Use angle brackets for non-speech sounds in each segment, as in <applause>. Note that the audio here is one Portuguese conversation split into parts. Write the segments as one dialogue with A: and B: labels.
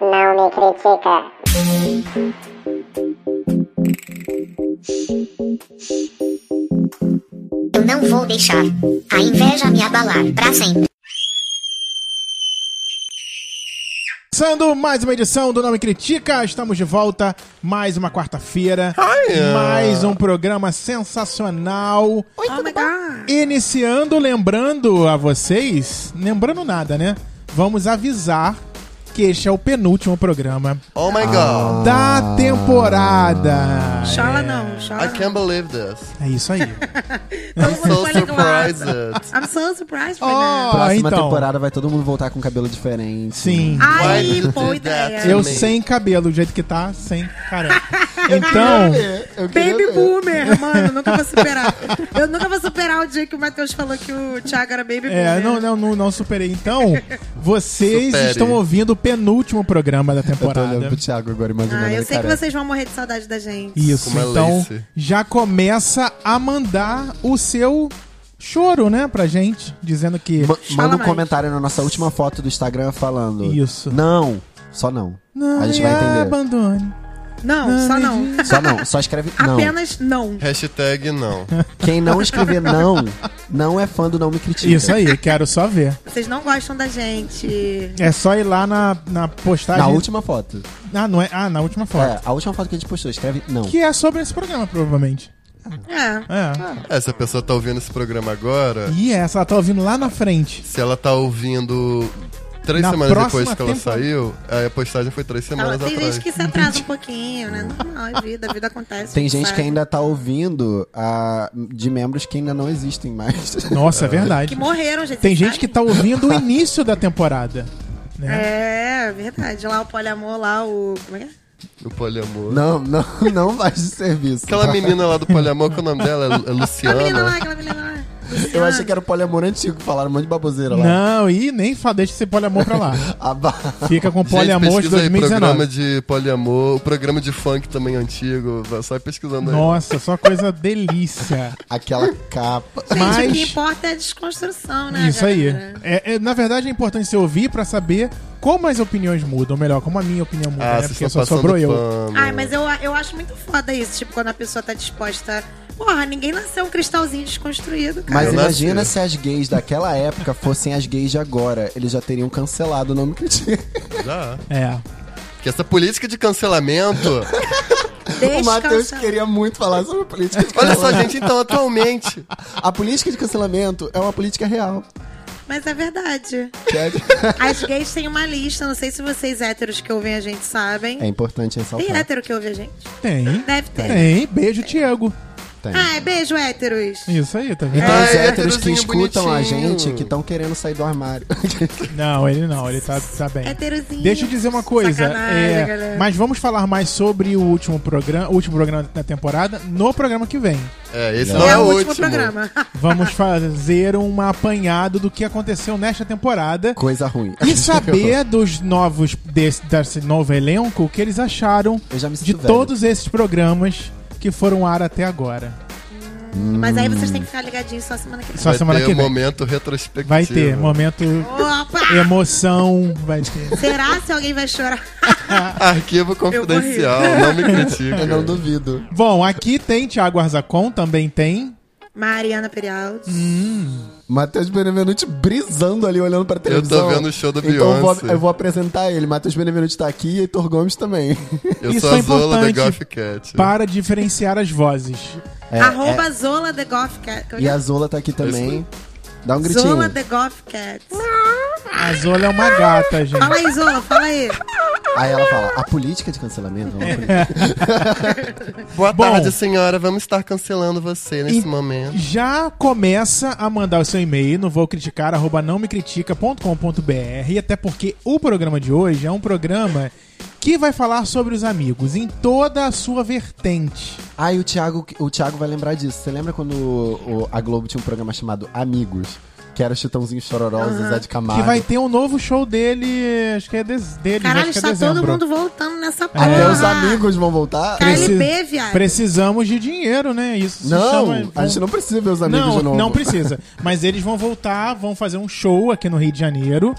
A: não me critica.
B: Eu não vou deixar a inveja me abalar pra sempre.
C: Começando mais uma edição do Não Me Critica, estamos de volta, mais uma quarta-feira,
D: Ai,
C: mais um programa sensacional,
E: Oh my god.
C: iniciando, lembrando a vocês, lembrando nada, né? Vamos avisar que este é o penúltimo programa
D: Oh my god.
C: da temporada.
E: Chala não,
D: I
E: chala não.
D: can't believe this.
C: É isso aí.
E: Todo mundo
D: So
E: foi ligado.
D: surprised.
E: "Ah, I'm so surprised né?" right
C: Oh.
E: now.
F: Próxima
C: então.
F: temporada vai todo mundo voltar com cabelo diferente.
C: Sim.
E: Ah,
D: Why did
E: Ai,
D: you
E: boa
D: do that?
E: ideia.
C: Eu
D: Amei.
C: sem cabelo, do jeito que tá, sem careca. Então,
E: É,
F: Eu queria
E: Baby
F: ver.
E: Boomer, mano, nunca vou superar. Eu nunca vou superar o dia que o Matheus falou que o Thiago era Baby
C: é,
E: Boomer.
C: não, não, não, não superei. Então, vocês
D: Supere.
C: estão ouvindo o penúltimo programa da
F: Eu tô olhando
C: temporada.
F: pro Thiago agora, imaginando
E: Ah, eu sei
F: ele
E: que
F: careca.
E: vocês vão morrer de saudade da gente.
C: Isso,
D: Como é
C: então
D: lace.
C: já começa a mandar o seu choro, né, pra gente, dizendo que
F: Ma-
E: Fala
F: Manda um
E: mais.
F: comentário na nossa última foto do Instagram falando.
C: Isso. é
F: Não, só não. a gente
C: me
F: vai entender.
C: abandone.
E: Não,
C: Não,
E: só
C: me
E: não.
D: <laughs>
F: Só não,
E: <laughs>
F: só escreve não.
E: Apenas não.
D: Hashtag não.
F: Quem não escrever não, não é fã do Não Me Critica.
C: Isso aí, quero só ver.
E: Vocês não gostam da gente.
C: É só ir lá na, na postagem.
F: Na última foto.
C: Ah, não é? Ah, na última foto.
F: É, a última foto que a gente postou, escreve não.
C: Que é sobre esse programa, provavelmente.
E: É.
C: É.
F: Ah.
D: Essa pessoa tá ouvindo esse programa agora.
C: E essa, ela tá ouvindo lá na frente.
D: Se ela tá ouvindo três
C: Na
D: semanas
C: próxima
D: depois que ela
C: temporada.
D: saiu, é, a postagem foi três
E: Ah,
D: semanas
E: tem
D: atrás.
E: gente que se atrasa um pouquinho, né? Normal, é vida, a vida acontece.
F: Tem gente
E: sabe?
F: que ainda tá ouvindo ah, de membros que ainda não existem mais.
C: Nossa, é verdade.
E: Que morreram, gente.
C: Tem
E: vocês
C: gente que
E: sabem?
C: tá ouvindo o início da temporada. Né?
E: É, verdade. Lá o poliamor, lá o. Como é que é?
D: O poliamor.
F: <laughs> Não, não, não faz de serviço.
D: Aquela menina lá do poliamor, que o nome dela é, Lu- é
E: Aquela menina lá,
D: Luciana.
E: aquela menina lá.
F: <laughs> Eu achei que era o poliamor antigo, que falaram um monte de baboseira lá.
C: Não, e nem fala, deixa esse poliamor pra lá.
F: A ba- <laughs>
C: Fica com
D: <laughs> Gente,
C: poliamor de
D: pesquisa aí, programa
C: 2019.
D: de poliamor, o programa de funk também antigo, vai só pesquisando aí.
C: Nossa, só coisa delícia.
F: Aquela capa.
E: Gente, o que
C: Mas-
E: importa é a desconstrução, né?
C: Isso aí.
E: galera?
C: É, é, na verdade, é importante você ouvir pra saber como as opiniões mudam, ou melhor, como a minha opinião muda,
D: Ah,
C: né?
D: vocês
C: Porque
D: estão
C: só
D: passando
C: sobrou eu.
D: pano.
E: Ai, mas eu, eu acho muito foda isso, tipo, quando a pessoa tá disposta. Porra, ninguém nasceu um cristalzinho desconstruído, cara.
F: Mas
D: Eu
F: imagina
D: nasci.
F: se as gays daquela época fossem as gays de agora. Eles já teriam cancelado o nome que tinha.
D: Já.
C: É.
D: Que essa política de cancelamento.
F: O Matheus
C: é-
F: queria muito falar sobre a política de
D: Olha
F: cancelamento.
C: <laughs>
D: só, gente, então, atualmente.
F: A política de cancelamento é uma política real.
E: Mas é verdade.
F: que é-
E: <laughs> As gays têm uma lista, não sei se vocês héteros que ouvem a gente sabem.
F: É importante
E: Tem
F: ressaltar.
E: hétero que ouve a gente?
C: Tem.
E: Deve ter.
C: Tem. Beijo, Tiago.
F: Tem.
E: Ah, beijo, héteros.
C: Isso aí, tá vendo?
F: Então
D: Ah,
F: os
D: é
F: héteros que
D: héterozinho
F: escutam a
D: bonitinho.
F: gente que estão querendo sair do armário. <laughs>
C: Não, ele não, ele tá, tá bem.
E: Héterozinho.
C: Deixa eu dizer uma coisa.
E: É Sacanagem,
C: é,
E: galera.
C: mas vamos falar mais sobre o último programa, o último programa da temporada no programa que vem.
D: É, esse
F: É
D: não,
E: é,
D: é,
E: o último programa.
C: Vamos fazer um apanhado do que aconteceu nesta temporada
F: Coisa ruim.
C: e
F: <laughs>
C: saber dos novos desse, desse novo elenco o que eles acharam
F: Eu já me
C: de
F: sinto velho.
C: todos esses programas que foram ao ar até agora.
E: Mas aí vocês têm que ficar ligadinhos só semana que vem.
C: Só
D: Vai
C: semana
D: ter
C: que vem.
D: momento retrospectivo.
C: Vai ter momento
E: Opa!
C: emoção, vai ter.
E: Será se alguém vai chorar?
D: Arquivo confidencial, não me critica.
F: Eu não duvido.
C: Bom, aqui tem Thiago Arzacon, também tem.
E: Mariana Perialdo.
F: Hum. Matheus Benevenuti brisando ali, olhando pra televisão.
D: vendo o show da
F: Então eu vou-
D: Beyoncé.
F: eu vou apresentar ele. Matheus Benevenuti tá aqui e Heitor Gomes também.
D: Eu
C: Isso
D: sou
C: é
D: a Zola da
C: importante
D: Goth Cat.
C: Para diferenciar as vozes.
E: Arroba Zola The Goth Cat.
F: É, E a Zola tá aqui também. Dá um gritinho.
E: Zola tá The Goth Cat.
C: A Zola é uma gata, gente.
E: Fala aí, Zola, fala aí.
F: Aí ela fala, a política de cancelamento é uma
E: <laughs>
F: política.
D: Boa
C: Bom.
D: tarde, senhora. Vamos estar cancelando você nesse
C: E-
D: momento.
C: Já começa a mandar o seu e-mail no vou criticar, arroba não me critica.com.br, e até porque o programa de hoje é um programa que vai falar sobre os amigos em toda a sua vertente.
F: Ah, e o Thiago, o Thiago vai lembrar disso. Você lembra quando o- o- a Globo tinha um programa chamado Amigos? Que era o Chitãozinho Chororó, o Zé de Camargo.
C: Que vai ter um novo show dele, acho que é des, dele,
E: Caralho,
C: acho que é
E: está todo
C: dezembro.
E: mundo voltando nessa porra.
F: Até os É, amigos vão voltar?
E: Preci-
C: Preci-
E: LB, viado.
C: Precisamos de dinheiro, né? Isso se
F: Não,
C: chama-
F: a gente não precisa ver os amigos
C: não,
F: <laughs> de novo.
C: não precisa. Mas eles vão voltar, vão fazer um show aqui no Rio de Janeiro.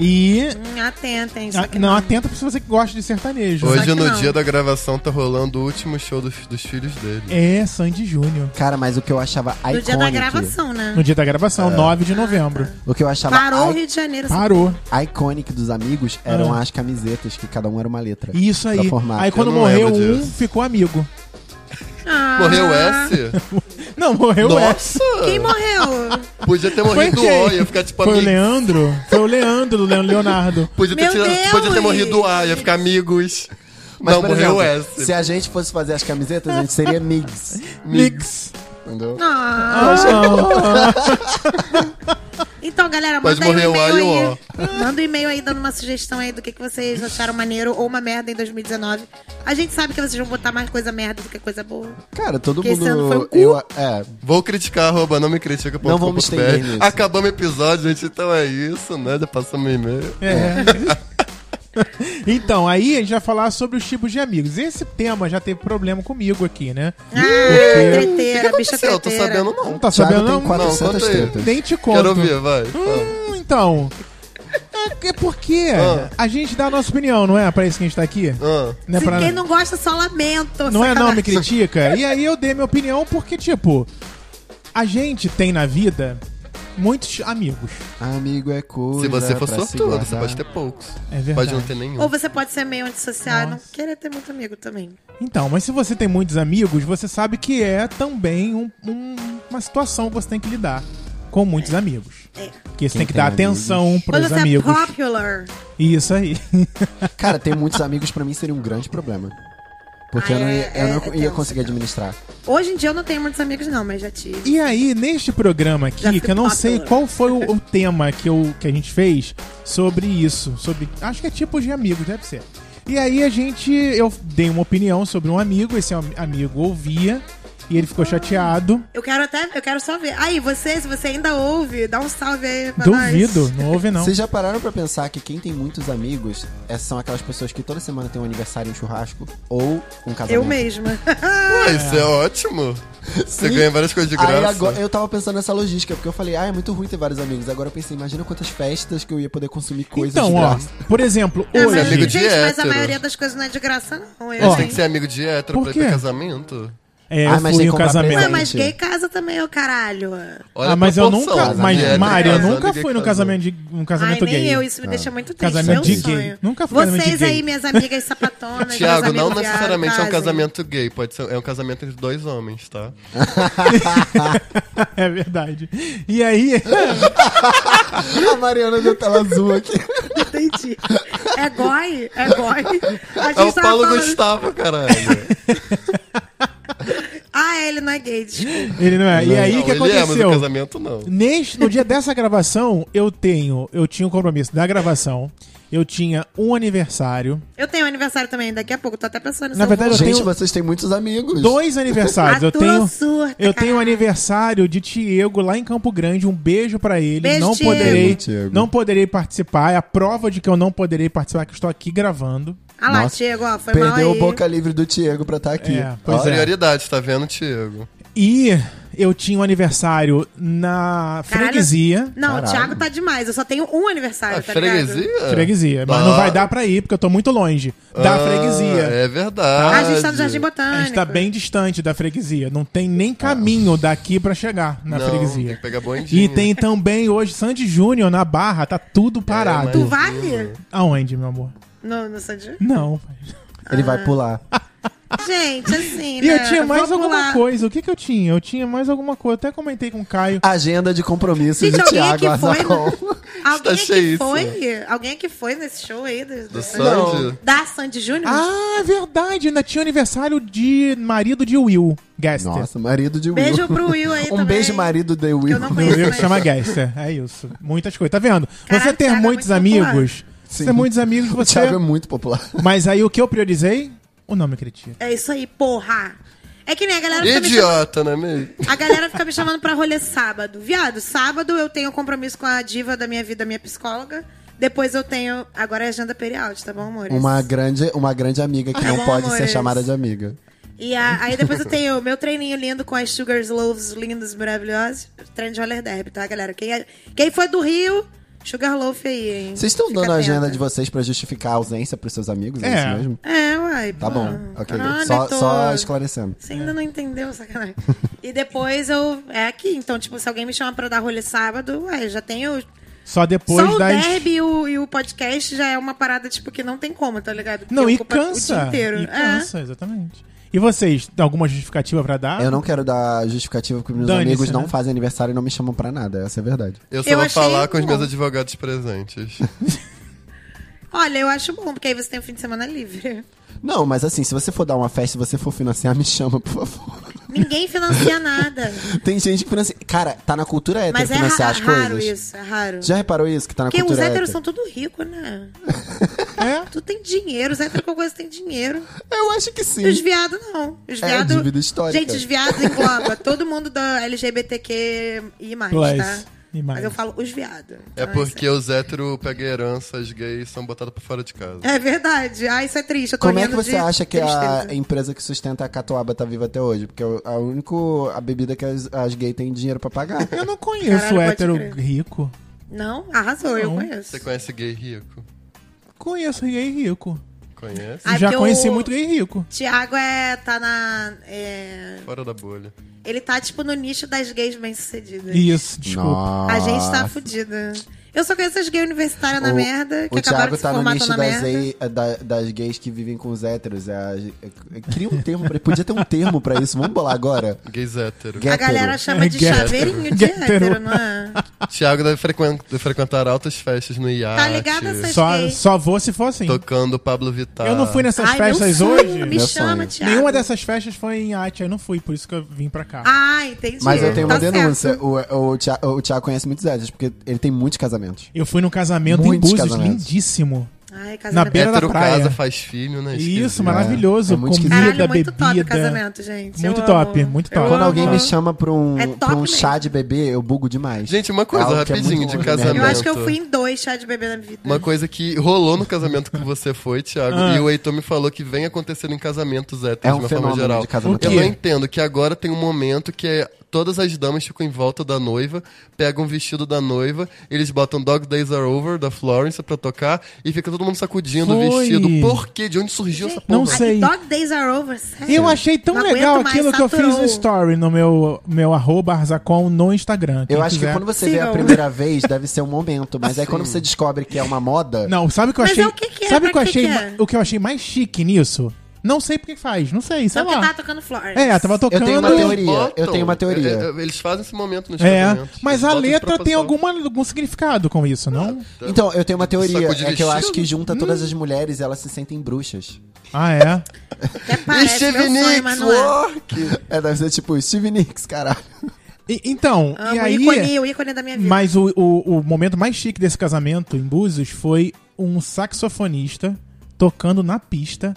C: E.
E: Hum, atentem,
F: Ah,
C: a-
E: só que
C: não,
E: não.
C: atenta pra você que gosta de sertanejo.
E: Só
D: Hoje,
E: que
D: no
E: não.
D: dia da gravação, tá rolando o último show dos, dos filhos dele.
C: É Sandy Júnior.
F: Cara, mas o que eu achava
E: No
F: icônico.
E: dia da gravação, né?
C: No dia da
D: É.
C: gravação, 9 de novembro.
F: O que eu achava
E: Parou o
F: i-
E: Rio de Janeiro.
C: Parou.
F: iconic dos amigos eram
C: Ah.
F: as camisetas, que cada um era uma letra.
C: Isso aí.
F: Pra formar.
C: Aí quando
D: Eu não
C: morreu
D: lembro
C: um,
D: disso.
C: ficou amigo.
E: Ah,
D: Morreu S?
C: Não, morreu <laughs> o S.
D: Nossa! <laughs>
E: Quem morreu?
D: Podia ter
C: Foi
D: morrido
C: quem?
D: o O, ia ficar tipo
C: Foi o
D: amigo.
C: Leandro? Foi o Leandro, do Leon- Leonardo.
D: Podia ter,
E: Meu
D: tirado-
E: Deus!
D: podia ter morrido o A, ia ficar amigos.
F: Mas,
D: não,
F: por
D: morreu o
F: exemplo,
D: S.
F: Se a gente fosse fazer as camisetas, a gente
C: <laughs>
F: seria Migs.
C: Mix.
F: Entendeu?
E: Ah,
C: Ah,
E: Então, galera,
D: Mas
E: manda aí
D: morreu
E: um e-mail
D: lá e o
E: aí. Manda um e-mail aí dando uma sugestão aí do que, que vocês acharam maneiro ou uma merda em 2019. A gente sabe que vocês vão botar mais coisa merda do que coisa boa.
F: Cara, todo
E: Porque esse ano foi um
F: mundo.
E: cu.
F: eu- é,
D: Vou criticar, arroba, não me critica.
F: Não vamos estender nisso.
D: Acabamos o episódio, gente. Então é isso, né? Já passamos o e-mail.
C: é. <laughs> Então, aí a gente vai falar sobre os tipos de amigos. Esse tema já teve problema comigo aqui, né?
E: Ah,
D: É,
E: treteira, bicha
D: Aconteceu, eu tô
E: treteira.
D: sabendo não.
C: Não tá
F: Thiago
C: sabendo?
F: tem
C: Não,
F: 400
D: conta aí.
F: tetas.
C: nem te conto.
D: Quero ouvir, vai. Fala.
C: Hum, então. É é porque
D: Ah.
C: a gente dá a nossa opinião, não é? Pra isso que a gente tá aqui?
D: Ah,
C: Não é
E: Se
C: pra-
E: quem não gosta, só lamento.
C: Não é não, me
E: sacanagem.
C: critica. E aí eu dei minha opinião porque, tipo, a gente tem na vida muitos amigos.
F: Amigo é coisa.
D: se você for
F: pra se
D: sortudo, você
F: guardar.
D: pode ter poucos.
C: É verdade.
D: Pode não ter nenhum.
E: Ou você pode ser meio antissocial e não
C: Nossa.
E: querer ter muito amigo também.
C: Então, mas se você tem muitos amigos, você sabe que é também um- um- uma situação que você tem que lidar com muitos amigos.
E: É.
C: Que você
F: Quem
C: tem que
F: tem
C: dar
F: amigos?
C: atenção
E: Quando
C: pros
E: você
C: amigos.
E: é popular.
C: Isso aí.
F: Cara, ter muitos amigos pra mim seria um grande problema. Porque
E: Ah,
F: eu não, ia,
E: é-
F: eu não
E: é- é
F: ia
E: tenso,
F: conseguir
E: cara.
F: administrar.
E: Hoje em dia eu não tenho muitos amigos, não, mas já tive.
C: E aí, neste programa
E: Já
C: aqui,
E: fui
C: que eu não sei
E: popular.
C: qual foi o, o tema que, eu, que a gente fez sobre isso. Sobre. Acho que é tipos de amigos, deve ser. E aí a gente. Eu dei uma opinião sobre um amigo, esse am- amigo ouvia, e ele ficou chateado.
E: Eu quero até, eu quero só ver. Aí, você, se você ainda ouve, dá um salve aí pra
C: Duvido,
E: nós.
C: não ouve não.
F: Vocês já pararam pra pensar que quem tem muitos amigos é- são aquelas pessoas que toda semana tem um aniversário, um churrasco ou um casamento?
E: Eu mesma. <laughs>
D: Ué, isso é ótimo. Você
F: Sim.
D: ganha várias coisas de
F: Aí
D: graça.
F: agora, eu tava pensando nessa logística, porque eu falei, ah, é muito ruim ter vários amigos. Agora eu pensei, imagina quantas festas que eu ia poder consumir coisas
C: Então,
F: de
C: ó,
F: graça. <laughs>
C: por exemplo,
D: Você
E: É,
D: é amigo
E: mas,
C: hoje.
D: de
E: gente, mas a
D: hétero.
E: maioria das coisas não é de graça, não. Eu,
C: Ó.
D: Tem que ser amigo de hétero
C: Por
D: pra ir pra
C: quê?
D: casamento?
C: É, eu
F: Ah, mas
C: fui
F: tem
C: em
F: que
C: um
F: comprar
C: casamento.
E: Ué,
F: presente.
E: mas gay casa também, ô caralho.
D: Olha
C: ah,
D: a
C: mas eu
D: proporção,
C: nunca.
D: de
C: Mas,
D: hétero
F: né?
D: e
C: Mari, eu
D: casado,
C: nunca
D: ninguém
C: fui num
D: casou.
C: casamento de um
E: Ai,
C: casamento
E: nem
C: gay. Ah,
E: eu, isso me deixa muito triste.
C: Casamento
E: meu
C: de
E: sonho.
C: gay. Nunca fui casamento de
E: Vocês
C: gay.
E: aí, minhas amigas sapatonas.
D: Tiago,
E: meus
D: não
E: amigos
D: necessariamente é um
E: viados,
D: casamento gay, pode ser, é um casamento entre dois homens, tá?
C: <laughs> É verdade. E aí, <laughs>
F: a Mariana deu tela
C: <laughs>
F: azul aqui.
E: casem. Entendi. <laughs> É goi, é goi. A gente
D: É o
E: tava
D: Paulo
E: falando-
D: Gustavo,
E: <laughs>
D: caralho.
E: Ah, ele não é gay, desculpa.
C: ele não é. E aí,
D: não,
C: o que
D: ele é, mas
C: aconteceu?
D: o casamento não.
E: É.
C: Neste, no dia dessa gravação, eu tenho, eu tinha um compromisso da gravação, eu tinha um aniversário,
E: Eu tenho aniversário também, daqui a pouco. Tô até pensando nisso.
C: Na
E: Eu vou-
C: verdade, eu
F: Gente,
C: tenho-
F: vocês têm muitos amigos.
C: dois aniversários. eu
E: A tua
C: tenho,
E: surta,
C: eu tenho um
E: caralho.
C: aniversário de Diego lá em Campo Grande. Um beijo pra ele.
E: Beijo,
C: não
E: Diego.
C: poderei,
F: Diego.
C: não poderei participar. É a prova de que eu não poderei participar que eu estou aqui gravando.
E: Ah lá,
F: Nossa,
E: Diego, ó, foi mal aí.
F: Perdeu o boca livre do Diego pra estar aqui.
C: É, pois
F: Olha,
D: Prioridade, tá vendo, Tiago?
C: E eu tinha um aniversário na
E: Caralho.
C: freguesia.
E: Não,
F: Caralho.
E: o Thiago tá demais. Eu só tenho um aniversário,
D: Ah,
E: tá ligado?
D: freguesia?
C: Freguesia, mas não
D: Ah,
C: vai dar pra ir porque eu tô muito longe da
D: ah,
C: freguesia.
D: É verdade.
E: A gente tá no Jardim Botânico.
C: A gente tá bem distante da freguesia. Não tem nem caminho daqui pra chegar na
D: Não, Tem
C: freguesia.
D: que pegar bondinho.
C: E tem também hoje Sandy Júnior na Barra, tá
F: É,
C: tudo
E: Tu
C: parado.
E: vai
C: Aonde, meu amor?
E: no, no Sandy?
C: Não.
F: Ele vai pular.
E: Gente, assim,
C: E
E: né?
C: eu tinha mais
E: vou
C: alguma
E: pular.
C: coisa. O que que eu tinha? Eu tinha mais alguma coisa. Até comentei com o Caio.
F: Agenda de compromissos
E: Gente,
F: do
E: alguém aqui
F: Thiago
E: foi... né?
F: Arnaldo.
C: <laughs>
E: Alguém
D: Está cheio
E: aqui
D: isso.
E: foi? Alguém aqui foi nesse show aí? Do,
D: Do
E: do-
D: Sandy?
E: Da Sandy Júnior?
C: Ah, verdade. Ainda tinha aniversário de marido de Will Gaster.
F: Nossa, marido de Will.
E: Beijo pro Will aí
F: <laughs> um
E: também.
F: beijo marido de Will.
E: eu não
C: Do Will que
E: Mas-
C: chama Gaster. É isso. Muitas coisas. Tá vendo? você
E: Caralho,
C: ter
E: Thiago é
C: muitos
E: muito popular.
C: amigos. Você
F: Sim.
C: ter muitos amigos,
F: <laughs> O
C: você.
F: Thiago é muito popular.
C: Mas aí o que eu priorizei? O nome critica.
E: É isso aí, porra. É que nem a galera fica me chamando-
D: Idiota, né, meio?
E: A galera fica me chamando pra rolê sábado. Viado, sábado eu tenho compromisso com a diva da minha vida, minha psicóloga. Depois eu tenho. Agora é agenda periáutica, tá bom, amores?
F: Uma grande, uma grande amiga que
E: Tá
F: não
E: bom,
F: pode ser
E: amores.
F: chamada de amiga.
E: E a- aí depois eu tenho meu treininho lindo com as Sugar Loaves lindos, maravilhosos. Treino de roller derby, tá, galera? Quem, é- quem foi do Rio, Sugarloaf aí, hein?
F: Vocês estão
E: Fica
F: dando a
E: atenta.
F: agenda de vocês pra justificar a ausência pros seus amigos? É,
C: É.
F: isso mesmo?
E: É, uai.
F: Tá
E: pô.
F: bom, ok.
E: Caralho,
F: só,
E: Ah, né, tô-
F: só esclarecendo.
E: Você ainda não entendeu,
F: <laughs>
E: sacanagem. e depois eu. É aqui. Então, tipo, se alguém me chama pra dar rolê sábado, ué, eu já tenho.
C: Só depois
E: Só o
C: das.
E: derby e o, e o podcast já é uma parada, tipo, que não tem como, tá ligado? Porque
C: Não, e
E: ocupa O
C: cansa.
E: dia inteiro.
C: E
E: É.
C: cansa, exatamente. E vocês, tem alguma justificativa pra dar?
F: Eu não quero dar justificativa porque meus
C: Dane-se,
F: amigos não
C: né?
F: fazem aniversário e não me chamam pra nada. Essa é a verdade.
D: Eu só
E: Eu
D: vou
E: achei
D: falar com os
E: bom.
D: meus advogados presentes.
E: Olha, eu acho bom, porque aí você tem o fim de semana livre.
F: Não, mas assim, se você for dar uma festa e você for financiar, <laughs> me chama, por favor.
E: Ninguém financia
F: <laughs>
E: nada.
F: Tem gente que financia. Cara, tá na cultura hétero
E: Mas é, ra-
F: financiar as coisas.
E: raro isso, é raro.
F: Já reparou isso? Que tá na
E: Porque os
F: cultura
E: héteros
F: hétero?
E: são tudo ricos, né?
C: É?
E: Tu tem dinheiro, os héteros com coisa tem dinheiro.
F: Eu acho que
E: E os
F: sim.
E: viados não. Os
F: É,
E: viado...
F: dívida histórica.
E: Gente, os viados engloba todo mundo da LGBTQ e mais,
C: Plus,
E: tá?
C: e mais.
E: Mas eu falo os viados.
D: É
E: Então,
D: porque os héteros pegam herança, os gays são botados pra fora de casa.
E: É verdade. Ah, isso é triste. Eu tô
F: Como é que
E: rindo
F: você
E: de
F: acha que a
E: tristeza.
F: empresa que sustenta a catuaba tá viva até hoje? Porque é a única a bebida que as, as gays têm dinheiro pra pagar.
C: Eu não conheço
E: Caralho, pode
C: hétero
E: crer.
C: rico.
E: Não? Arrasou, eu
C: Não.
E: conheço.
D: Você conhece gay rico?
C: Conheço gay rico.
D: Conhece?
E: Ah,
C: Já
E: porque
C: conheci
E: o
C: muito gay rico.
E: Tiago é, tá na... é,
D: Fora da bolha.
E: Ele tá, tipo, no nicho das gays bem-sucedidas.
C: Isso, desculpa.
F: Nossa.
E: A gente tá fudida. Eu só conheço as gays universitárias na
F: O-
E: merda, que
F: o
E: acabaram
F: Thiago
E: de se
F: tá no
E: formar,
F: nicho
E: estão na
F: das,
E: merda.
F: ei- da- das gays que vivem com os héteros. É, a- é- cria um termo pra Podia ter um termo pra isso. Vamos bolar agora?
D: Gays hétero.
F: Gay-
E: A
F: hétero.
E: galera chama de
C: É, hétero.
E: chaveirinho de
C: Hétero.
E: hétero, não é?
D: Thiago deve frequen- frequentar altas festas no iate.
E: Tá ligado essas
C: Só,
E: gays?
C: só vou se for assim.
D: Tocando Pablo Vittar.
C: Eu não fui nessas
E: Ai, meu
C: festas
E: sonho,
C: hoje.
E: Me
F: Meu
E: chama,
F: sonho.
E: Thiago.
C: Nenhuma dessas festas foi em Ate, eu não fui, por isso que eu vim pra cá.
E: Ah, entendi.
F: Mas eu tenho
E: Tá
F: uma
E: certo.
F: denúncia. O, o, Thiago, o Thiago conhece muitos héteros, porque ele tem muitos casamentos.
C: Eu fui num casamento em
F: Muitos
C: Búzios,
F: casamentos.
C: lindíssimo.
E: Ai,
C: Na
E: casamento.
C: beira da
D: Hétero
C: praia.
D: casa, faz filho, né?
C: Isso,
D: Esquisito.
C: maravilhoso.
F: É muito
C: Comida,
F: esquisito.
E: Caralho, muito top
C: bebida.
E: o casamento, gente.
C: Muito
E: Eu
C: top,
E: amo.
C: muito
E: Eu
C: top.
F: Quando
E: amo.
F: alguém me chama pra um,
E: Uhum. É top
F: pra um chá
E: mesmo.
F: de bebê, eu bugo demais.
D: Gente, uma coisa
F: É algo que é
D: rapidinho
F: muito
D: de
F: bom,
D: casamento.
E: Eu acho que eu fui em dois chá de bebê na vida.
D: Uma coisa que rolou no casamento que você foi, Thiago,
C: Ah.
D: e o Heitor me falou que vem acontecendo em casamentos héteros,
F: É um
D: de uma forma
F: fenômeno
D: geral.
F: de casamento
D: Eu não
C: hétero.
D: entendo que agora tem um momento que é- todas as damas ficam em volta da noiva, pegam o vestido da noiva, eles botam Dog Days Are Over, da Florence, pra tocar, e fica todo mundo sacudindo
C: Foi.
D: o vestido. Por quê? De onde surgiu essa porra?
C: não
E: Ai,
C: sei.
E: Dog Days Are Over, sério.
C: Eu achei tão
E: É. Não aguento
C: legal
E: mais,
C: aquilo que eu fiz
E: saturou.
C: no story no meu, meu arroba arzacon no Instagram. Quem
F: Eu acho que
C: quiser-
F: quando você
E: Sim,
F: vê a
E: não.
F: primeira vez, deve ser um momento. Mas aí quando você descobre que é uma moda,
C: Não, sabe o que eu
E: Mas
C: achei?
E: é o que que é?
C: sabe o
E: Pra
C: que eu
E: que
C: achei?
E: que é?
C: ma- O que eu achei mais chique nisso? Não sei porque faz, não sei, sei
E: Só que
C: lá.
E: tá tocando Florence.
C: É, tava
F: Eu
C: tocando.
F: tenho uma teoria.
D: Botam.
F: Eu tenho uma teoria.
D: É, é, Eles fazem esse momento nos
C: É,
D: casamentos.
C: mas
D: Eles
C: a
D: botam de
C: letra tem
D: proposição.
C: alguma, algum significado com isso, não?
F: Então, eu tenho uma teoria.
D: Sacudir
F: É que eu
D: vestido?
F: acho que junta
D: Hum.
F: todas as mulheres e elas se sentem bruxas.
C: Ah, é?
E: Até parece meu
D: Stevie
E: sonho,
D: Nicks,
E: mas não é.
F: É, deve ser tipo Steve Nicks, caralho.
C: E- então,
E: Amo
C: e
E: o
C: aí.
E: ícone, o ícone da minha vida.
C: Mas o, o, o momento mais chique desse casamento em Búzios foi um saxofonista tocando na pista,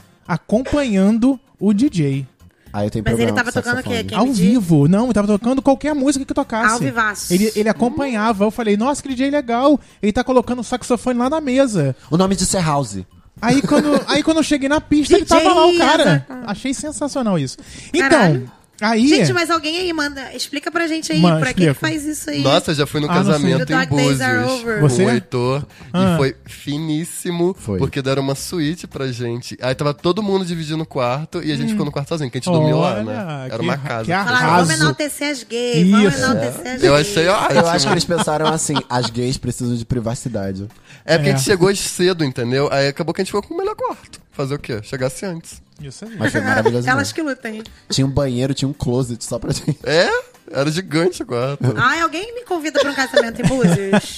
C: acompanhando o DJ.
F: Ah, eu tenho
E: Mas ele
F: problema
E: tava
F: com
E: tocando o quê?
F: saxofone.
E: Quem
C: ao
E: me diz?
C: vivo. Não, ele tava tocando qualquer música que tocasse.
E: Ao vivaço.
C: Ele, ele acompanhava. Eu falei, nossa, que DJ legal. Ele tá colocando o saxofone lá na mesa.
F: O nome disso é House.
C: Aí
E: <laughs>
C: quando, aí quando eu cheguei na pista, ele
E: DJ
C: tava lá o cara. Ah.
E: Isaac.
C: Achei sensacional isso. Então,
E: é Caralho.
C: aí...
E: Gente, mas alguém aí manda. Explica pra gente aí,
C: Mas,
E: pra quem
C: explica.
E: que faz isso aí?
D: Nossa, eu já fui no
C: Ah, não sei.
D: casamento
E: The
D: em
E: Dark Days Are
D: Búzios
E: Over.
D: com
C: Você?
D: o Heitor.
C: Ah.
D: E foi finíssimo,
F: Foi.
D: porque deram uma suíte pra gente. Aí tava todo mundo dividindo o quarto e a gente ficou no quarto sozinho, que a gente
C: Hum. Olha,
D: dormiu lá, né? Era
C: que
D: uma
C: ra-
D: casa.
C: que arraso.
E: Falaram, vamos
C: Arraso.
E: enaltecer as gays, vamos
C: Isso.
E: enaltecer as
D: Eu
E: gays.
D: achei ótimo.
F: Eu acho que eles pensaram assim, as gays precisam de privacidade.
D: É porque
C: É.
D: a gente chegou cedo, entendeu? Aí acabou que a gente ficou com o melhor quarto. Fazer o quê? Chegasse antes.
C: Isso aí.
E: <laughs>
F: Mas foi maravilhoso. mesmo.
E: Elas que lutem.
F: Tinha um banheiro, tinha um closet só pra gente.
D: É? Era gigante o quarto.
F: Ah, tá
E: Ai, alguém me convida pra um casamento
C: <laughs>
E: em Búzios?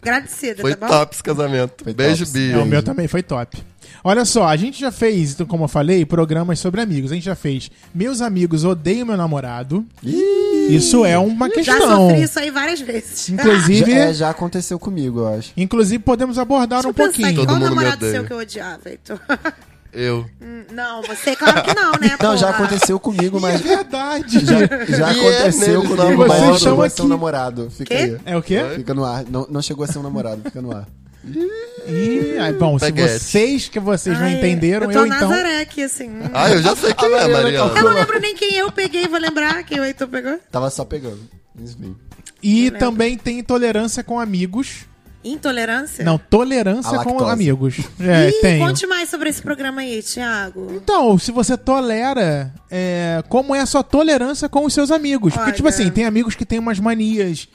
E: Agradecida,
D: Foi
E: tá bom?
D: top esse casamento.
F: Foi
D: Beijo,
F: top.
D: Bi.
C: É, o meu também foi top. Olha só, a gente já fez, então, como eu falei, programas sobre amigos. A gente já fez Meus Amigos Odeiam Meu Namorado. Isso é uma
E: Já
C: questão.
E: sofri isso aí várias vezes. <laughs>
F: Já,
C: Inclusive,
F: é, já aconteceu comigo, eu acho.
C: inclusive, podemos abordar
E: Deixa eu
C: um
E: pensar aqui,
C: pouquinho.
D: Todo
E: qual
D: mundo me
E: namorado
D: odeia.
E: seu que eu odiava, Heitor?
D: Eu.
E: Hum, não, você, claro que não,
C: <laughs>
E: né?
C: Então,
F: Não, já
E: porra?
F: aconteceu comigo,
C: É
F: mas.
C: verdade.
F: Já, já
D: E é,
F: aconteceu
D: né, eles
F: comigo,
D: namoram.
F: mas não
C: Vocês
F: chegou
C: chamam
F: a ser um
C: aqui.
F: namorado. Fica
E: Quê?
F: aí.
C: É o quê?
F: Fica no ar. Não, não chegou a ser um namorado, fica no ar.
C: Ih, ah, bom, se
D: Peguete.
C: vocês que vocês não
E: Ai,
C: entenderam,
E: eu
C: eu,
E: tô
C: então.
E: Nazaré aqui, assim. hum.
D: Ah, eu já sei quem é,
F: Mariana
D: Mariana.
E: Eu não lembro nem quem eu peguei, vou lembrar quem o Heitor pegou.
F: Tava só pegando. Enfim.
C: E também tem intolerância com amigos.
E: Intolerância?
C: Não, tolerância
F: A
C: com
F: lactose.
E: <laughs>
C: amigos. É,
E: Ih,
C: tem.
E: conte mais sobre esse programa aí, Thiago.
C: Então, se você tolera, é, como é a sua tolerância com os seus amigos? Porque,
E: Olha.
C: tipo assim, tem amigos que têm umas manias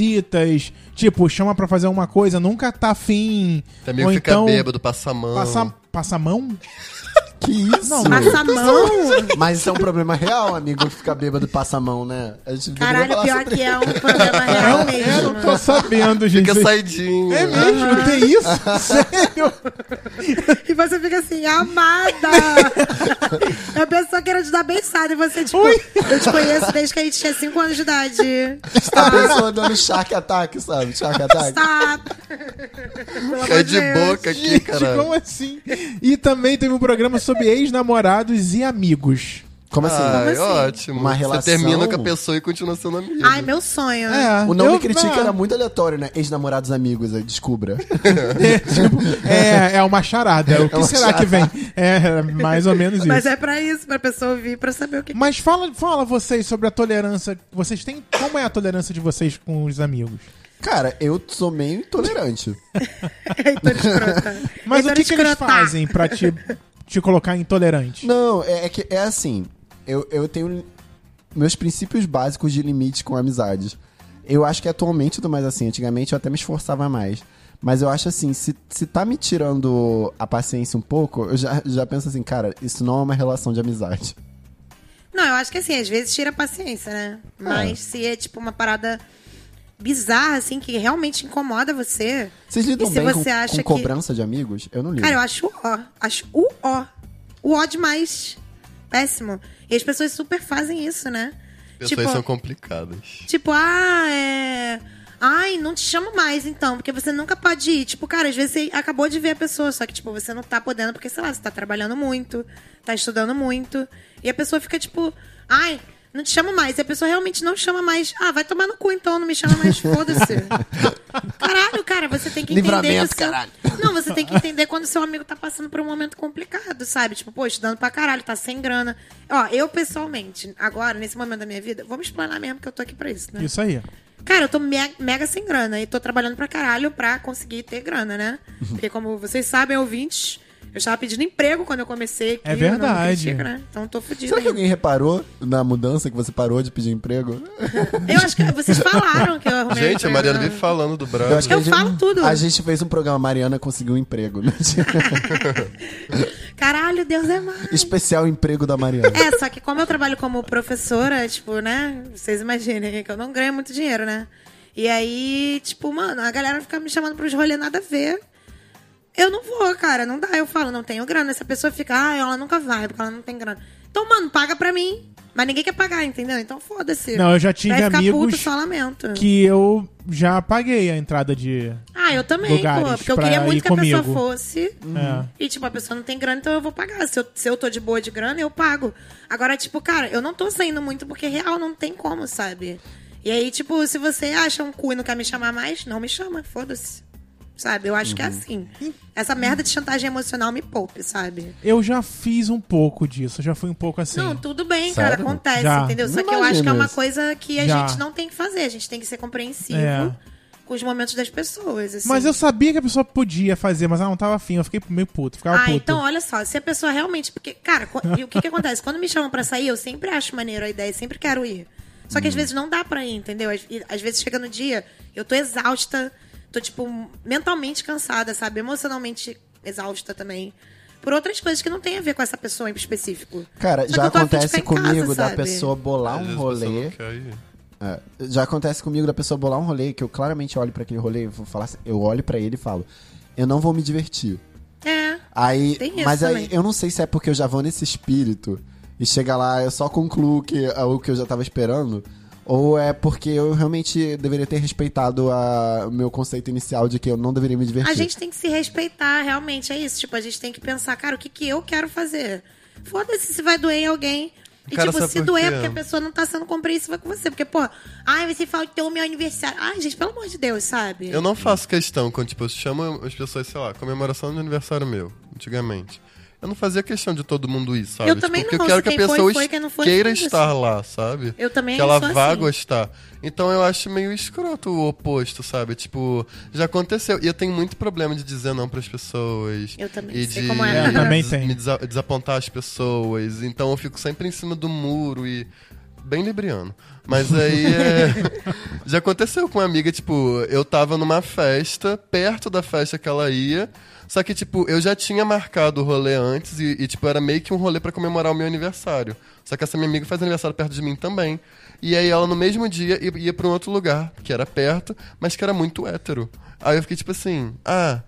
C: esquisitas, tipo, chama pra fazer uma coisa, nunca tá afim.
D: Também
C: ou
D: fica
C: então,
D: bêbado, passa a mão.
C: Passa, passa a mão?
F: Que isso?
C: Não,
E: Passa a mão.
F: <laughs> Mas isso é um problema real, amigo, ficar bêbado e passa a mão, né? A gente deveria
E: Caralho,
F: falar
E: pior
F: sobre-
E: que é um programa real mesmo.
C: é, Tô sabendo, gente. <laughs>
D: Fica saidinho.
C: É mesmo? Tem isso?
E: <laughs>
C: Sério?
E: E você fica
C: <laughs>
E: assim, amada! a pessoa queira te dar beiçada e você, tipo, eu te conheço desde que a gente tinha 5 anos de idade.
F: A pessoa tá dando shark attack, sabe? Shark attack.
E: Stop! Pelo
D: Cai
C: É
E: amor
D: de
E: Deus.
D: boca aqui,
C: Gente,
D: caralho.
C: como assim? E também teve um programa sobre ex-namorados e amigos.
F: Como assim?
D: Ah,
E: assim?
D: ótimo.
F: Uma
D: Você
F: relação-
D: termina com a pessoa e continua sendo amigo.
E: Ai, meu sonho.
C: É,
F: O nome
C: eu-
F: critica
C: ah,
F: era muito aleatório, né? Ex-namorados amigos, aí descubra.
C: <laughs> É, tipo, é, é uma charada. O que
F: uma
C: será que vem? É, mais ou menos isso.
E: Mas
C: Mas,
E: é pra isso, pra pessoa ouvir, pra saber o que.
C: fala, fala vocês sobre a tolerância. Vocês têm. Como é a tolerância de vocês com os amigos?
F: Cara, eu sou meio intolerante.
E: é Heitor escrota.
C: Mas
E: Heitor
C: o que, que eles
E: escrota.
C: fazem pra te, te colocar intolerante?
F: Não, é, é que é assim. Eu, eu tenho meus princípios básicos de limite com amizades. Eu acho que atualmente eu tô mais assim. Antigamente eu até me esforçava mais. Mas eu acho assim, se, se tá me tirando a paciência um pouco, eu já, já penso assim, cara, isso não é uma relação de amizade.
E: Não, eu acho que assim, às vezes tira a paciência, né? Mas se é tipo uma parada bizarra, assim, que realmente incomoda você.
F: Vocês lidam
E: E se
F: bem com,
E: você acha
F: com
E: que-
F: cobrança de amigos? Eu não lido.
E: Cara, eu acho o ó. Acho o ó. O ó demais. Péssimo. E as pessoas super fazem isso, né?
D: Pessoas
E: tipo,
D: são complicadas.
E: tipo, ah, é. Ai, não te chamo mais então, porque você nunca pode ir. Tipo, cara, às vezes você acabou de ver a pessoa, só que, tipo, você não tá podendo, porque, sei lá, você tá trabalhando muito, tá estudando muito. E a pessoa fica tipo, ai, não te chamo mais. E a pessoa realmente não chama mais. Ah, vai tomar no cu então, não me chama
F: <laughs>
E: mais, foda-se. Caralho, cara, você tem que entender. que
F: Livramento,
E: o seu-
F: caralho.
E: Não, você tem que entender quando seu amigo tá passando por um momento complicado, sabe? Tipo, pô, estudando pra caralho, tá sem grana. Ó, eu pessoalmente, agora, nesse momento da minha vida, vamos explanar mesmo que eu tô aqui pra isso, né?
C: Isso aí.
E: Cara, eu tô me- mega sem grana e tô trabalhando pra caralho pra conseguir ter grana, né? Porque, como vocês sabem, ouvintes, eu estava pedindo emprego quando eu comecei. aqui,
C: É
E: eu não me
C: verdade.
E: critico, né? Então eu tô fodida.
F: Será que
E: ainda.
F: alguém reparou na mudança que você parou de pedir emprego?
E: Eu acho que vocês falaram que eu arrumei.
D: Gente, a
E: emprego,
D: Mariana
E: né?
D: vive falando do
F: Eu,
D: Bravo.
F: acho que
E: Eu
F: a gente-
E: falo tudo.
F: A gente fez um programa, Mariana conseguiu um emprego. né? <laughs>
E: Caralho, Deus é mais.
F: Especial emprego da Mariana.
E: É, só que como eu trabalho como professora, tipo, né? Vocês imaginem que eu não ganho muito dinheiro, né? E aí, tipo, mano, a galera fica me chamando pros rolê nada a ver. Eu não vou, cara, não dá. Eu falo, não tenho grana. Essa pessoa fica, ah, ela nunca vai, porque ela não tem grana. Então, mano, paga pra mim. Mas ninguém quer pagar, entendeu? Então foda-se.
C: Não, eu já tive
E: Vai ficar
C: amigos
E: puto, só lamento.
C: Que eu já paguei a entrada de. é,
E: Ah, eu também,
C: lugares
E: pô. Porque eu
C: pra
E: queria
C: ir
E: muito que a
C: comigo.
E: pessoa fosse.
C: É.
E: E, tipo, a pessoa não tem grana, então eu vou pagar. Se eu, se eu tô de boa de grana, eu pago. Agora, tipo, cara, eu não tô saindo muito porque real não tem como, sabe? E aí, tipo, se você acha um cu e não quer me chamar mais, não me chama, foda-se. Sabe? Eu acho que é
C: Uhum.
E: assim. Essa merda de chantagem emocional me poupe, sabe?
C: Eu já fiz um pouco disso, eu já fui um pouco assim.
E: Não, tudo bem,
F: Sério?
E: cara, acontece,
C: Já.
E: entendeu? Só
F: Não
E: que eu acho que é
F: imagino
E: uma
F: isso.
E: coisa que a
C: Já.
E: gente não tem que fazer. A gente tem que ser compreensivo
C: É.
E: com os momentos das pessoas. assim.
C: Mas eu sabia que a pessoa podia fazer, mas ela não tava afim. Eu fiquei meio puto, ficava
E: Ah,
C: puto.
E: então olha só, se a pessoa realmente. Porque, cara, co- e o que, que acontece? Quando me chamam pra sair, eu sempre acho maneiro a ideia, eu sempre quero ir. Só
F: Uhum.
E: que às vezes não dá pra ir, entendeu? Às, e às vezes chega no dia, eu tô exausta, tô, tipo, mentalmente cansada, sabe? Emocionalmente exausta também. Por outras coisas que não tem a ver com essa pessoa em específico.
F: Cara,
E: Só que
F: já
E: eu tô afim de
F: acontece
E: ficar em casa,
F: comigo da
E: sabe?
F: pessoa
D: Às
F: bolar um
D: vezes a pessoa
F: rolê.
D: não quer ir.
F: É, já acontece comigo da pessoa bolar um rolê que eu claramente olho pra aquele rolê, eu vou falar assim- eu olho pra ele e falo, eu não vou me divertir.
E: É.
F: Aí,
E: Tem isso
F: mas aí
E: também.
F: eu não sei se é porque eu já vou nesse espírito e chega lá eu só concluo que é o que eu já tava esperando. Ou é porque eu realmente deveria ter respeitado a- o meu conceito inicial de que eu não deveria me divertir.
E: A gente tem que se respeitar, realmente, é isso. Tipo, a gente tem que pensar, cara, o que, que eu quero fazer? Foda-se se vai doer em alguém. E,
D: Cara,
E: tipo,
D: sabe
E: se
D: por
E: doer,
D: quê?
E: é porque a pessoa não tá sendo compreensiva com você. Porque, pô, ai, você faltou o meu aniversário. Ai, gente, pelo amor de Deus, sabe?
D: Eu não faço questão quando, tipo, eu chamo as pessoas, sei lá, comemoração do aniversário meu, antigamente. Eu não fazia questão de todo mundo ir, sabe? Tipo,
E: Eu também
D: porque
E: não
D: eu quero
E: ouço
D: que a
E: quem foi,
D: pessoa
E: foi, quem não foi,
D: queira
E: foda-se.
D: estar lá, sabe?
E: Eu também
D: Que ela
E: sou
D: vá
E: assim.
D: gostar. Então eu acho meio escroto o oposto, sabe? Tipo, já aconteceu. E eu tenho muito problema de dizer não pras pessoas.
E: Eu também
D: e
E: sei
D: de
E: como é.
C: Eu também
D: des-
C: tenho.
D: <laughs> me desa- desapontar as pessoas. Então eu fico sempre em cima do muro e. Bem libriano. Mas aí é. Já aconteceu com uma amiga, tipo, eu tava numa festa, perto da festa que ela ia. Só que, tipo, eu já tinha marcado o rolê antes e, e, tipo, era meio que um rolê pra comemorar o meu aniversário. Só que essa minha amiga faz aniversário perto de mim também. E aí ela, no mesmo dia, ia, ia pra um outro lugar, que era perto, mas que era muito hétero. Aí eu fiquei, tipo assim, ah,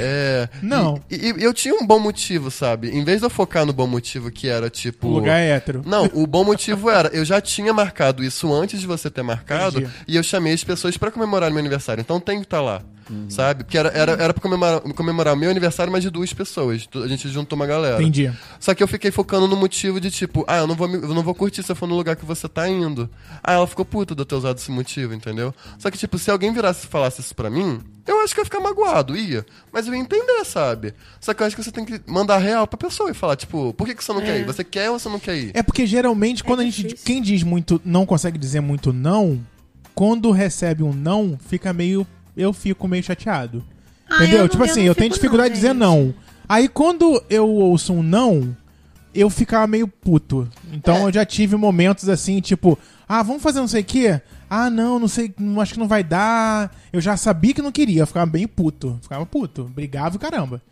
D: é.
C: Não.
D: E, e eu tinha um bom motivo, sabe? Em vez de eu focar no bom motivo que era, tipo.
C: O lugar é hétero.
D: Não, o bom motivo era, eu já tinha marcado isso antes de você ter marcado,
C: Entendi.
D: e eu chamei as pessoas pra comemorar meu aniversário. Então tem que estar lá. Sabe? Porque era, era, era pra comemorar, comemorar meu aniversário, mas de duas pessoas. Tu- A gente juntou uma galera.
C: Entendi.
D: Só que eu fiquei focando no motivo de tipo, ah, eu não vou, me- eu não vou curtir se eu for no lugar que você tá indo. Ah, ela ficou puta de eu ter usado esse motivo, entendeu? Só que, tipo, se alguém virasse e falasse isso pra mim, eu acho que eu ia ficar magoado, ia. Mas eu ia entender, sabe? Só que eu acho que você tem que mandar real pra pessoa e falar, tipo, por que, que você não quer ir? Você quer ou você não quer ir?
C: É porque geralmente quando a gente. Quem diz muito. Não consegue dizer muito não. Quando recebe um não, fica meio. Eu fico meio chateado.
E: Ah,
C: entendeu?
E: eu não-
C: tipo
E: eu
C: assim,
E: não
C: eu tenho
E: fico
C: dificuldade
E: não,
C: de dizer
E: gente.
C: não. Aí quando eu ouço um não, eu ficava meio puto.
E: É.
C: Então eu já tive momentos assim, tipo, ah, vamos fazer não sei o quê? Ah, não, não sei, não, acho que não vai dar. Eu já sabia que não queria, eu ficava bem puto. Ficava puto, brigava e caramba.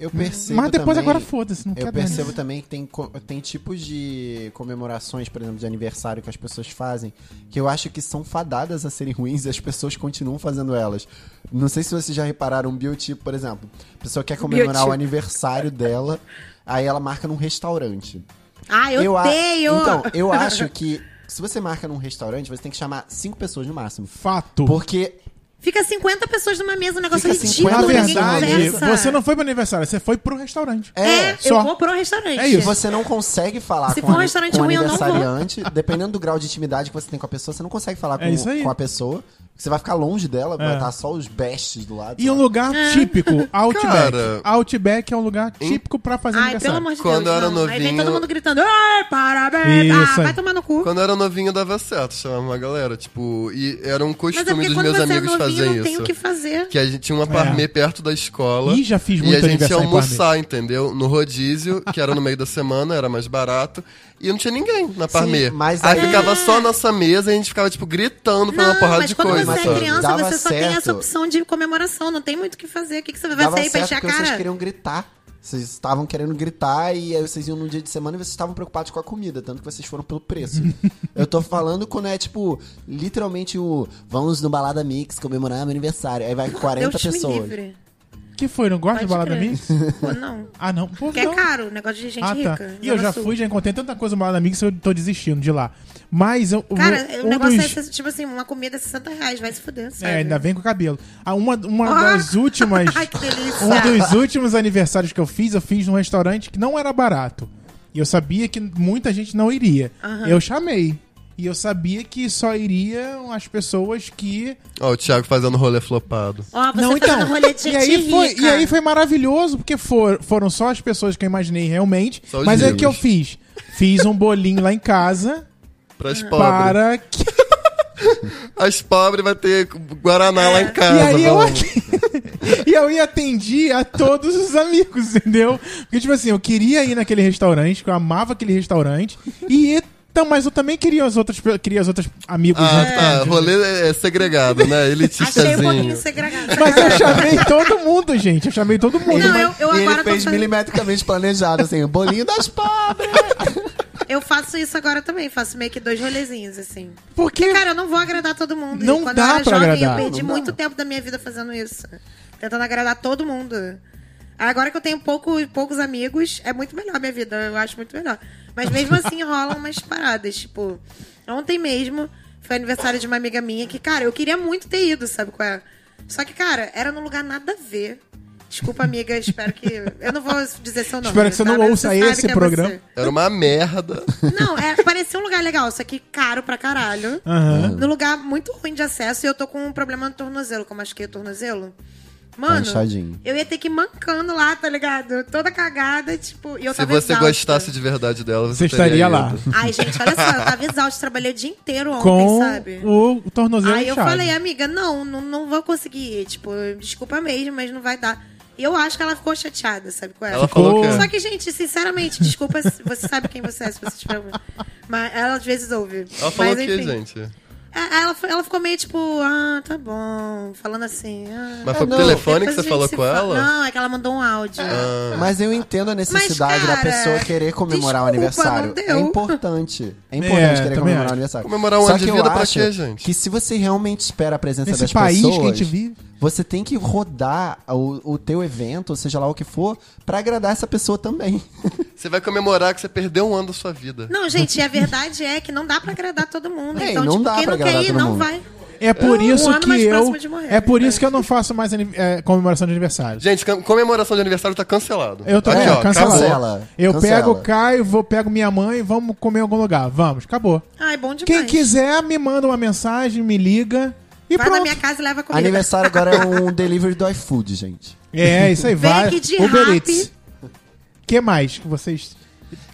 F: Eu percebo
C: Mas depois
F: também-
C: agora foda-se, não
F: Eu
C: quero
F: percebo também que tem, co- tem tipos de comemorações, por exemplo, de aniversário que as pessoas fazem, que eu acho que são fadadas a serem ruins e as pessoas continuam fazendo elas. Não sei se vocês já repararam um biotipo, por exemplo. A pessoa quer comemorar
E: Um Biotipo.
F: o aniversário dela, aí ela marca num restaurante.
E: Ah, eu,
F: a-
E: odeio!
F: Então, eu acho que se você marca num restaurante, você tem que chamar cinco pessoas no máximo.
C: Fato.
F: Porque
E: Fica 50 pessoas numa mesa, um negócio
F: Fica
E: ridículo,
F: 50
E: ninguém
F: pessoas.
C: Na verdade,
E: conversa.
C: você não foi pro aniversário, você foi pro restaurante.
E: É,
C: só.
E: eu vou pro restaurante.
C: É isso.
F: você não consegue falar
E: Se
F: com,
E: for um
F: ani-
E: restaurante
F: com
E: ruim, eu não vou.
F: aniversariante, dependendo do grau de intimidade que você tem com a pessoa, você não consegue falar com,
C: É isso aí. É.
F: com a pessoa. Você vai ficar longe dela, vai estar só os bestes do lado.
C: E um
F: sabe?
C: lugar
E: Ah. <laughs>
C: típico, Outback.
D: Cara.
C: Outback é um lugar típico pra fazer
E: Ai, pelo
C: aniversário.
E: amor de
D: Quando
E: Deus.
D: eu era
E: não. Aí vem
D: novinho-
E: todo mundo gritando, ai, parabéns! ah,
C: Isso aí.
E: vai tomar no cu.
D: Quando eu era novinho dava certo, chamava uma galera, tipo, e era um
E: Mas é
D: costume
E: porque
D: dos
E: quando
D: meus
E: você é
D: amigos
E: novinho,
D: fazer
E: não
D: isso.
E: tem o que fazer.
D: Que a gente tinha uma parmê perto da escola.
C: É. Ih, já fiz
D: E
C: muito
D: a gente ia
C: aniversário em
D: almoçar, entendeu? No rodízio, que era no meio da semana, era mais barato. E não tinha ninguém na parmê.
F: mas
D: aí
F: aí-
D: ficava só a nossa mesa e a gente ficava, tipo, gritando, fazendo uma
E: Não,
D: porrada
E: mas
D: de
E: quando
D: coisa.
E: você é
D: sabe?
E: criança,
F: Dava
E: você só tem essa
F: certo.
E: opção de comemoração. Não tem muito o que fazer. O que, que você vai
F: Dava
E: sair pra
F: certo
E: encher a
F: porque vocês
E: cara?
F: queriam gritar. Vocês estavam querendo gritar e aí vocês iam num dia de semana e vocês estavam preocupados com a comida, tanto que vocês foram
C: <laughs>
F: pelo preço. Eu tô falando quando é tipo, literalmente o vamos no Balada Mix comemorar meu aniversário. Aí vai 40
E: Deus me
F: pessoas.
E: livre.
C: Que foi, não gosta de
E: Pode
C: balada
E: crer.
C: mix?
E: Pô, não.
C: Ah, não. Pô,
E: Porque é
C: não.
E: caro, negócio de gente
C: ah, tá.
E: rica. é
C: E eu já
E: Zona Sul.
C: fui, já encontrei tanta coisa no balada mix, eu tô desistindo de lá. Mas eu,
E: Cara,
C: um
E: o negócio
C: dos-
E: é, tipo assim, uma comida é 60 reais, vai se fuder, sabe?
C: É, ainda vem com o cabelo. Ah, uma uma
E: Ah!
C: das últimas.
E: <laughs> Ai, que delícia.
C: um dos últimos aniversários que eu fiz, eu fiz num restaurante que não era barato. E eu sabia que muita gente não iria. Eu chamei. E eu sabia que só iriam as pessoas que.
D: Ó, o Thiago fazendo rolê flopado.
E: Ó, você
C: não, então.
E: fazendo rolê de gente
C: e, aí foi,
E: rica.
C: e aí foi maravilhoso, porque for- foram só as pessoas que eu imaginei realmente.
D: Só os
C: mas é
D: negros.
C: que eu fiz. Fiz um bolinho lá em casa
D: Pras pobres.
E: Ah.
C: para que.
D: As pobres vai ter Guaraná
E: É.
D: lá em
C: E
D: casa.
C: aí eu
D: vamos.
C: aqui... <laughs> E eu ia atendi a todos os amigos, entendeu? Porque, tipo assim, eu queria ir naquele restaurante, que eu amava aquele restaurante, e então, mas eu também queria as outras, pe- queria as outras amigos
D: Ah,
C: junto
D: tá.
C: comigo.
D: Rolê é- é segregado, né?
E: Achei um pouquinho
D: Elitistazinho.
E: segregado.
C: Mas eu
D: tá.
C: chamei todo mundo, gente. Eu chamei todo mundo.
E: Não,
C: mas-
E: eu, eu agora
F: e ele
E: tô
F: fez
E: fazendo-
F: milimetricamente planejado, assim, o bolinho
E: <laughs>
F: das pobres.
E: Eu faço isso agora também, faço meio que dois rolezinhos, assim.
C: Porque,
E: Cara, eu não vou agradar todo mundo.
C: Não
E: E quando
C: dá
E: eu era
C: pra
E: jovem,
C: agradar.
E: eu perdi
F: Não dá.
E: muito tempo da minha vida fazendo isso. Tentando agradar todo mundo. Agora que eu tenho pouco, poucos amigos, é muito melhor a minha vida, eu acho muito melhor.
C: <laughs>
E: Mas mesmo assim rolam umas paradas, tipo, ontem mesmo foi aniversário de uma amiga minha que, cara, eu queria muito ter ido, sabe qual é? Só que, cara, era num lugar nada a ver. Desculpa, amiga, espero que. Eu não vou dizer seu nome.
C: Espero que você não
E: Mas
C: ouça
E: sabe que
C: esse
E: é
C: programa.
E: você.
D: Era uma merda.
E: Não, é, parecia um lugar legal, só que caro pra caralho.
C: Aham.
E: Num lugar muito ruim de acesso e eu tô com um problema no tornozelo, como acho que é o tornozelo. Mano,
F: inchadinho.
E: eu ia ter que ir mancando lá, tá ligado? Toda cagada, tipo. E <laughs> eu
D: Se
E: tava
D: você
E: exausta.
D: gostasse de verdade dela, você,
C: Você estaria
D: teria
C: lá.
D: ido.
E: Ai, gente, olha só, eu tava exausto, trabalhei o dia inteiro ontem,
C: Com
E: sabe?
C: o, o tornozelo
E: Aí eu
C: inchado.
E: falei, é amiga, não, não, não vou conseguir. Tipo, desculpa mesmo, mas não vai dar. E eu acho que ela ficou chateada, sabe? é? Com ela.
D: Ela
C: Ficou-
D: falou que. é.
E: Só que, gente, sinceramente, desculpa, se- você sabe quem você é, se você tiver. ouvido. Mas ela às vezes ouve.
D: Ela falou
E: mas,
D: que,
E: enfim.
D: gente.
E: É, Ela, ela ficou meio tipo, ah, tá bom, falando assim. Ah,
D: Mas foi pro
E: não,
D: telefone que
E: depois
D: você
E: a gente
D: falou
E: se
D: com
E: fala."
D: ela? Ah.
E: Não, é que ela mandou um áudio.
F: Mas eu entendo a necessidade
E: Mas,
F: da
E: cara,
F: pessoa querer comemorar o
E: desculpa,
F: aniversário.
E: não deu.
F: É importante. É
C: É,
F: importante querer
C: também
F: comemorar
C: acho.
F: o aniversário.
D: Comemorar um
F: Só
D: ano de
F: que eu
D: vida pra
F: acho
D: quê, gente?
F: Que se você realmente espera a presença
C: Nesse
F: das
C: país
F: pessoas,
C: que a gente vive.
F: você tem que rodar o, o teu evento, ou seja lá o que for, pra agradar essa pessoa também.
D: Você vai comemorar que você perdeu um ano da sua vida.
E: Não, gente, e a verdade é que não dá pra agradar todo mundo.
F: É,
E: então,
F: não
E: tipo,
F: dá
E: quem
F: pra
E: não quer
F: agradar
E: ir,
F: todo
E: não
F: mundo.
E: vai.
C: É por
E: um
C: isso
E: ano
C: que
E: mais
C: eu.
E: próximo de morrer,
C: É por
E: né?
C: isso que eu não faço mais anive- é, comemoração de aniversário.
D: Gente, com- comemoração de aniversário tá cancelado.
C: Eu tô
D: Aqui,
C: é,
D: ó,
C: cancela.
D: acabou.
F: Cancela.
C: Eu
F: Cancela.
C: pego, caio, vou, pego minha mãe, vamos comer em algum lugar. Vamos, acabou.
E: Ai, bom demais.
C: Quem quiser, me manda uma mensagem, me liga e
E: vai na
C: pronto.
E: minha casa e leva comida.
F: aniversário agora é um delivery do iFood, gente.
C: É, isso aí,
E: Vem
C: vai.
E: aqui de
C: Uber
E: rap.
C: Eats. que mais que vocês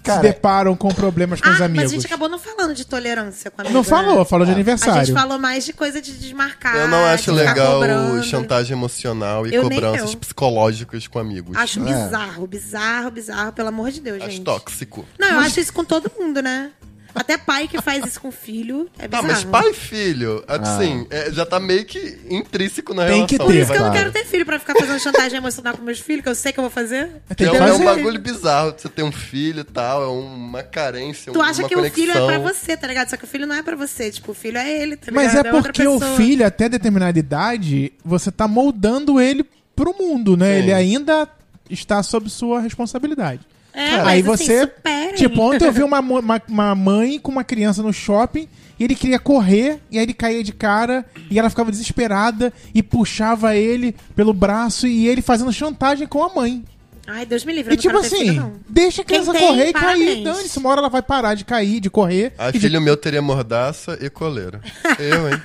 F: Cara,
C: se deparam com problemas com
E: Ah,
C: os amigos?
E: mas a gente acabou não falando de tolerância com amigo,
C: Não falou,
E: né?
C: falou de
E: A gente
C: aniversário.
E: falou mais de coisa de desmarcar.
D: Eu não acho
E: de ficar
D: legal
E: cobrando.
D: chantagem emocional e
E: Ah, Eu nem
D: cobranças
E: eu.
D: psicológicas com amigos.
E: Acho
F: É.
E: bizarro, bizarro, bizarro, pelo amor de Deus,
D: Acho
E: gente.
D: tóxico.
E: Não, eu acho isso com todo mundo, né? Até pai que faz isso com filho. É
D: Tá,
E: bizarro.
D: mas pai e filho, assim, é, já tá meio que intrínseco na
C: Ah. Tem que
D: relação.
C: ter.
D: né?
E: Por isso que eu não
F: Claro.
E: quero ter filho pra ficar fazendo chantagem emocional com meus filhos, que eu sei que eu vou fazer.
D: Que
C: Tem
D: é,
C: que
D: um, é um
C: fazer.
D: bagulho bizarro, você ter um filho e tal, é uma carência,
E: Tu
D: uma
E: acha que
D: conexão.
E: o filho é pra você, tá ligado? Só que o filho não é pra você. Tipo, o filho é ele, tá ligado?
C: Mas é
E: outra
C: porque o
E: pessoa.
C: filho, até determinada idade, você tá moldando ele pro mundo, né? Ele ainda está sob sua responsabilidade.
E: É,
C: Aí
E: mas, assim,
C: você.
E: superem.
C: tipo, ontem eu
E: <laughs>
C: vi uma, mo- uma, uma mãe com uma criança no shopping e ele queria correr, e aí ele caía de cara, e ela ficava desesperada e puxava ele pelo braço e ele fazendo chantagem com a mãe.
E: Ai, Deus me livre,
C: E
E: eu
C: tipo
E: não quero ter
C: assim,
E: filho, não.
C: deixa a criança
E: tem,
C: correr e cair.
E: parabéns.
C: Dane-se, uma hora ela vai parar de cair, de correr.
D: Aí,
C: e de-
D: Ah, filho meu teria mordaça e
E: <laughs>
D: coleira. Eu, hein?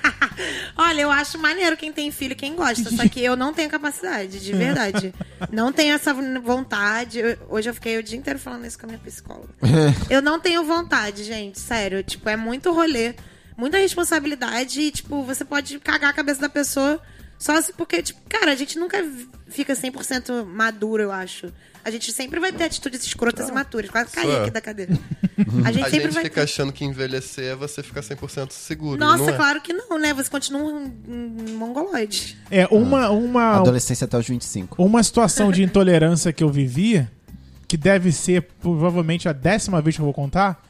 E: Olha, eu acho maneiro quem tem filho, quem gosta. Só que eu não tenho capacidade, de verdade. não tenho essa vontade. Eu- hoje eu fiquei o dia inteiro falando isso com a minha psicóloga. eu não tenho vontade, gente. Sério. Tipo, é muito rolê, muita responsabilidade. E, tipo, você pode cagar a cabeça da pessoa só se porque, tipo, cara, a gente nunca vi- fica 100% maduro, eu acho. A gente sempre vai ter atitudes escrotas e imaturas. Quase caí
D: é.
E: aqui da cadeira.
D: <laughs>
E: A
D: A
E: gente sempre
D: gente
E: vai
D: fica
E: ter.
D: achando que envelhecer é você ficar 100% seguro. e
E: Nossa,
D: não é.
E: claro que não, né? Você continua um, um mongoloide.
C: É, uma, uma,
F: adolescência até os 25.
C: Uma situação de intolerância que eu vivi, que deve ser provavelmente a décima vez que eu vou contar,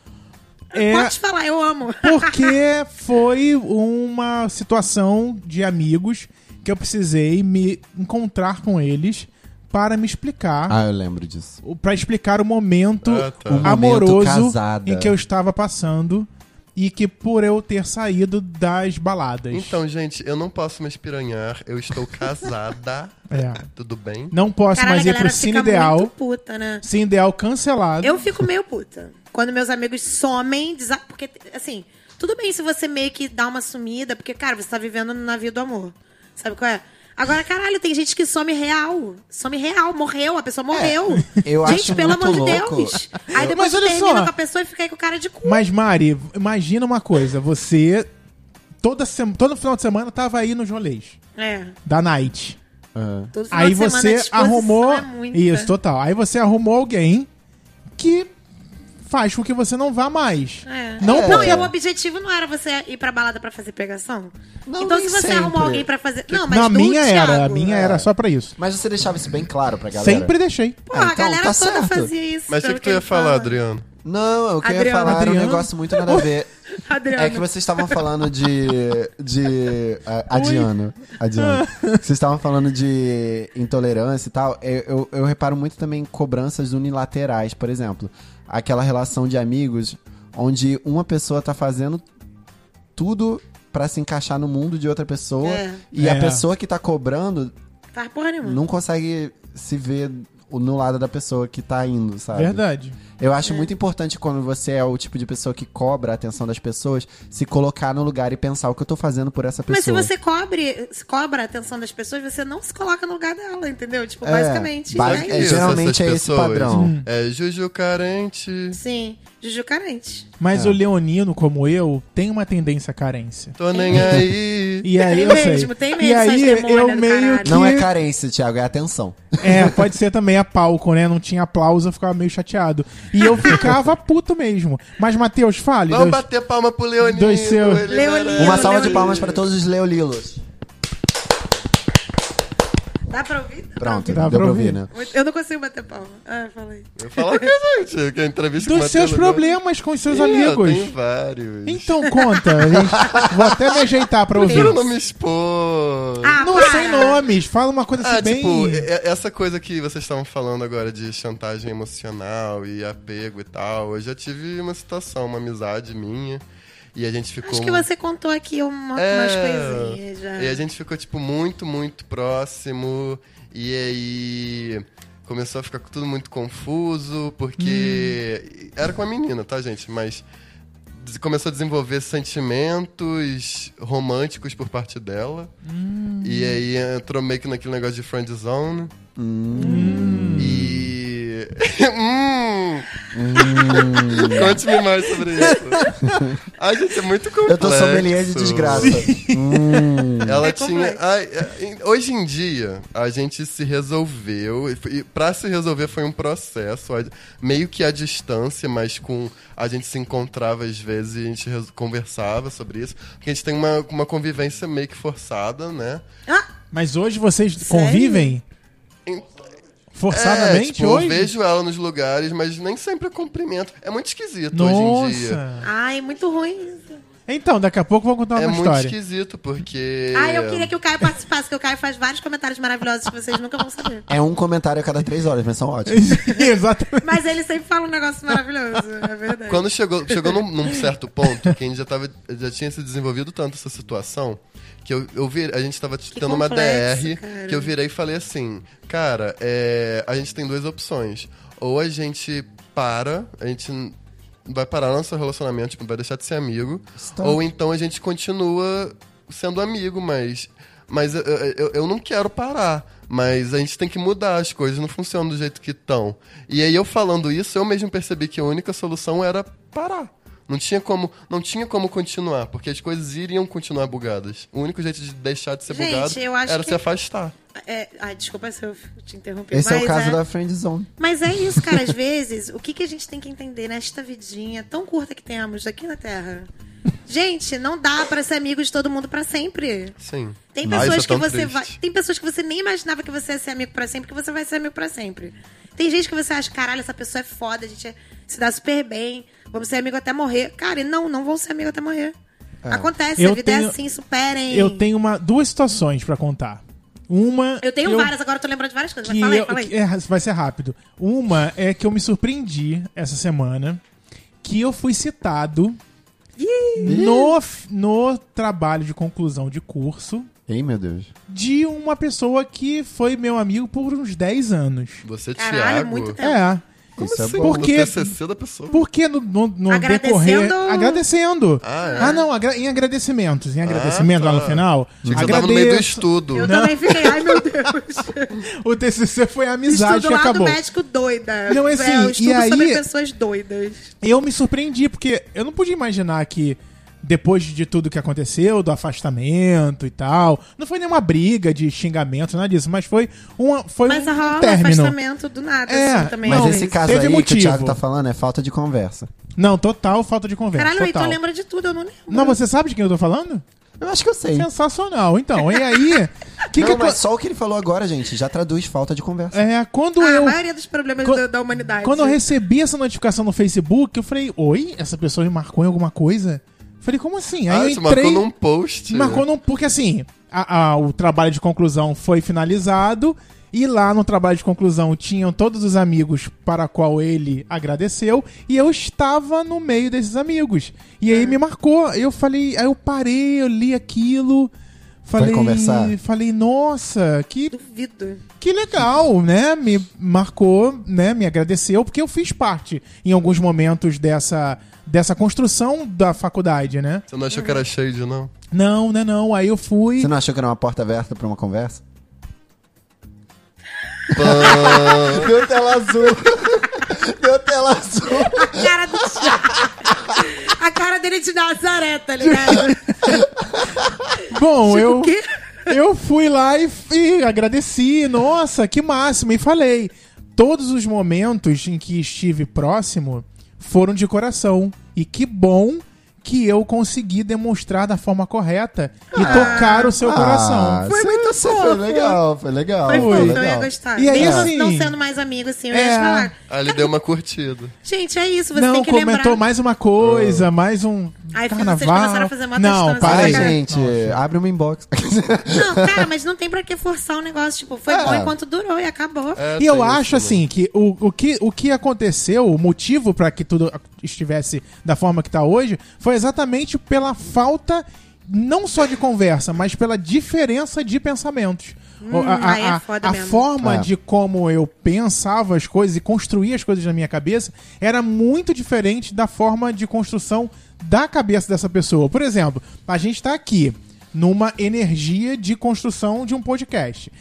C: é
E: Pode falar, eu amo.
C: porque foi uma situação de amigos que eu precisei me encontrar com eles para me explicar,
F: Ah, eu lembro disso.
C: ou para explicar o momento
D: Ah, tá. O
F: momento
C: amoroso
F: casada.
C: em que eu estava passando e que por eu ter saído das baladas.
D: Então, gente, eu não posso me espiranhar. Eu estou casada.
C: É.
D: Tudo bem?
C: Não posso
E: <laughs> Caralho,
C: mais
E: a
C: ir é pro
E: galera
C: Cine
E: fica
C: Ideal.
E: muito puta, né?
C: Cine Ideal cancelado.
E: Eu fico meio puta. Quando meus amigos somem, desa- porque, assim, tudo bem se você meio que dá uma sumida, porque, cara, você tá vivendo no navio do amor. Sabe qual é? Agora, caralho, tem gente que some real. Some real, morreu, a
C: É, <laughs>
E: pessoa morreu.
F: eu
E: gente,
F: acho
E: pelo
F: muito
E: amor
F: louco.
E: de Deus. Aí depois
C: Mas
E: você
C: olha
E: termina
C: só.
E: com a pessoa e fica aí com cara de cu.
C: Mas, Mari, imagina uma coisa. Você, toda sema, todo final de semana, tava aí nos rolês
E: É.
C: da night.
F: Ah.
E: Todo final
C: Aí
E: de semana a
C: você
E: disposição
C: arrumou...
E: é muita.
C: Isso, total. Aí você arrumou alguém que faz com que você não vá mais.
E: É.
C: Não
E: Não,
C: porque...
E: e o objetivo não era você ir pra balada pra fazer pegação?
F: Não,
E: então, se
F: nem
E: você
F: sempre.
E: arrumou alguém pra fazer. Não, mas
C: na
E: do
C: minha
E: Thiago,
C: era, a minha era só pra isso.
F: Mas você deixava isso bem claro pra galera?
C: Sempre deixei.
E: Porra,
F: Ah, então,
E: a galera
F: tá
E: toda
F: certo.
E: fazia isso.
D: Mas o que,
E: pelo
D: que tu ia
E: ele
D: falar,
E: fala.
D: Adriano?
F: Não, o que eu ia
E: Adriano.
F: falar era um
C: Adriano.
F: negócio muito nada a ver.
E: Adriano.
F: É que vocês estavam falando de. de. A, a Diana. A Diana. Vocês estavam falando de intolerância e tal. Eu, eu, eu reparo muito também em cobranças unilaterais, por exemplo. Aquela relação de amigos onde uma pessoa tá fazendo tudo pra se encaixar no mundo de outra pessoa
E: É.
F: e
C: É.
F: a pessoa que tá cobrando
E: Faz porra nenhuma.
F: não consegue se ver o- no lado da pessoa que tá indo, sabe?
C: Verdade.
F: Eu acho muito importante quando você é o tipo de pessoa que cobra a atenção das pessoas, se colocar no lugar e pensar o que eu tô fazendo por essa pessoa.
E: Mas se você cobre, se cobra a atenção das pessoas, você não se coloca no lugar dela, entendeu? Tipo,
F: É,
E: basicamente.
F: ba-
E: é
D: Sabe
F: é,
E: isso.
F: geralmente é esse padrão. Hum.
D: É Juju carente,
E: Sim, Juju carente.
C: Mas
F: É.
C: o leonino, como eu, tem uma tendência à carência.
D: tô nem aí.
C: E aí,
E: Tem
C: eu sei.
E: mesmo, tem mesmo
C: e aí,
E: essas demônias
C: eu
E: do
C: meio
E: caralho.
C: que...
F: Não é carência, Thiago, é atenção.
C: É, pode ser também a palco, né? Não tinha aplauso, eu ficava meio chateado. E eu
E: <laughs>
C: ficava puto mesmo. Mas, Matheus, fale.
D: Vamos
C: Deus-
D: bater palma pro Leonino.
C: Dois seus.
D: ele
E: Leonino.
D: merece.
F: Uma salva de
E: Leonino.
F: palmas para todos os leolilos.
E: Dá pra ouvir? Dá pra
F: Pronto,
C: Dá
F: deu
C: pra
F: pra ouvir,
C: ouvir.
F: né?
E: ouvir? Eu não consigo bater palma. Ah, falei.
D: Fala com a gente, que é a entrevista com
C: Dos
D: o
C: seus
D: Matheus agora-
C: problemas com os seus
D: Ih, eu
C: amigos.
D: tenho vários.
C: Então, conta. a gente- Vou até me ajeitar pra ouvir.
D: Prefiro não me expor.
E: Ah,
C: Não
E: para.
C: sei nomes. Fala uma coisa assim
D: Ah,
C: bem...
D: tipo, e- e- essa coisa que vocês estavam falando agora de chantagem emocional e apego e tal, eu já tive uma situação, uma amizade minha, e a gente ficou...
E: Acho que você contou aqui uma,
D: É,
E: umas coisinhas já.
D: E a gente ficou, tipo, muito, muito próximo, e aí começou a ficar tudo muito confuso, porque... Era com a menina, tá, gente? Mas des- começou a desenvolver sentimentos românticos por parte dela. E aí entrou meio que naquele negócio de friend zone.
F: Hum.
D: E. <laughs> hum.
F: Hum.
D: Conte-me mais sobre isso.
F: <laughs>
D: A gente é muito complexo.
F: Eu tô sommelier de desgraça.
D: Ela
E: É
D: tinha.
E: complexo.
D: ai, em- hoje em dia, a gente se resolveu. E, foi- e pra se resolver foi um processo, a- meio que à distância, mas com. A gente se encontrava às vezes e a gente res- conversava sobre isso. Porque a gente tem uma, uma convivência meio que forçada, né?
E: Ah,
C: Mas hoje vocês convivem?
D: Em-
C: Forçadamente
D: é, tipo,
C: hoje?
D: Eu vejo ela nos lugares, mas nem sempre eu cumprimento. É muito esquisito hoje em dia.
C: Nossa.
E: ai, muito ruim isso.
C: Então, daqui a pouco eu vou contar
D: É
C: uma
D: muito
C: história.
D: esquisito, porque.
E: Ai, Ah,
F: É.
E: eu queria que o Caio participasse, porque o Caio faz vários comentários maravilhosos que vocês nunca vão saber.
F: É um comentário a cada três horas, mas são ótimos.
C: <laughs> Exatamente.
E: Mas ele sempre fala um negócio maravilhoso, é verdade.
D: Quando chegou, chegou num, num certo ponto, que a gente já, tava, já tinha se desenvolvido tanto essa situação, que eu, eu vi, a gente tava tendo uma
E: complexo,
D: DR,
E: cara.
D: que eu virei e falei assim, cara, é, a gente tem duas opções. Ou a gente para, a gente n- vai parar nosso relacionamento, tipo, vai deixar de ser amigo,
F: Stop.
D: ou então a gente continua sendo amigo, mas... Mas eu, eu- eu- eu não quero parar. Mas a gente tem que mudar, as coisas não funcionam do jeito que estão. E aí eu falando isso, eu mesmo percebi que a única solução era parar. Não tinha como, não tinha como continuar, porque as coisas iriam continuar bugadas. O único jeito de deixar de ser
E: Gente,
D: bugado
E: eu acho
D: era
E: que-
D: se afastar.
E: É, ai, desculpa se eu te interrompi.
F: Esse é
E: mas
F: o caso da Friend Zone.
E: Mas é isso, cara. Às vezes, o que, que a gente tem que entender nesta vidinha tão curta que temos aqui na Terra? Gente, não dá pra ser amigo de todo mundo pra sempre.
D: Sim.
E: Tem
D: Ai,
E: pessoas
D: isso é
E: que
D: tão
E: você
D: triste.
E: vai, tem pessoas que você nem imaginava que você ia ser amigo pra sempre, que você vai ser amigo pra sempre. Tem gente que você acha, caralho, essa pessoa é foda, a gente é- se dá super bem, vamos ser amigo até morrer. Cara, e não, não vão ser amigo até morrer. Acontece,
C: Eu
E: a vida
C: tenho-
E: é assim, superem.
C: Eu tenho uma, duas situações pra contar. Uma.
E: Eu tenho várias, agora eu tô lembrando de várias coisas. Mas
C: que
E: fala aí,
C: eu-
E: fala aí.
C: que é, vai ser rápido. Uma é que eu me surpreendi essa semana que eu fui citado no, f- no trabalho de conclusão de curso
F: Ei, meu Deus.
C: de uma pessoa que foi meu amigo por uns 10 anos.
D: Você,
E: Caralho,
D: Thiago,
E: muito tempo.
C: É.
D: como
F: Isso é
D: assim?
F: bom.
D: No
C: Porque-
D: TCC da pessoa.
C: Porque no, no, no
E: Agradecendo?
C: decorrer. Agradecendo.
D: Ah, é.
C: não, agra- em agradecimentos. Em agradecimento lá no
D: tá.
C: final.
D: Achei que você tava no meio do
C: agradeço.
D: estudo.
E: Eu também fiquei,
C: <laughs>
E: ai meu Deus.
C: O TCC foi a amizade
E: Estudo
C: que
E: lá do
C: acabou.
E: médico doida.
C: Não,
E: é
C: assim,
E: um estudo
C: e aí-
E: sobre pessoas doidas.
C: Eu me surpreendi, porque eu não podia imaginar que depois de tudo que aconteceu, do afastamento e tal, não foi nenhuma briga de xingamento, nada disso, mas foi, uma, foi
E: Mas
C: um
E: rola um
C: término.
E: afastamento do nada,
C: É,
E: assim, também.
F: Mas
C: Não,
F: esse caso
C: teve
F: aí que
C: motivo.
F: o Thiago tá falando é falta de conversa.
C: Não, total falta de conversa.
E: Caralho, o Heitor
C: é, total.
E: lembra de tudo, eu não lembro.
C: Não, você sabe de quem eu tô falando?
F: Eu acho que eu sei.
C: um Sensacional. Então, e aí... que que
F: não,
C: eu tô-
F: mas só o que ele falou agora, gente, já traduz falta de conversa.
C: É, quando
E: Ah,
C: eu...
E: A maioria dos problemas
C: Quan-
E: da, da humanidade.
C: Quando eu recebi essa notificação no Facebook, eu falei, oi, essa pessoa me marcou em alguma coisa? Falei, como assim? Aí
D: ah,
C: eu
D: você
C: entrei...
D: marcou num post.
C: Marcou não, porque assim, a- a- o trabalho de conclusão foi finalizado e lá no trabalho de conclusão tinham todos os amigos para qual ele agradeceu e eu estava no
F: É.
C: meio desses amigos. E aí me marcou, eu falei, aí eu parei, eu li aquilo, Falei,
F: conversar?
C: falei, nossa, que,
E: Duvido.
C: que legal, né? Me marcou, né? Me agradeceu, porque eu fiz parte em alguns momentos dessa, dessa construção da faculdade, né?
D: Você não achou que era shade, não?
C: Não, né, não. Aí eu fui.
F: Você não achou que era uma porta aberta pra uma conversa? <laughs> Deu tela azul. Deu tela azul.
E: A cara do A cara dele de Nazaré, tá ligado? Tipo,
C: Bom, eu.
E: O quê?
C: Eu fui lá e, e agradeci, nossa, que máximo, e falei. Todos os momentos em que estive próximo foram de coração. E que bom que eu consegui demonstrar da forma correta e tocar o seu
F: Ah,
C: coração.
E: Foi
F: cê-
E: muito
F: cê
E: fofo.
F: Foi legal, foi legal.
E: Foi
C: Foi
E: fofo, eu ia
F: legal.
E: gostar.
C: E aí,
E: Mesmo
C: assim-
E: não sendo mais amigo, assim, eu ia
C: É.
E: te falar.
D: Aí Ah, ele deu uma curtida.
E: Gente, é isso, você
C: Não,
E: tem que
C: comentou
E: lembrar.
C: mais uma coisa, mais um
E: Aí fica- vocês
C: carnaval.
E: começaram a fazer uma
C: Não,
E: questão,
C: para
F: Ai,
C: aí.
E: assim,
F: gente, abre uma inbox.
E: Não,
F: <laughs>
E: cara, mas não tem pra que forçar o negócio. Tipo, foi
F: É.
E: bom enquanto durou e acabou.
D: É,
C: E
D: tem
C: eu
D: isso
C: acho
D: também.
C: assim que o, o que o que aconteceu, o motivo para que tudo estivesse da forma que tá hoje, foi exatamente pela falta não só de conversa, mas pela diferença de pensamentos. O- a, a-
E: aí é
C: a-
E: foda
C: a
E: mesmo.
C: forma
F: É.
C: de como eu pensava as coisas e construía as coisas na minha cabeça era muito diferente da forma de construção da cabeça dessa pessoa. Por exemplo, a gente tá aqui numa energia de construção de um podcast.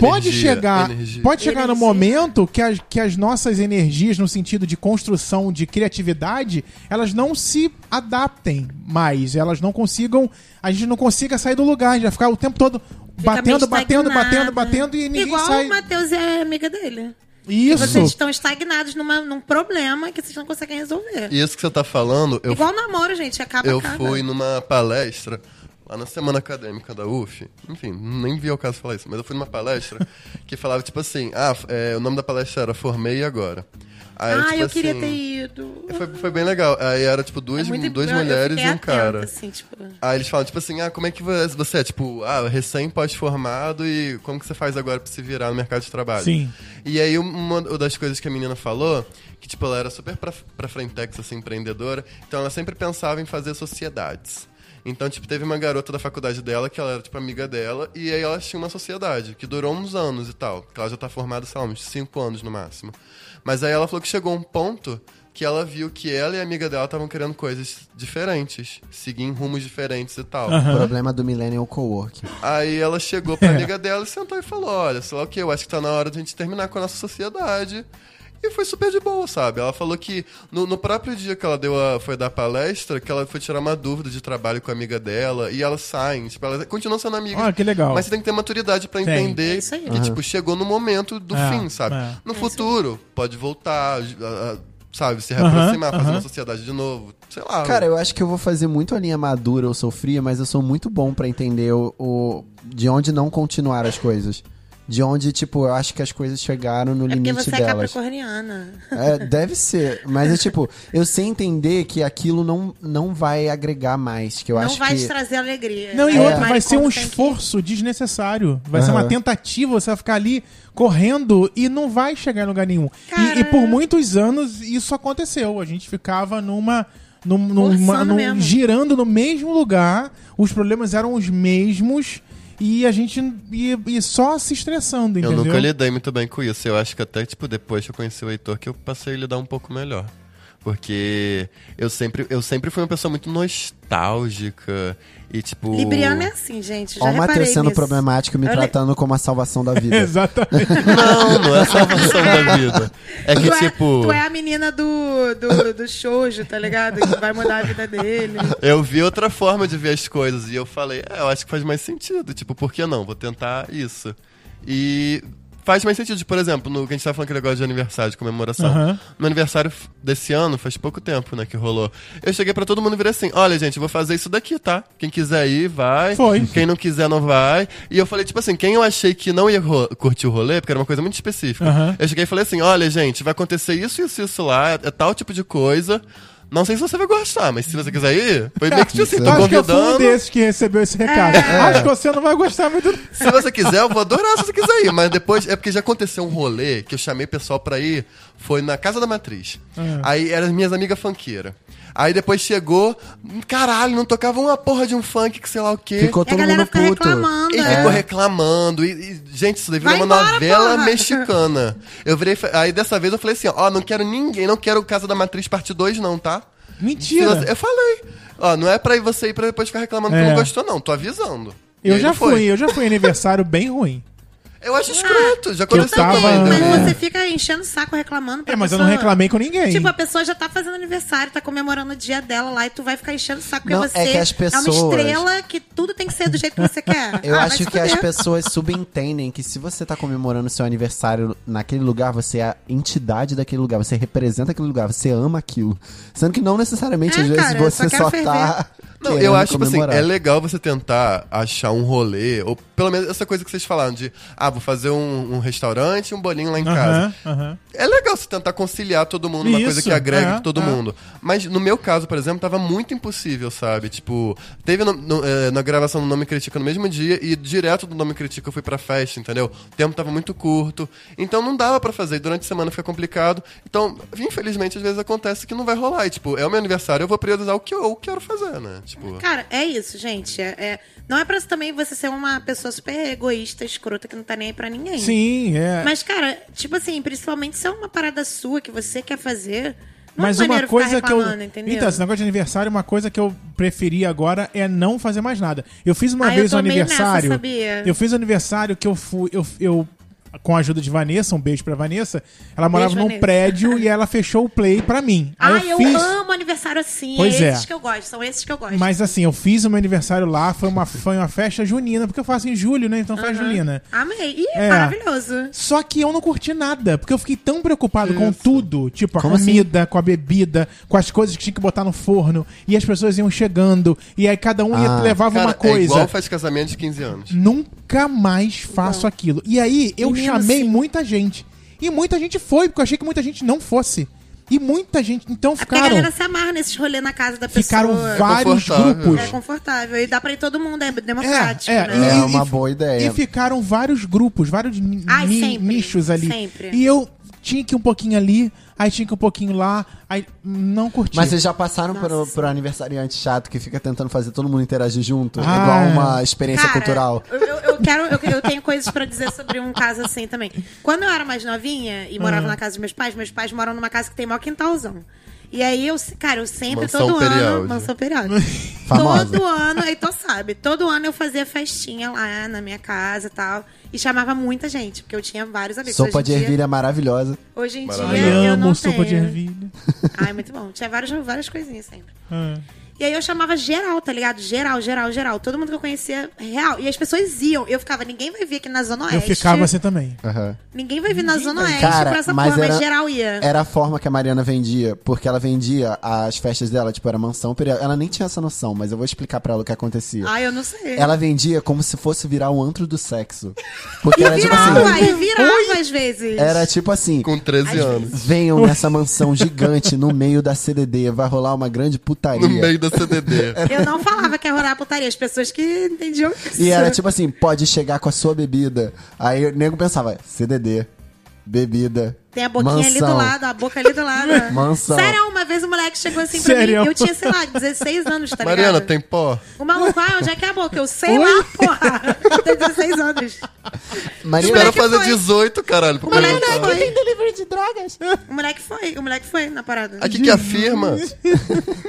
C: Pode
D: Energia,
C: chegar,
D: energia.
C: pode chegar no momento que as, que as nossas energias, no sentido de construção de criatividade, elas não se adaptem mais, elas não consigam, a gente não consiga sair do lugar, a gente vai ficar o tempo todo
E: Fica meio
C: batendo, batendo, batendo,
E: estagnado.
C: batendo e ninguém
E: Igual
C: sai.
E: o Matheus e a amiga dele. E
C: Isso.
E: vocês estão estagnados numa, num problema que vocês não conseguem resolver.
D: E isso que você tá falando, eu
E: Igual namoro, gente, acaba
D: Eu
E: acaba.
D: fui numa palestra lá na semana acadêmica da UF, enfim, nem vi ao caso falar isso, mas eu fui
C: <laughs>
D: numa palestra que falava tipo assim, ah, é, o nome da palestra era Formei Agora. Aí,
E: Ah,
D: tipo
E: eu queria
D: assim,
E: ter ido.
D: Foi, foi bem legal. Aí era tipo duas,
E: É muito-
D: duas
E: eu- eu
D: mulheres e
E: fiquei
D: um cara.
E: atenta, assim, tipo,
D: Aí eles falam, tipo assim, ah, como é que você você é, tipo, ah, recém pós-formado e como que você faz agora pra se virar no mercado de trabalho?
C: Sim.
D: E aí uma das coisas que a menina falou, que tipo, ela era super pra, pra frentex, assim, empreendedora, então ela sempre pensava em fazer sociedades. Então, tipo, teve uma garota da faculdade dela, que ela era, tipo, amiga dela, e aí ela tinha uma sociedade, que durou uns anos e tal. Que ela já tá formada, sei lá, uns 5 anos no máximo. Mas aí ela falou que chegou um ponto que ela viu que ela e a amiga dela estavam querendo coisas diferentes, seguir em rumos diferentes e tal.
F: O problema do Millennial Cowork.
D: Aí ela
C: <laughs>
D: chegou
C: É.
D: pra amiga dela e sentou e falou: Olha, sei lá o que, eu acho que tá na hora de a gente terminar com a nossa sociedade. E foi super de boa, sabe? Ela falou que no, no próprio dia que ela deu a, foi dar a palestra, que ela foi tirar uma dúvida de trabalho com a amiga dela, e elas saem, tipo, elas continuam sendo amigas.
C: Ah, que legal.
D: Mas você tem que ter maturidade pra
C: Tem.
D: entender
E: É isso aí.
D: que, tipo, chegou no momento do
C: É,
D: fim, sabe?
C: é.
D: No futuro, pode voltar, a- a- sabe, se reaproximar, fazer
C: aham.
D: uma sociedade de novo, sei lá.
F: Cara, eu acho que eu vou fazer muito a linha madura ou sofria, mas eu sou muito bom pra entender o, o- de onde não continuar as coisas. De onde, tipo, eu acho que as coisas chegaram no
E: É porque
F: limite
E: você é
F: delas.
E: capricorniana.
F: É, deve ser, mas é tipo, eu sei entender que aquilo não, não vai agregar mais, que eu
E: não
F: acho
E: vai te
F: que...
E: trazer alegria.
C: Não, e
E: É.
C: outra,
E: Mas
C: vai ser um
E: quando tem que-
C: esforço desnecessário. Vai ser uma
F: Aham.
C: tentativa, você vai ficar ali correndo e não vai chegar em lugar nenhum. E- E,
E: Cara.
C: por muitos anos isso aconteceu. A gente ficava numa. num- numa-
E: Forçando
C: num-
E: mesmo.
C: girando no mesmo lugar, os problemas eram os mesmos e a gente ia, ia só se estressando,
D: Eu
C: entendeu?
D: nunca lidei muito bem com isso. Eu acho que até, tipo, depois que eu conheci o Heitor, que eu passei a lidar um pouco melhor. Porque eu sempre, eu sempre fui uma pessoa muito nostálgica e, tipo...
E: Libriano é assim, gente. Já
F: Ó o
E: reparei
F: Matheus sendo
E: nisso.
F: problemático, me
E: Eu le-
F: tratando como a salvação da
D: <laughs>
F: vida.
C: <laughs> Exatamente.
D: Não, não é a salvação
E: <laughs>
D: da vida. É que,
E: Tu é,
D: tipo...
E: tu é a menina do, do, do shoujo, tá ligado? Que vai mudar a vida dele.
D: Eu vi outra forma de ver as coisas e eu falei, é, eu acho que faz mais sentido. Tipo, por que não? Vou tentar isso. E faz mais sentido, por exemplo, no que a gente tá falando aquele negócio de aniversário, de comemoração.
C: Aham.
D: No aniversário f- desse ano, faz pouco tempo, né, que rolou. Eu cheguei pra todo mundo e virei assim: olha, gente, eu vou fazer isso daqui, tá? Quem quiser ir, vai.
C: Foi.
D: Quem não quiser, não vai. E eu falei, tipo assim, quem eu achei que não ia ro- curtir o rolê, porque era uma coisa muito específica.
C: Aham.
D: Eu cheguei e falei assim: olha, gente, vai acontecer isso, isso, isso lá, é, é tal tipo de coisa. Não sei se você vai gostar, mas se você quiser ir, foi meio que
C: <laughs>
D: tipo assim, tô
C: Acho que eu fui um
D: convidando.
C: desses que recebeu esse recado.
E: É.
C: Acho que você não vai gostar muito.
D: Se você quiser, eu vou adorar se você quiser ir. Mas depois, é porque já aconteceu um rolê que eu chamei o pessoal pra ir, foi na Casa da Matriz. Aí eram as minhas amigas funkeiras. Aí depois chegou, caralho, não tocava uma porra de um funk que sei lá o quê.
F: Ficou
E: E É a
F: todo
E: galera
F: mundo
E: fica
F: puto.
E: reclamando.
D: E
E: é.
D: ficou reclamando. E, e, gente, isso daí virou
E: Vai
D: uma
E: embora,
D: novela
E: porra.
D: mexicana. Eu virei. fa- Aí dessa vez eu falei assim: ó, ó, não quero ninguém, não quero Casa da Matriz parte 2, não, tá?
C: Mentira.
D: Eu falei. Ó, não é pra ir você ir pra depois ficar reclamando
C: É.
D: que não gostou, não. Tô avisando. E
C: Eu
D: aí
C: já
D: não
C: fui,
D: foi.
C: eu já fui em aniversário bem ruim.
D: Eu acho escroto. Já aconteceu
C: tava-
D: também.
E: Mas
D: Davi.
C: É.
E: você fica enchendo o saco reclamando. pra
C: É, mas eu não
E: pessoa-
C: reclamei com ninguém.
E: Tipo, a pessoa já tá fazendo aniversário, tá comemorando o dia dela lá e tu vai ficar enchendo o saco porque
F: Não, é
E: você
F: que as
E: é
F: pessoas-
E: uma estrela que tudo tem que ser do jeito que
C: <laughs>
E: você quer.
F: Eu
E: Ah, vai
F: acho
E: se
F: que as
E: fuder.
F: pessoas subentendem que se você tá comemorando seu aniversário naquele lugar, você é a entidade daquele lugar, você representa aquele lugar, você ama aquilo. Sendo que não necessariamente,
E: É,
F: às vezes,
E: cara, eu só
F: você
E: quero
F: só,
E: ferver.
F: tá.
D: Não, eu
F: querendo
D: acho, tipo assim,
F: comemorar.
D: é legal você tentar achar um rolê, ou pelo menos essa coisa que vocês falaram de, ah, vou fazer um, um restaurante e um bolinho lá em casa.
C: Aham, aham.
D: É legal você tentar conciliar todo mundo, uma coisa
C: Isso,
D: que agrega
C: é,
D: todo
C: é.
D: mundo. Mas no meu caso, por exemplo, tava muito impossível, sabe? Tipo, teve no- no- eh, na gravação do Nome Critica no mesmo dia e direto do Nome Critica eu fui pra festa, entendeu? O tempo tava muito curto. Então não dava pra fazer. E durante a semana fica complicado. Então, infelizmente, às vezes acontece que não vai rolar. E, tipo, é o meu aniversário, eu vou priorizar o que eu quero fazer, né? Tipo.
E: Cara, é isso, gente. É, é- Não é pra também você ser uma pessoa super egoísta, escrota, que não tá nem aí pra ninguém.
C: Sim, é.
E: Mas, cara, tipo assim, principalmente se é uma parada sua que você quer fazer, não
C: Mas
E: é
C: uma
E: maneiro
C: coisa
E: ficar
C: que eu.
E: reclamando, entendeu?
C: Então, esse negócio de aniversário, uma coisa que eu preferi agora é não fazer mais nada. Eu fiz uma
E: Ah, eu
C: vez um
E: tô meio nessa,
C: aniversário.
E: sabia?
C: Eu fiz um aniversário que eu fui. Eu, eu- com a ajuda de Vanessa, um beijo pra Vanessa. Ela morava num
E: Vanessa.
C: prédio e ela fechou o play pra mim. Aí
E: Ah, eu,
C: fiz.
E: amo aniversário assim.
C: Pois
E: é esses
C: é.
E: que eu gosto, são esses que eu gosto.
C: Mas assim, eu fiz o meu aniversário lá, foi uma, foi uma festa junina, porque eu faço em julho, né? Então faz julina.
E: Amei. Ih,
C: É.
E: maravilhoso.
C: Só que eu não curti nada, porque eu fiquei tão preocupado com tudo. Tipo, a
F: Como
D: assim?
C: comida, com a bebida, com as coisas que tinha que botar no forno. E as pessoas iam chegando. E aí cada um ia-
F: Ah.
C: levava
D: Cara,
C: uma
D: É
C: coisa.
D: igual faz casamento de 15 anos.
C: Nunca mais faço aquilo. E aí eu
E: Menino, assim-
C: chamei
E: sim.
C: muita gente. E muita gente foi, porque eu achei que muita gente não fosse. E muita gente. Então
E: É porque a
C: ficaram.
E: galera se amarra nesses rolês na casa da pessoa.
C: Ficaram vários
D: Confortável.
C: grupos.
E: É confortável. E dá pra ir todo mundo, é democrático,
C: é,
E: né?
F: É
C: E-
F: uma
C: e-
F: boa
C: E
F: ideia.
C: ficaram vários grupos, vários ni-
E: Ai,
C: ni-
E: sempre,
C: nichos ali.
E: sempre.
C: E eu tinha que ir um pouquinho ali, aí tinha que ir um pouquinho lá, aí não curti.
F: Mas vocês já passaram por,
E: Nossa.
F: por aniversariante chato que fica tentando fazer todo mundo interagir junto?
C: Ah.
F: Igual uma experiência
E: Cara,
F: é cultural.
E: Eu, eu- eu quero, eu, eu tenho coisas pra dizer sobre um caso assim também. Quando eu era mais novinha e
F: Hum.
E: morava na casa dos meus pais, meus pais moram numa casa que tem maior quintalzão. E aí eu, se- cara, eu sempre,
D: Mansão
E: todo ano.
D: Perialdi.
E: Mansão Perialdi.
F: <laughs> Famosa.
E: Todo ano, aí tu sabe, todo ano eu fazia festinha lá na minha casa e tal. E chamava muita gente, porque eu tinha vários amigos.
F: Sopa
E: Hoje
F: de
E: em dia-
F: ervilha é maravilhosa.
E: Hoje em dia.
D: Maravilha.
C: Ai,
E: Eu
C: amo
E: não
C: sopa de
E: tenho.
C: ervilha.
E: Ai, muito bom. Tinha várias, várias coisinhas sempre.
C: Ah.
E: E aí eu chamava geral, tá ligado? Geral, geral, geral. Todo mundo que eu conhecia, real. E as pessoas iam. Eu ficava, ninguém vai vir aqui na Zona Oeste.
C: Eu ficava assim também.
F: Aham.
E: Ninguém vai vir na Zona Oeste pra
F: Cara,
E: essa
F: mas
E: porra,
F: era, é.
E: mas geral ia.
F: era a forma que a Mariana vendia, porque ela vendia as festas dela, tipo, era mansão perial. Ela nem tinha essa noção, mas eu vou explicar pra ela o que acontecia.
E: Ai, eu não sei.
F: Ela vendia como se fosse virar um antro do sexo. Porque
E: E
F: era tipo
E: virava,
F: assim.
E: e virava às vezes.
F: Era tipo assim.
D: Com 13 anos.
F: Venham nessa mansão gigante no meio da CDD, vai rolar uma grande putaria.
D: No meio
C: <laughs>
D: da CDD.
E: Eu não falava que ia rolar putaria, as pessoas que entendiam isso. <laughs>
F: E era tipo assim, pode chegar com a sua bebida. Aí o nego pensava, CDD, bebida.
E: Tem a boquinha ali do
F: mansão.
E: lado, a boca ali do lado.
F: Mansão.
E: Sério, uma vez o moleque chegou assim pra
C: Sério?
E: mim. Eu tinha, sei lá, 16 anos, tá
D: Mariana,
E: ligado?
D: tem pó?
E: O maluco, ah, onde é que é a boca? Eu sei lá, porra. <laughs> Eu tenho 16 anos.
F: Maria,
D: Espera
E: moleque
D: fazer
E: foi.
D: 18, caralho, pra
E: O moleque
D: perguntar.
E: foi.
F: delivery de drogas.
E: O moleque foi, o moleque foi na parada.
D: Aqui que afirma.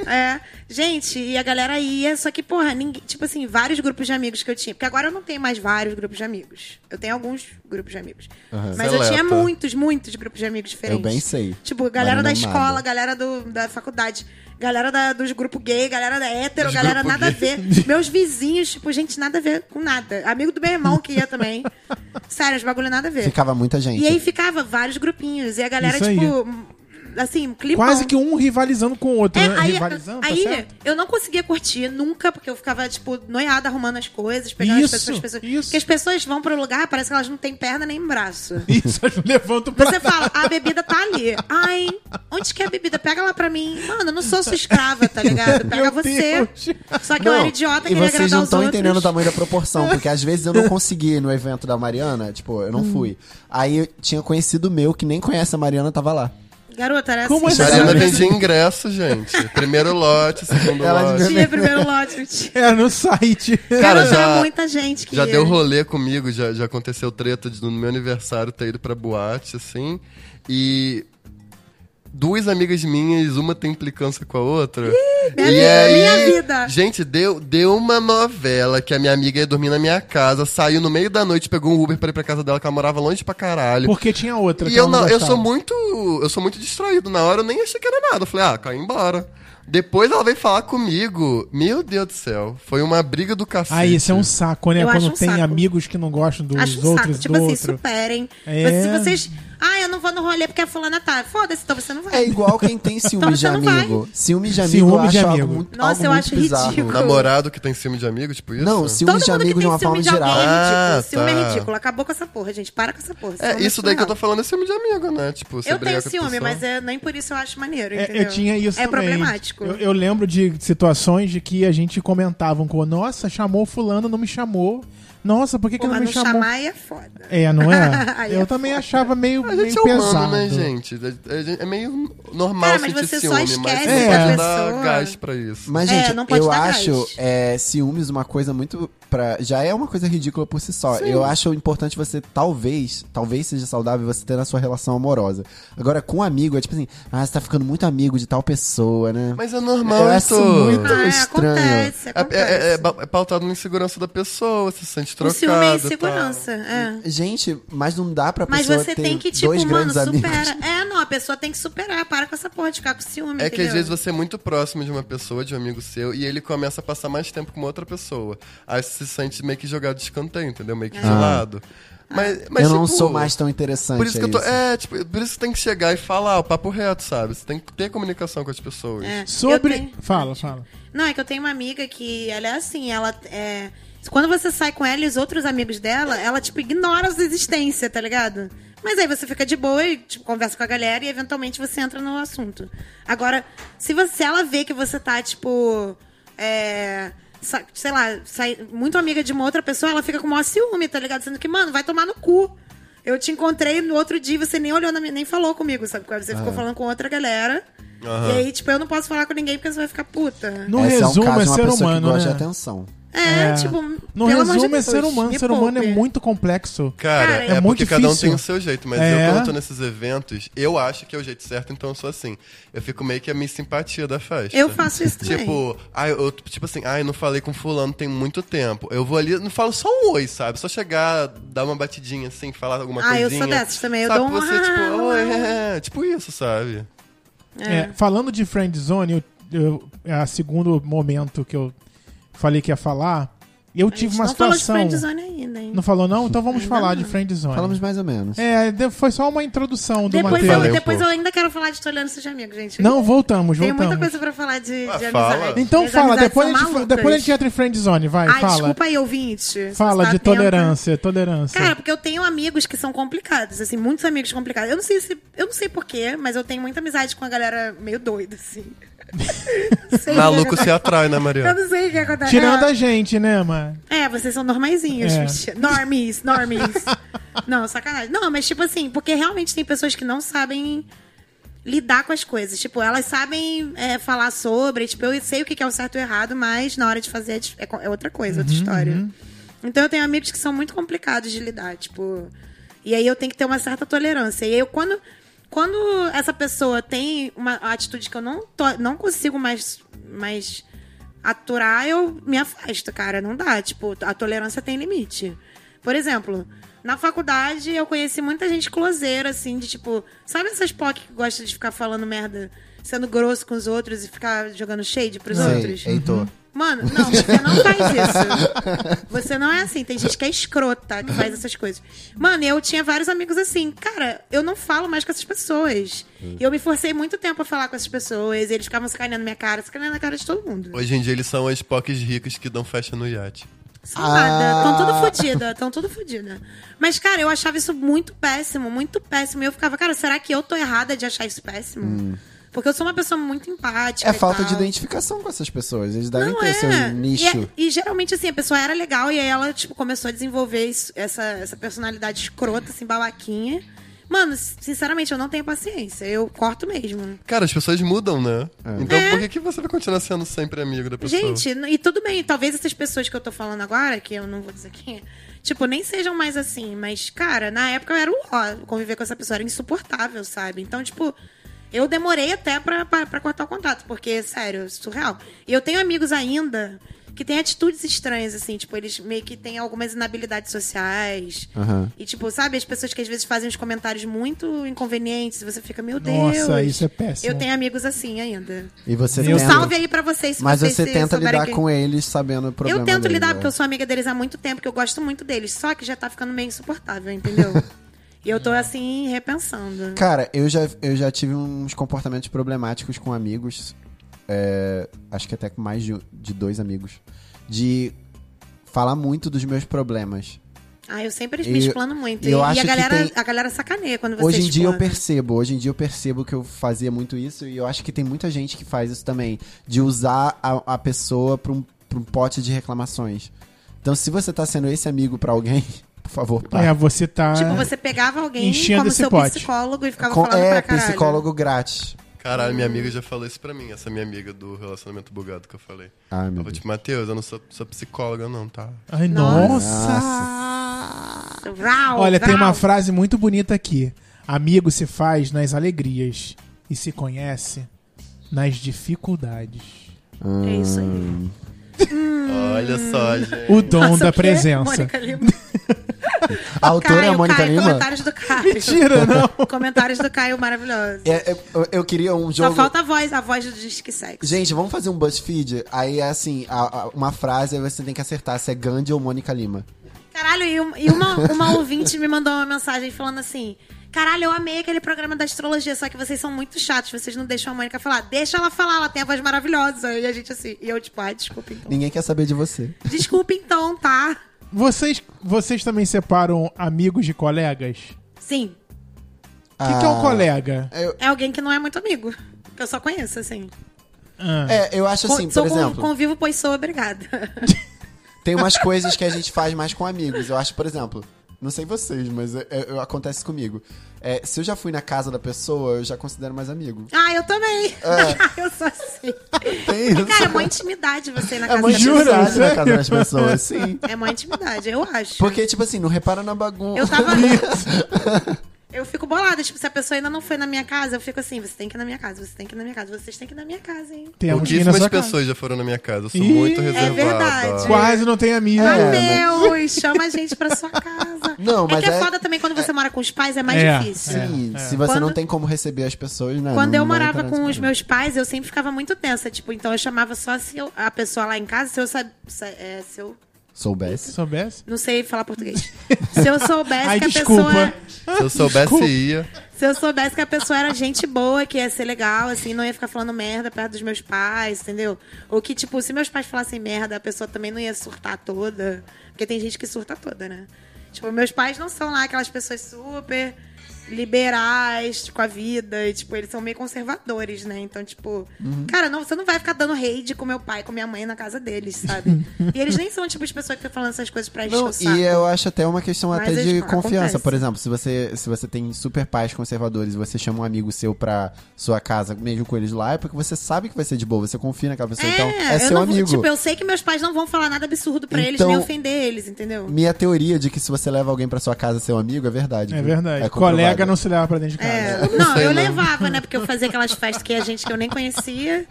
E: É. Gente, e a galera ia, só que, porra, ninguém, tipo assim, vários grupos de amigos que eu tinha. Porque agora eu não tenho mais vários grupos de amigos. Eu tenho alguns grupos de amigos. Mas eu
D: Seleta.
E: tinha muitos, muitos grupos de amigos diferentes.
F: Eu bem sei.
E: Tipo, galera
F: Mas
E: da
F: não
E: escola,
F: nada.
E: galera do, da faculdade, galera da- dos grupos gay, galera da hétero,
D: Dos
E: galera
D: grupo
E: nada a
D: gay.
E: ver. Meus vizinhos, tipo, gente, nada a ver com nada. Amigo do meu irmão que ia
F: <laughs>
E: também. Sério, os bagulho nada a ver.
F: Ficava muita gente.
E: E aí ficava vários grupinhos. E a galera,
C: Isso aí.
E: tipo, assim,
C: <laughs>
E: clipão.
C: Quase que um rivalizando com o outro,
E: É,
C: né?
E: aí,
C: rivalizando, tá
E: aí
C: certo?
E: eu não conseguia curtir nunca, porque eu ficava, tipo, noiada arrumando as coisas, pegando
C: Isso,
E: as pessoas. As pessoas
C: isso.
E: Porque as pessoas vão pro lugar, parece que elas não têm perna nem braço.
C: Isso, eu <laughs> levanto pra...
E: né? Você fala, a bebida tá ali. Ai, onde que é a bebida? Pega lá pra mim. Mano, eu não sou sua escrava, tá ligado? Pega
C: Meu
E: você.
C: Deus.
E: Só que eu
F: Não,
E: era idiota,
F: e
E: queria
F: vocês
E: agradar
F: não
E: os
F: estão
E: outros.
F: entendendo o tamanho da proporção, porque às vezes
E: <laughs>
F: eu não consegui ir no evento da Mariana, tipo, eu não fui. Aí eu tinha conhecido meu que nem conhece a Mariana, tava lá.
E: Garota, era
C: Como
E: assim.
C: é
D: Mariana
C: Sabe?
D: vendia ingresso, gente. Primeiro lote, segundo
F: Ela
D: lote.
F: devia-
E: Tinha primeiro lote. tinha.
C: É, no site.
D: Cara,
E: Garota,
D: já-
E: era muita gente que
D: Já
E: ia.
D: deu rolê comigo, já, já aconteceu treta de, no meu aniversário ter ido pra boate, assim. E duas amigas minhas, uma tem implicância com a outra.
E: é minha
D: e
E: vida,
D: aí,
E: minha vida.
D: Gente, deu, deu uma novela que a minha amiga ia dormir na minha casa, saiu no meio da noite, pegou um Uber pra ir pra casa dela, que ela morava longe pra caralho.
C: Porque tinha outra.
D: E
C: que
D: eu,
C: ela não
D: não, eu
C: gostava.
D: sou muito. Eu sou muito distraído. Na hora eu nem achei que era nada. Eu falei, ah, caiu embora. Depois ela veio falar comigo. Meu Deus do céu. Foi uma briga do cacete.
C: Ah, isso é um saco, né?
E: Eu
C: Quando
E: acho um
C: tem
E: saco.
C: amigos que não gostam dos
E: Acho um
C: outros
E: saco. Tipo
C: do
E: assim,
C: outro.
E: superem.
C: É.
E: Mas se vocês. Ah, eu não vou no rolê porque a fulana tá. Foda-se, então você não vai.
F: É igual
E: <laughs>
F: quem tem ciúme
E: Então
F: de
E: você não vai.
F: amigo. Ciúme de amigo
C: Ciúme
F: eu
C: de
F: acho algo
C: amigo.
F: muito,
E: Nossa,
F: algo
E: eu
F: muito
E: acho
F: bizarro.
E: ridículo.
D: Um Namorado que tem ciúme de amigo, tipo isso?
F: Não,
E: Todo
F: ciúme
E: mundo
F: de
E: que
F: amigo de
E: tem
F: uma
E: ciúme
F: forma
E: de alguém
F: geral.
E: é
D: Ah,
E: ridículo. Ciúme é
D: tá.
E: ridículo. Acabou com essa porra, gente. Para com essa porra.
D: É,
E: Ciúme
D: isso daí que eu tô
E: surreal.
D: falando é ciúme de amigo, né? Tipo, você
E: Eu
D: brigar
E: tenho
D: com a
E: ciúme,
D: pessoa.
E: mas é, nem por isso eu acho maneiro,
C: É,
E: entendeu?
C: eu tinha isso
E: É
C: também.
E: problemático.
C: Eu, eu lembro de situações de que a gente comentavam com, nossa, chamou fulano, não me chamou. Nossa, por que, que
E: Pô,
C: não
E: mas
C: me
E: não
C: chamou?
E: chamar aí é foda.
C: É, não é?
E: <laughs> Aí
C: eu
E: é
C: também
E: foda.
C: achava meio,
D: A gente
C: meio
D: é humano,
C: pesado.
D: né, gente? É, é- é meio normal
E: Cara, mas
D: sentir
E: você só
D: ciúme,
E: esquece
D: mas
C: que
D: não
C: a
D: dá
E: pessoa-
D: gás pra isso.
F: Mas,
E: É,
F: gente,
E: não pode
F: eu
E: dar gás.
F: acho é, ciúmes uma coisa muito. Pra, já é uma coisa ridícula por si só. Eu acho importante você, talvez, talvez seja saudável você ter na sua relação amorosa. Agora, com amigo, é tipo assim, ah, você tá ficando muito amigo de tal pessoa, né?
D: Mas é normal,
F: eu
D: isso.
F: acho muito
E: Ah, é,
F: estranho.
E: acontece,
D: É,
E: acontece.
D: é, é, ba- é pautado na insegurança da pessoa, você se sente
E: o
D: trocado. tá.
E: ciúme é
D: e tal.
E: insegurança. É.
F: Gente, mas não dá pra
E: Mas
F: pessoa
E: você
F: ter
E: tem que, tipo,
F: dois
E: mano,
F: grandes amigos.
E: supera. É, não, a pessoa tem que superar. Para com essa porra de ficar com ciúme.
D: É que
E: entendeu?
D: às vezes você é muito próximo de uma pessoa, de um amigo seu, e ele começa a passar mais tempo com uma outra pessoa. Aí você se sente meio que jogado de escanteio, entendeu? Meio que de
E: Ah.
D: lado. Mas, mas,
F: eu não
D: tipo,
F: sou mais tão interessante.
D: Por isso que eu tô.
F: é isso.
D: É, tipo, por isso que tem que chegar e falar o papo reto, sabe? Você tem que ter comunicação com as pessoas.
E: É.
C: Sobre.
E: Eu tenho-
C: Fala, fala.
E: Não, é que eu tenho uma amiga que ela é assim, ela é. Quando você sai com ela e os outros amigos dela, ela, tipo, ignora a sua existência, tá ligado? Mas aí você fica de boa e, tipo, conversa com a galera e eventualmente você entra no assunto. Agora, se você se ela vê que você tá, tipo. É. sa- Sei lá, sai- muito amiga de uma outra pessoa, ela fica com o maior ciúme, tá ligado? Sendo que, mano, vai tomar no cu. Eu te encontrei no outro dia, e você nem olhou, na minha- nem falou comigo, sabe? Você ficou falando com outra galera. E aí, tipo, eu não posso falar com ninguém porque você vai ficar puta.
C: No
F: Esse
C: resumo,
F: é, um caso
C: é
F: de uma
C: ser
F: pessoa
C: humano,
F: que gosta
C: né?
F: de atenção.
E: É,
C: É.
E: tipo.
C: No
E: pelo amor de
C: resumo, é
E: Deus,
C: ser humano.
E: me
C: Ser humano é
E: poupe.
C: muito complexo.
D: Cara,
E: Cara,
D: é,
E: é
D: porque
C: muito
D: cada um
C: difícil.
D: tem o seu jeito, mas
C: É.
D: eu, quando eu tô nesses eventos, eu acho que é o jeito certo, então eu sou assim. Eu fico meio que a minha simpatia da festa.
E: Eu faço isso também.
D: Tipo, ai, eu, tipo assim, ai, não falei com fulano tem muito tempo. Eu vou ali, não falo só um oi, sabe? Só chegar, dar uma batidinha assim, falar alguma
E: Ah,
D: coisinha.
E: eu sou dessas também, eu
D: sabe?
E: dou um
D: Você, tipo,
E: ah,
D: oi,
E: ah.
D: é, é, <laughs> tipo isso,
E: <laughs>
D: sabe?
C: É, falando de Friend Zone, eu, eu- é o segundo momento que eu falei que ia falar. Eu
E: A
C: tive
E: gente
C: uma
E: não
C: situação.
E: falou de friendzone ainda, hein?
C: Não falou, não? Então vamos
E: Ainda
C: falar
E: não.
C: de Friend Zone.
F: Falamos mais ou menos.
C: É, de- foi só uma introdução do
E: Depois,
C: Matheus.
E: eu,
D: Valeu,
E: depois
D: pô.
E: eu ainda quero falar de Tô Olhando Seus Amigos, gente.
C: Não, voltamos,
E: Tem
C: voltamos.
E: muita coisa pra falar de,
D: Ah,
E: de
D: fala.
E: amizade.
C: Então
E: As
C: fala,
E: amizades
C: depois a,
E: são
C: gente,
E: malucas.
C: depois a gente entra em Friend Zone, vai,
E: Ai,
C: fala.
E: desculpa aí, ouvinte. Você
C: Fala
E: tá
C: de
E: atenta.
C: tolerância, tolerância.
E: Cara, porque eu tenho amigos que são complicados, assim, muitos amigos complicados. Eu não sei se. Eu não sei porquê, mas eu tenho muita amizade com a galera meio
C: <laughs>
E: doida, assim. Sei o que
D: Maluco se
E: acontece.
D: atrai, né,
E: Eu
D: Mariana?
E: não sei o que acontece.
C: Tirando
E: É.
C: a gente, né, mano?
E: É, vocês são normaizinhos.
C: É.
E: mentira. Normies, normies. não, sacanagem. Não, mas tipo assim, porque realmente tem pessoas que não sabem lidar com as coisas. Tipo, elas sabem é, falar sobre. Tipo, eu sei o que que é o certo e o errado, mas na hora de fazer é dif- é co- é outra coisa, outra história. Então eu tenho amigos que são muito complicados de lidar, tipo. E aí eu tenho que ter uma certa tolerância. E aí eu, quando, quando essa pessoa tem uma atitude que eu não, to- não consigo mais, mais aturar, eu me afasto, cara. Não dá. Tipo, a tolerância tem limite. Por exemplo, na faculdade eu conheci muita gente closeira, assim, de tipo, sabe essas POC que gostam de ficar falando merda, sendo grosso com os outros e ficar jogando shade pros
F: Sei,
E: outros?
F: Heitor.
E: Mano, não, você não faz isso. Você não é assim. Tem gente que é escrota, que faz essas coisas. Mano, eu tinha vários amigos assim. Cara, eu não falo mais com essas pessoas.
F: Hum.
E: E eu me forcei muito tempo a falar com essas pessoas. E eles ficavam sacaneando minha cara, sacaneando a cara de todo mundo.
D: Hoje em dia eles são as poques ricas que dão festa no iate.
E: São
F: Ah.
E: nada. Tão tudo fodida, tão tudo fodida. Mas, cara, eu achava isso muito péssimo, muito péssimo. E eu ficava, cara, será que eu tô errada de achar isso péssimo? Porque eu sou uma pessoa muito empática.
F: Hum. É
E: e
F: falta de
E: tal.
F: identificação com essas pessoas. Eles devem
E: Não
F: ter
E: é.
F: o seu nicho.
E: E, e geralmente, assim, a pessoa era legal e aí ela, tipo, começou a desenvolver isso- essa, essa personalidade escrota, assim, babaquinha. Mano, sinceramente, eu não tenho paciência. Eu corto mesmo.
D: Cara, as pessoas mudam, né? Então por que, que você vai continuar sendo sempre amigo da pessoa?
E: É. Gente, n- e tudo bem, talvez essas pessoas que eu tô falando agora, que eu não vou dizer quem é, tipo, nem sejam mais assim, mas, cara, na época eu era o ó, conviver com essa pessoa era insuportável, sabe? Então, tipo, eu demorei até pra, pra, pra cortar o contato, porque, sério, surreal. E eu tenho amigos ainda que têm atitudes estranhas, assim, tipo, eles meio que têm algumas inabilidades sociais.
C: Ah.
F: Aham.
E: E, tipo, sabe, as pessoas que às vezes fazem uns comentários muito inconvenientes, e você fica, meu Deus.
C: Nossa, isso é péssimo.
E: Eu tenho amigos assim ainda.
F: E você
C: Eu-
F: tenta-
E: Salve aí pra vocês. Se
F: Mas
E: vocês
F: você
E: se
F: tenta
E: souberem
F: lidar
E: quem-
F: com eles sabendo o problema
E: Eu tento
F: deles,
E: lidar,
F: né?
E: porque eu sou amiga deles há muito tempo, que eu gosto muito deles. Só que já tá ficando meio insuportável, entendeu? e eu tô assim, repensando.
F: Cara, eu já, eu já tive uns comportamentos problemáticos com amigos. é, acho que até com mais de, um, de dois amigos. De falar muito dos meus problemas.
E: Ah, eu sempre
F: E-
E: me explano muito.
F: eu
E: E, e
F: acho
E: a,
F: que
E: galera,
F: tem-
E: a galera sacaneia quando você
F: Hoje em dia eu
E: explana.
F: percebo, hoje em dia eu percebo que eu fazia muito isso e eu acho que tem muita gente que faz isso também, de usar a, a pessoa pra um, pra um pote de reclamações. Então, se você tá sendo esse amigo pra alguém, <laughs> por favor,
C: É,
F: pá.
C: você tá.
F: Ah,
E: Tipo, você pegava alguém
C: Enchendo
E: como
C: esse
E: seu
C: pote.
E: psicólogo e ficava
F: Com-
E: falando
F: é
E: pra caralho.
F: psicólogo grátis.
D: Caralho, minha
C: Hum.
D: amiga já falou isso pra mim, essa minha amiga do relacionamento bugado que eu falei.
F: Ai,
D: Eu
F: meu
D: vou
F: Deus.
D: tipo, Matheus, eu não sou, sou psicóloga, não, tá?
C: Ai,
E: Nossa.
C: nossa.
E: Vrau,
C: Olha, tem
E: vrau.
C: uma frase muito bonita aqui. Amigo se faz nas alegrias e se conhece nas dificuldades.
E: É isso aí.
C: Hum.
D: Olha só, gente.
C: O dom
E: Nossa,
C: da
E: o quê?
C: presença.
E: Mônica Lima.
F: A autora é a Mônica
E: Caio,
F: Lima?
E: Comentários do Caio.
F: <laughs>
C: Mentira, não.
E: Comentários do Caio maravilhosos.
F: É, é, eu, eu queria um
E: Só
F: jogo.
E: falta a voz, a voz do Disque Sex.
F: Gente, vamos fazer um BuzzFeed? Aí é assim, a- a- uma frase, aí você tem que acertar se é Gandhi ou Mônica Lima.
E: Caralho, e, um- e uma,
F: <laughs>
E: uma ouvinte me mandou uma mensagem falando assim: Caralho, eu amei aquele programa da astrologia, só que vocês são muito chatos, vocês não deixam a Mônica falar. Deixa ela falar, ela tem a voz maravilhosa. E a gente assim, e eu tipo, ai, desculpa então.
F: Ninguém quer saber de você.
E: Desculpa então, tá?
C: Vocês, vocês também separam amigos de colegas?
E: Sim,
C: O que, que é um colega?
E: é alguém que não é muito amigo. Que eu só conheço, assim.
C: Ah,
F: É, eu acho assim,
E: Con- sou
F: por
E: con-
F: exemplo,
E: convivo, pois sou
F: <laughs>
E: obrigada.
F: tem umas coisas que a gente faz mais com amigos. Eu acho, por exemplo, não sei vocês, mas é- é- acontece comigo. É, se eu já fui na casa da pessoa, eu já considero mais amigo.
E: ah, eu também. <laughs> eu sou assim.
F: Tem É. <laughs> isso.
E: Cara, é uma intimidade você ir na
F: é
E: casa
F: uma
E: da pessoa.
C: jura?
F: intimidade na casa
C: Sério?
F: das pessoas, sim.
E: É uma intimidade, eu acho.
F: Porque, tipo assim, não repara na bagunça.
E: Eu
F: <laughs>
E: tava. eu fico bolada. Tipo, se a pessoa ainda não foi na minha casa, eu fico assim: você tem que ir na minha casa, você tem que ir na minha casa, vocês têm que ir na minha casa, hein?
C: temos que ir na
D: Pouquíssimas
C: sua casa.
D: pessoas já foram na minha casa, eu sou
C: Ih,
D: muito
C: é
D: reservado.
E: verdade.
C: Quase não tem amigo.
E: Mateus, chama a gente pra sua casa.
F: É, Não, mas
E: é que é,
F: é-
E: foda também quando você mora com os pais, é mais
C: É.
E: difícil.
F: Sim, se você não
E: Quando-
F: tem como receber as pessoas, né?
E: Quando
F: não-
E: eu
F: não
E: morava
F: entra
E: com
F: nesse
E: os meus pais, eu sempre ficava muito tensa. Tipo, então eu chamava só se eu- a pessoa lá em casa, se eu sabia. se eu
F: Soubesse.
C: Se soubesse?
E: não sei falar
F: <laughs>
E: português. Se eu soubesse
C: Ai,
E: que a
C: desculpa.
E: pessoa.
D: Se eu soubesse,
C: Desculpa.
D: ia.
E: Se eu soubesse que a pessoa era gente boa, que ia ser legal, assim, não ia ficar falando merda perto dos meus pais, entendeu? Ou que, tipo, se meus pais falassem merda, a pessoa também não ia surtar toda. Porque tem gente que surta toda, né? Tipo, meus pais não são lá aquelas pessoas super liberais com a vida. E, tipo, eles são meio conservadores, né? Então, tipo,
F: Uhum.
E: cara, não, você não vai ficar dando rage com meu pai, com minha mãe na casa deles,
F: <laughs>
E: sabe? e eles nem são, tipo, as pessoas que estão falando essas coisas pra encher
F: Não,
E: o saco.
F: e é eu acho até uma questão
E: Mas
F: até
E: isso
F: de
E: acontece.
F: confiança. Por exemplo, se você, se você tem super pais conservadores e você chama um amigo seu pra sua casa, mesmo com eles lá, é porque você sabe que vai ser de boa, você confia naquela pessoa. então, é
E: eu
F: seu
E: não vou-
F: amigo.
E: Tipo, eu sei que meus pais não vão falar nada absurdo pra eles,
F: Então-
E: nem ofender eles, entendeu?
F: Minha teoria de que se você leva alguém pra sua casa, seu amigo, é verdade.
C: É
F: viu?
C: verdade. Colega
F: comprovado.
C: não se leva pra dentro de casa.
E: É, não,
D: sei
E: eu
D: não.
E: levava, né? Porque eu fazia aquelas festas que a gente que eu nem conhecia.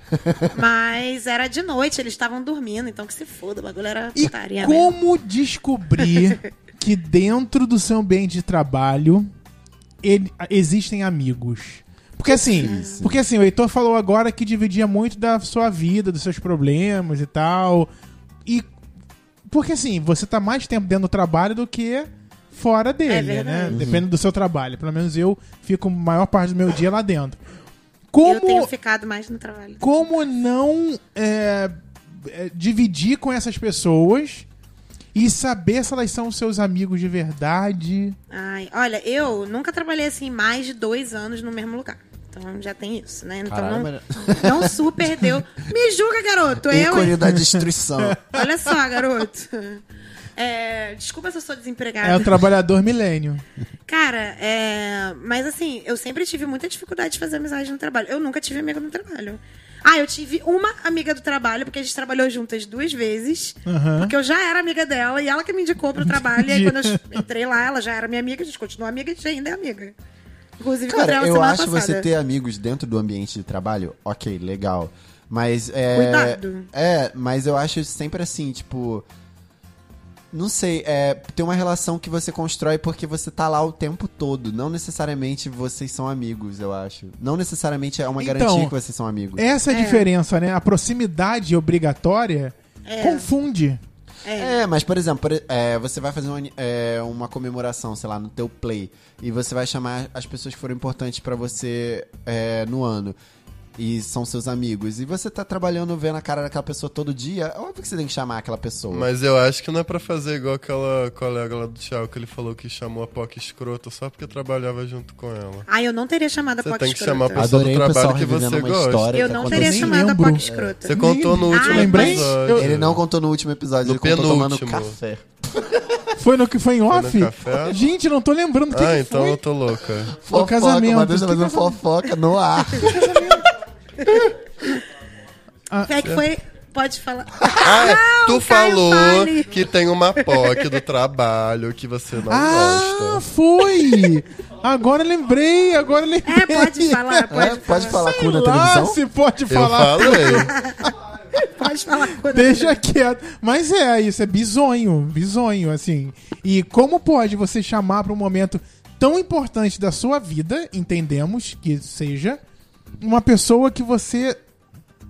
E: Mas era de noite, eles estavam dormindo, então que se foda, o bagulho era
C: E
E: putaria né? mesmo.
C: como descobrir
E: <laughs>
C: que dentro do seu ambiente de trabalho ele- existem amigos? Porque assim, porque assim, o Heitor falou agora que dividia muito da sua vida, dos seus problemas e tal. E porque assim, você tá mais tempo dentro do trabalho do que fora dele, né?
E: É verdade.
C: Depende do seu trabalho. Pelo menos eu fico a maior parte do meu dia lá dentro.
E: Eu tenho
C: Como
E: ficado mais no trabalho.
C: como não é, é, dividir com essas pessoas e saber se elas são seus amigos de verdade.
E: Ai, olha, eu nunca trabalhei assim mais de dois anos no mesmo lugar. Então já tem isso, né? Então
F: Caralho,
E: não, não super deu. Me julga, garoto. Eu, hein? <laughs>
F: Ícone da destruição.
E: Olha só, garoto. É, desculpa se eu sou desempregada.
C: É o trabalhador milênio.
E: Cara, é... mas assim, eu sempre tive muita dificuldade de fazer amizade no trabalho. Eu nunca tive amigo no trabalho. Ah, eu tive uma amiga do trabalho, porque a gente trabalhou juntas duas vezes.
C: Aham.
E: Porque eu já era amiga dela e ela que me
C: <laughs>
E: indicou pro trabalho. E aí, quando eu entrei lá, ela já era minha amiga, a gente continua amiga e a gente ainda é amiga. Inclusive, encontrei
F: Cara,
E: ela
F: eu
E: semana
F: acho
E: passada.
F: você ter amigos dentro do ambiente de trabalho, ok, legal. Mas é.
E: Cuidado.
F: É, mas eu acho sempre assim, tipo. Não sei, é, tem uma relação que você constrói porque você tá lá o tempo todo. Não necessariamente vocês são amigos, eu acho. Não necessariamente é uma
C: Então,
F: garantia que vocês são amigos.
C: Essa é a diferença, né? A proximidade obrigatória confunde.
F: É, mas, por exemplo, por- é, você vai fazer um ani- é, uma comemoração, sei lá, no teu play, e você vai chamar as pessoas que foram importantes pra você é, no ano. E são seus amigos. E você tá trabalhando, vendo a cara daquela pessoa todo dia. é Óbvio que você tem que chamar aquela pessoa.
D: Mas eu acho que não é pra fazer igual aquela colega lá do Thiago que ele falou que chamou a POC escrota só porque trabalhava junto com ela.
E: Ah, eu não teria chamado a
D: Você
E: POC
D: tem que
E: escrota.
D: chamar a pessoa
F: Adorei
D: do
F: o pessoal
D: trabalho que
F: revivendo
D: você
F: uma
D: gosta.
F: história.
E: Eu
F: que
E: não
F: aconteceu.
E: teria
C: Nem
E: chamado a
C: lembro.
E: POC escrota.
D: Você contou no
E: Ai,
D: último
C: lembrei.
D: episódio.
F: Ele não contou no último episódio,
D: No
F: ele contou tomando
D: penúltimo.
F: café.
C: Foi no que foi em off?
D: café?
C: Gente, não tô lembrando o que,
D: Ah,
C: que
D: então
C: foi.
D: eu tô louca.
C: Foi o casamento.
F: O Matheus tá
C: Que
F: fazendo
C: casamento?
F: fofoca
C: <laughs>
F: no ar.
E: É que foi... Pode falar. <laughs>
D: Ah, é, tu
E: Caio,
D: falou
E: fale.
D: que tem uma POC do trabalho que você não
C: Ah,
D: gosta.
C: foi! Agora eu lembrei, agora eu lembrei.
E: É, pode falar, pode
F: É, pode falar
C: Sei
F: cu na
C: lá
F: televisão?
C: se pode
D: Eu
C: falar.
D: falei.
E: Pode falar quando
C: Deixa quieto. Mas é, isso é bizonho, bizonho, assim. E como pode você chamar pra um momento tão importante da sua vida, entendemos que seja, uma pessoa que você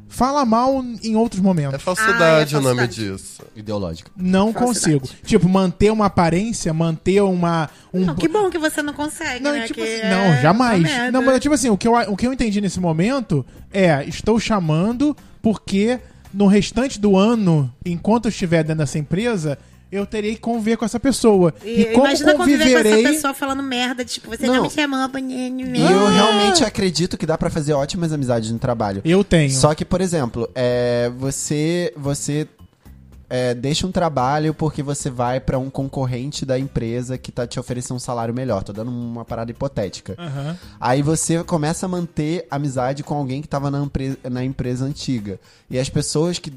C: fala mal em outros
D: É
C: momentos?
D: falsidade
E: Ah, é
D: o nome
E: falsidade.
D: disso.
F: Ideológico.
C: Não
E: Falsidade.
C: consigo. Tipo, manter uma aparência, manter uma... Um...
E: Não, que bom que você não consegue,
C: Não,
E: né?
C: tipo
E: que
C: assim,
E: é
C: não, jamais.
E: uma merda.
C: Não, mas tipo assim, o que, eu, o que eu entendi nesse momento é, estou chamando porque no restante do ano, enquanto eu estiver dentro dessa empresa, eu terei que conviver com essa pessoa. E, como
E: imagina conviver com
C: conviverei...
E: essa pessoa falando merda, tipo, você não,
F: Não.
E: me chamou banheiro.
F: E eu realmente acredito que dá pra fazer ótimas amizades no trabalho.
C: Eu tenho.
F: Só que, por exemplo, é, você você é, deixa um trabalho porque você vai pra um concorrente da empresa que tá te oferecendo um salário melhor. Tô dando uma parada hipotética.
C: Aham.
F: Aí você começa a manter amizade com alguém que tava na, empre- na empresa antiga. E as pessoas que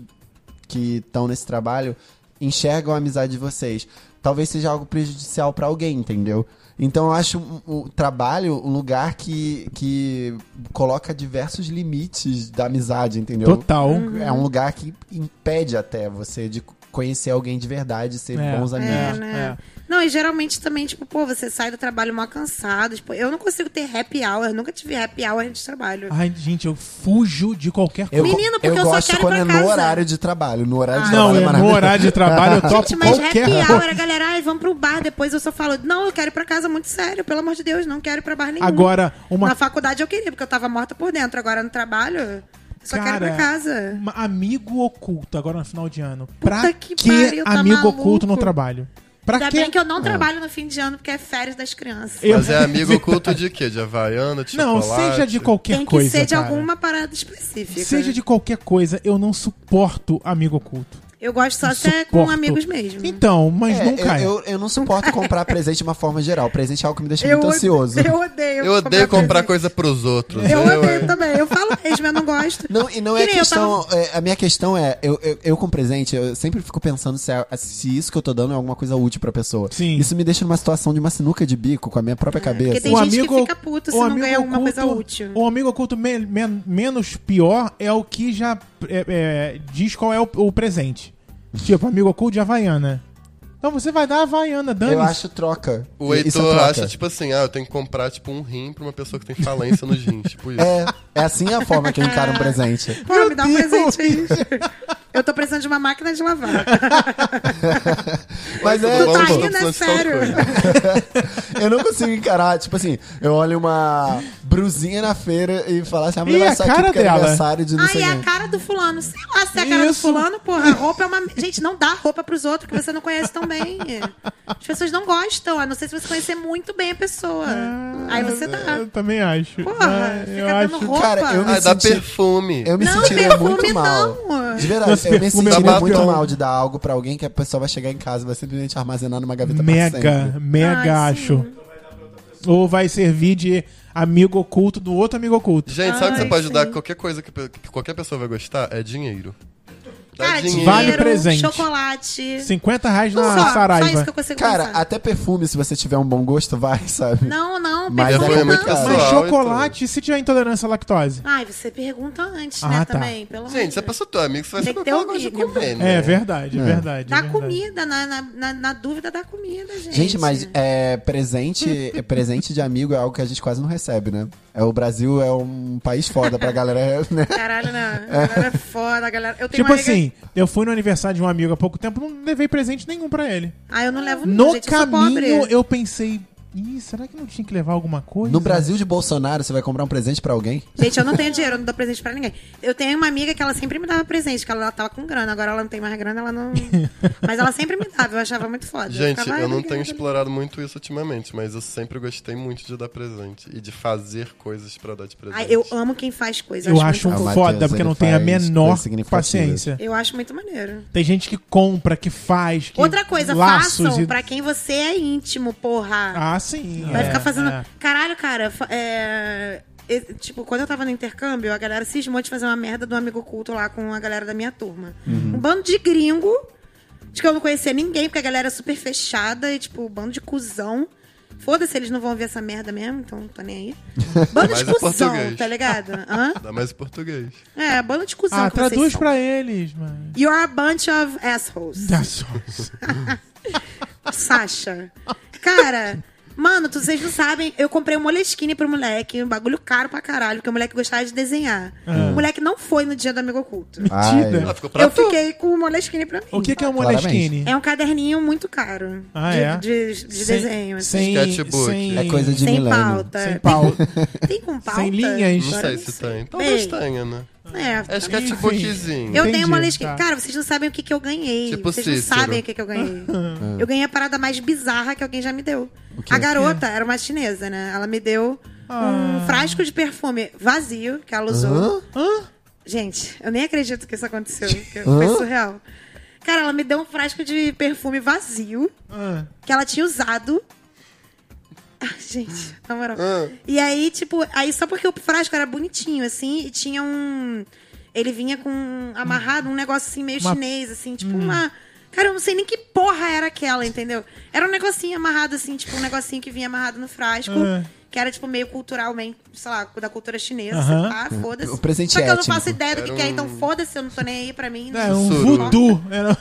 F: que estão nesse trabalho enxergam a amizade de vocês. Talvez seja algo prejudicial pra alguém, entendeu? Então eu acho um- o trabalho um lugar que, que coloca diversos limites da amizade, entendeu?
C: Total.
E: Uhum.
F: É um lugar que impede até você de conhecer alguém de verdade, ser
C: É.
F: bons amigos.
E: É, né? Não, e geralmente também, tipo, pô, você sai do trabalho mal cansado. Tipo, eu não consigo ter happy hour, nunca tive happy hour de trabalho.
C: Ai, gente, eu fujo de qualquer coisa.
F: Eu,
E: Menino, porque eu só
F: gosto
E: quero ir
F: quando
E: pra
F: é no
E: casa. Ah.
F: horário de trabalho. No horário de
C: Não,
F: trabalho é
C: é no
F: maravilhoso.
C: horário de trabalho eu topo
E: Gente, mas
C: qualquer
E: happy
C: coisa.
E: hour, é a galera, ai, vamos pro bar, depois eu só falo, não, eu quero ir pra casa muito sério, pelo amor de Deus, não quero ir pra bar nenhum.
C: Agora, uma
E: Na faculdade eu queria, porque eu tava morta por dentro. Agora no trabalho, eu só quero ir pra casa.
C: ma- Amigo oculto agora no final de ano. pra que,
E: que pariu, tá
C: amigo
E: maluco?
C: oculto no trabalho? Pra
E: Ainda
C: quê?
E: bem que eu não trabalho no fim de ano, porque é férias das crianças.
C: Ah. Eu-
D: Mas é amigo oculto de quê? De Havaiana, de
C: Não,
D: chocolate?
C: seja de qualquer
E: Tem que
C: coisa.
E: ser de
C: cara.
E: alguma parada específica.
C: Seja de qualquer coisa, eu não suporto amigo oculto.
E: Eu gosto só
C: Não
E: se é
C: suporto.
E: com amigos mesmo.
C: Então, mas
F: É,
C: não nunca. é.
F: eu, eu, eu não suporto comprar presente de uma forma geral. Presente é algo que me deixa
E: eu,
F: muito
E: ode-
F: ansioso.
E: eu odeio.
D: Eu odeio comprar
E: presente.
D: coisa pros outros.
E: Eu odeio também. Eu falo mesmo, eu não gosto.
F: Não, e não
E: Que
F: é
E: nem eu
F: questão.
E: tava-
F: é, a minha questão é, eu, eu, eu com presente, eu sempre fico pensando se, é- se isso que eu tô dando é alguma coisa útil pra pessoa.
C: Sim.
F: Isso me deixa numa situação de uma sinuca de bico com a minha própria cabeça.
E: É, porque tem gente que fica puto se
C: o
E: não
C: Um amigo
E: ganhar alguma coisa útil.
C: O amigo oculto me- men- menos pior é o que já é, é, diz qual é o, o presente. Tipo, amigo oculto de Havaiana. Então você vai dar a Havaiana,
F: Eu
C: dane
F: acho troca.
D: O
F: I- isso é
D: Heitor
F: troca.
D: acha, tipo assim, ah, eu tenho que comprar, tipo, um rim pra uma pessoa que tem falência nos rins, tipo isso.
F: É, é assim a forma que eu encaro
E: Ah.
F: um presente.
E: Pô, me dá um presente aí. Eu tô precisando de uma máquina de lavar.
F: Mas é.
E: Tu tá
D: Vamos,
E: rindo, é
D: vamos, vamos,
E: sério.
D: vamos.
F: <laughs> Eu não consigo encarar, tipo assim, eu olho uma brusinha na feira e falar assim, a
C: E
F: mulher
C: a
F: vai só aqui
C: cara
F: porque é
C: dela?
F: aniversário de não
E: Ai,
F: sei
E: é a
F: quem.
E: cara do fulano. Sei lá se é a cara do
C: Isso.
E: fulano, porra. A roupa é uma. Gente, não dá roupa pros outros que você não conhece tão bem. As pessoas não gostam, a não ser se você conhecer muito bem a pessoa.
F: Ah,
E: Aí você dá.
C: Eu também acho.
E: Porra,
C: Ah,
E: fica
C: eu
E: dando
C: acho.
E: roupa.
F: Cara, eu me
D: Ah, dá
F: senti-
D: perfume.
F: Eu me
E: não,
F: sentiria
E: perfume
F: muito mal.
E: não.
F: De verdade,
C: Nossa,
F: eu me
C: perfume é
F: sentiria
D: muito
F: muito
D: bom.
F: mal de dar algo pra alguém que a pessoa vai chegar em casa e vai simplesmente armazenar numa gaveta pra sempre.
C: Mega, mega,
E: Ai,
C: acho.
E: sim.
C: Ou vai servir de amigo oculto do outro amigo oculto.
D: Gente, sabe que
E: Ai,
D: você pode
E: sim.
D: dar qualquer coisa que, pe- que qualquer pessoa vai gostar? É dinheiro. Dá
E: Cara, dinheiro,
C: Tá, Vale presente.
E: chocolate.
C: 50 reais
E: Não,
C: na
E: só, só isso
C: Saraiva.
E: que eu consigo
F: Cara,
E: pensar.
F: até perfume, se você tiver um bom gosto, vai, <laughs> sabe?
E: Não, não,
F: Mas
E: pergunta
F: é
D: muito
E: antes.
D: pessoal.
C: Mas
D: Uau,
C: chocolate, e se tiver intolerância à lactose?
E: Ai, você pergunta antes,
C: Ah,
E: né,
C: tá.
E: também. Pelo amor
D: Gente,
E: de
D: se a pessoa é tua amiga, você vai
E: Tem que
D: saber
E: ter
D: qual
E: um
D: gosta de
E: mínimo.
D: comer, né?
C: É verdade, é verdade. é
E: Dá
C: verdade.
E: comida, na, na, na, na dúvida dá comida, gente.
F: Gente, mas é, presente, é, presente de amigo é algo que a gente quase não recebe, né? É, o Brasil é um país foda pra galera, <laughs> né?
D: <laughs>
E: Caralho, não. A galera é foda, a galera. Eu tenho
C: Tipo
E: uma amiga-
C: assim, eu fui no aniversário de um amigo há pouco tempo, não levei presente nenhum pra ele.
E: Ah, eu não levo
C: No
E: gente, eu sou pobre.
C: caminho eu pensei, Ih, será que não tinha que levar alguma coisa?
F: No Brasil de Bolsonaro, você vai comprar um presente pra alguém?
E: Gente, eu não tenho dinheiro, eu não dou presente pra ninguém. Eu tenho uma amiga que ela sempre me dava presente, que ela tava com grana, agora ela não tem mais grana,
C: <laughs>
E: ela não. Mas ela sempre me dava, eu achava muito foda.
D: Gente,
E: ficava,
D: eu
E: "Ai,
D: não tenho
E: obrigada".
D: explorado muito isso ultimamente, mas eu sempre gostei muito de dar presente e de fazer coisas pra dar de presente.
E: Ai, eu amo quem faz coisa.
C: Eu acho
E: muito
C: um
F: Ah,
E: fofo.
F: Matheus,
C: foda, porque
F: ele
C: não tem a
F: faz
C: menor
F: coisas significativas.
C: paciência.
E: Eu acho muito maneiro.
C: Tem gente que compra, que faz, que
E: Outra coisa,
C: laços
E: façam
C: e-
E: pra quem você é íntimo, porra.
C: Ah, sim.
E: Vai
C: é,
E: ficar fazendo.
C: é.
E: Caralho, cara, fa- é. e- Tipo, quando eu tava no intercâmbio, a galera cismou de fazer uma merda do amigo culto lá com a galera da minha turma.
C: Uhum.
E: Um bando de gringo, de que eu não conhecia ninguém, porque a galera é super fechada e, tipo, um bando de cuzão. Foda-se, eles não vão ver essa merda mesmo, então não
C: <laughs>
E: tô nem aí. Bando de
D: Mas é
E: cuzão,
D: português.
E: tá ligado? Hã?
D: Dá mais em português.
E: É, bando de cuzão.
C: Ah,
E: que vocês
C: traduz
E: são.
C: pra eles, mano.
E: You're a bunch of assholes.
C: Dá
F: <laughs>
C: só.
E: Sasha. Cara, mano, tu- vocês não sabem, eu comprei um moleskine pro moleque, um bagulho caro pra caralho, porque o moleque gostava de desenhar.
C: Ah.
E: O moleque não foi no dia do amigo oculto.
D: Ela
C: Mentira.
D: Ah, ficou pra
E: Eu
D: tu.
E: fiquei com o moleskine pra mim.
C: O que, que é o
F: Claramente.
C: Moleskine?
E: É um caderninho muito caro
C: Ah,
E: de,
C: é?
E: de- de
C: Sem-
E: desenho. assim. Tá.
C: Sem,
D: Sketchbook.
C: sem-
F: É coisa de
E: Sem
F: <laughs> milênio.
E: pauta.
C: Sem
E: <laughs>
C: pauta.
E: Tem com pauta?
C: Sem linhas.
D: Não
E: Agora
D: sei se tem. Talvez
E: Bem,
D: tenha, né?
E: É,
D: É sketchbookzinho.
E: Eu
C: Entendi,
E: tenho uma lista.
C: tá.
E: Cara, vocês não sabem o que, que eu ganhei.
D: Tipo
E: vocês
D: Cícero.
E: não sabem o que, que
C: <laughs>
E: eu ganhei.
C: É.
E: eu ganhei a parada mais bizarra que alguém já me deu. A garota era uma chinesa, né? Ela me deu
C: Ah.
E: um frasco de perfume vazio que ela usou. Gente, eu nem acredito que isso aconteceu. porque Foi surreal. Cara, ela me deu um frasco de perfume vazio
C: Ah,
E: que ela tinha usado. Ah, gente, na moral.
D: Ah.
E: E aí, tipo, aí só porque o frasco era bonitinho, assim, e tinha um. Ele vinha com. amarrado um negócio assim, meio
C: Uma- Hum.
E: chinês, assim, tipo uma. Cara, eu não sei nem que porra era aquela, entendeu? Era um negocinho amarrado, assim, tipo, um negocinho que vinha amarrado no frasco.
C: Ah.
E: Que era, tipo, meio culturalmente, sei lá, da cultura chinesa,
C: Aham.
E: sei lá, foda-se.
F: O presente
E: Só que eu não
F: étnico.
E: faço ideia do que,
D: Era
E: que é,
D: um-
E: então foda-se, eu não tô nem aí pra mim.
C: é um
D: Suru.
C: voodoo. É Era-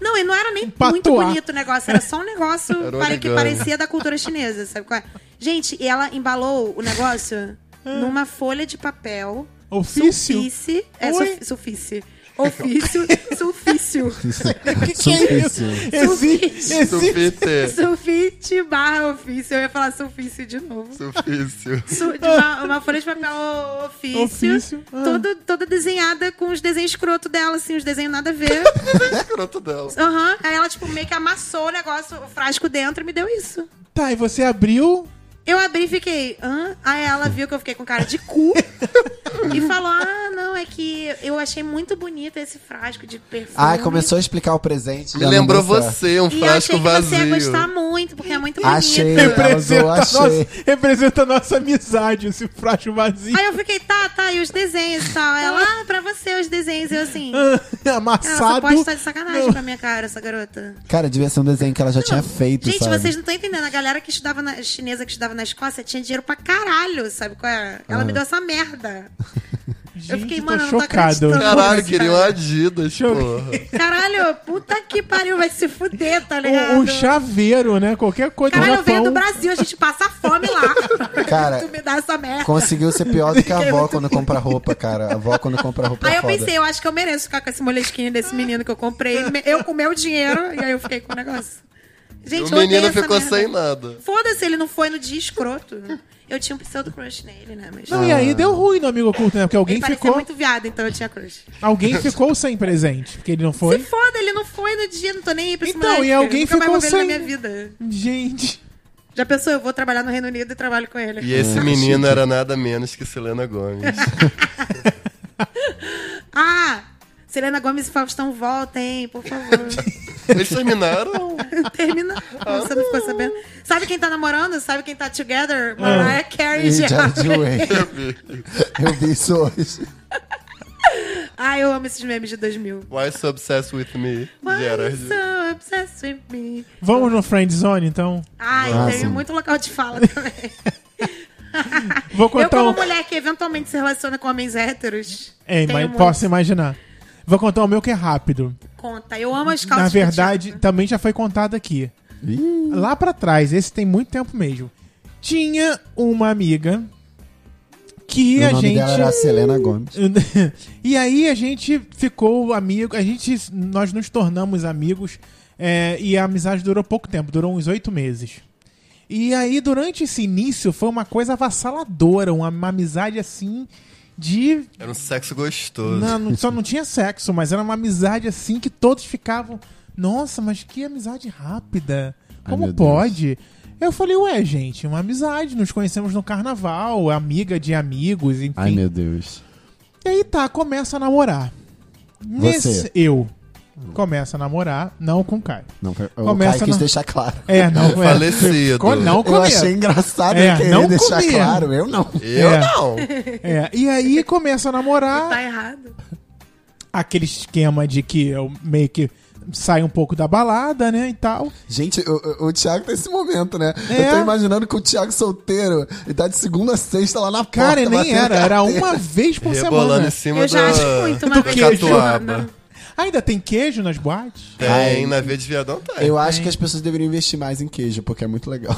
E: Não, e não era nem
C: patuá.
E: muito bonito o negócio, era só um negócio
D: Era um
E: pare- que
D: origami.
E: parecia da cultura chinesa, sabe qual é? Gente, e ela embalou o negócio numa folha de papel.
C: É. um Ofício?
E: Sulfício. É,
C: Oi?
E: suf- sufício. Ofício, sulfício.
C: que que é isso? Existe, existe.
D: Sufite.
E: Sulfite barra ofício. Eu ia falar sulfício de novo. <laughs>
D: Sufício.
E: Su- de uma, uma folha de papel ofício.
C: Ofício, ah.
E: Toda, toda desenhada com os desenhos escroto dela, assim, os desenhos nada a
C: <laughs>
E: ver.
D: Escroto dela.
E: Aham. Aí ela, tipo, meio que amassou o negócio, o frasco dentro e me deu isso.
C: Tá, e você abriu?
E: Eu abri e fiquei, hã? Aí ela viu que eu fiquei com cara de cu e falou: Ah, não, é que eu achei muito bonito esse frasco de perfume.
F: Ai, Ah, começou a explicar o presente.
D: Me
F: já não
D: lembrou
F: deu certo.
D: você, um
E: E eu achei
D: frasco
E: que você ia
D: vazio.
E: gostar muito, porque é muito bonito.
F: Achei. Ela
C: Representa,
F: usou,
C: a
F: achei.
C: nossa, representa a nossa amizade, esse frasco vazio.
E: Aí eu fiquei, tá, tá, e os desenhos e tal. Ela, ah, pra você os desenhos. Eu assim,
C: Ah,
E: ela só
C: Amassado.
E: pode estar tá de sacanagem
C: Não.
E: pra minha cara, essa garota.
F: Cara, devia ser um desenho que ela já tinha feito,
E: Gente,
F: sabe?
E: vocês não estão entendendo. A galera que estudava na chinesa, que estudava na Escócia, tinha dinheiro pra caralho, sabe? qual é? Ela me deu essa merda.
C: Gente,
E: Eu fiquei,
C: tô
E: mano, eu não tô
C: chocado.
E: acreditando.
D: Caralho,
E: Nossa.
D: queria um Adidas, porra.
E: Caralho, puta que pariu, vai se fuder, tá ligado?
C: O, o chaveiro, né? Qualquer coisa
E: Caralho,
C: no
E: eu venho
C: Japão.
E: do Brasil, a gente passa fome
C: <laughs>
E: lá.
F: Cara,
E: tu me dá essa merda.
F: Conseguiu ser pior do que a
E: <laughs> Fiquei
F: avó
E: muito
F: quando compra roupa, cara. A avó quando compra roupa
E: Aí
F: é
E: eu
F: foda.
E: pensei, eu acho que eu mereço ficar com esse molesquinho desse menino que eu comprei. Eu com meu dinheiro, e aí eu fiquei com o negócio.
D: E
E: Gente,
D: o
E: eu odeio
D: menino
E: essa
D: ficou
E: merda.
D: sem nada.
E: Foda-se, ele não foi no dia escroto. Eu tinha um pseudo crush nele, né? Mas
C: Não, e aí deu ruim no amigo oculto, né? Porque
E: ele
C: alguém
E: parecia
C: ficou,
E: muito viado, então eu tinha crush.
C: alguém ficou sem presente, porque ele não foi.
E: Se foda, ele não foi no dia, não tô nem aí pra esse
C: Então,
E: moleque.
C: e alguém
E: eu nunca
C: ficou
E: mais vou ver ele
C: sem-
E: na minha vida.
C: Gente,
E: Já pensou, eu vou trabalhar no Reino Unido e trabalho com ele.
D: E
C: Hum,
D: esse menino era nada menos que Selena Gomes.
E: Ah, Selena Gomes e Faustão voltem, por
C: <laughs>
E: favor.
D: Eles terminaram?
E: Termina. Você não ficou sabendo? Sabe quem tá namorando? Sabe quem tá together? Mariah Carey e Gerard.
F: Way. Eu vi isso hoje.
E: Ai, eu amo esses memes de 2000.
D: Why so obsessed with me,
E: Why you
D: Gerard?
E: so obsessed with me?
C: Vamos no Friend Zone, então?
E: Ai,
F: Ah,
E: tem
F: sim.
E: muito local de fala
C: <laughs>
E: também.
C: Vou
E: Eu,
C: contar
E: como
C: um...
E: mulher que eventualmente se relaciona com homens héteros,
C: Ei,
E: tenho
C: mas
E: muito.
C: posso imaginar. Vou contar o meu que é rápido.
E: conta. Eu amo as calças.
C: Na verdade,
E: petianas.
C: também já foi contado aqui.
F: Ih,
C: Lá pra trás, esse tem muito tempo mesmo. Tinha uma amiga que
F: o
C: a
F: nome
C: gente
F: dela era Selena Gomes.
C: e aí a gente ficou amigo, a gente, nós nos tornamos amigos é, e a amizade durou pouco tempo, durou uns oito meses. E aí durante esse início foi uma coisa avassaladora, uma, uma amizade assim de
D: Era um sexo gostoso.
C: não, não- só não tinha sexo, mas era uma amizade assim que todos ficavam. Nossa, mas que amizade rápida.
F: Ai,
C: Como
F: meu Deus.
C: pode? Eu falei, ué, gente, uma amizade. Nos conhecemos no carnaval, amiga de amigos, enfim.
F: Ai, meu Deus.
C: E aí tá, começa a namorar. Nesse. Eu. Começa a namorar, não com o Caio.
F: Não, foi- o
C: Começa
F: Caio quis
C: na-
F: deixar claro.
C: É,
D: <laughs>
C: não é.
D: Falecido.
C: Co- Não
F: Eu
C: comer.
F: achei engraçado
C: É,
F: ele querer
C: não
F: deixar
C: comer.
F: claro. Eu não.
D: Eu
C: É.
D: não!
C: É, E aí começa a namorar.
E: Tá errado.
C: Aquele esquema de que eu meio que saio um pouco da balada, né? E tal.
F: Gente, o, o- o Thiago tá nesse momento, né?
C: É.
F: Eu tô imaginando que o Thiago solteiro, ele tá de segunda a sexta lá na
C: Cara,
F: porta.
C: nem
F: batendo
C: era, era
F: carteira.
C: uma vez por
D: Rebolando
C: semana.
D: em cima
E: Eu já
D: da,
E: acho muito uma
D: da
E: vez.
C: queijo.
D: catuaba.
C: Ainda tem queijo nas boates?
F: Ai.
D: Tem, na via de viadão tem.
F: Eu acho que as pessoas deveriam investir mais em queijo, porque é muito legal.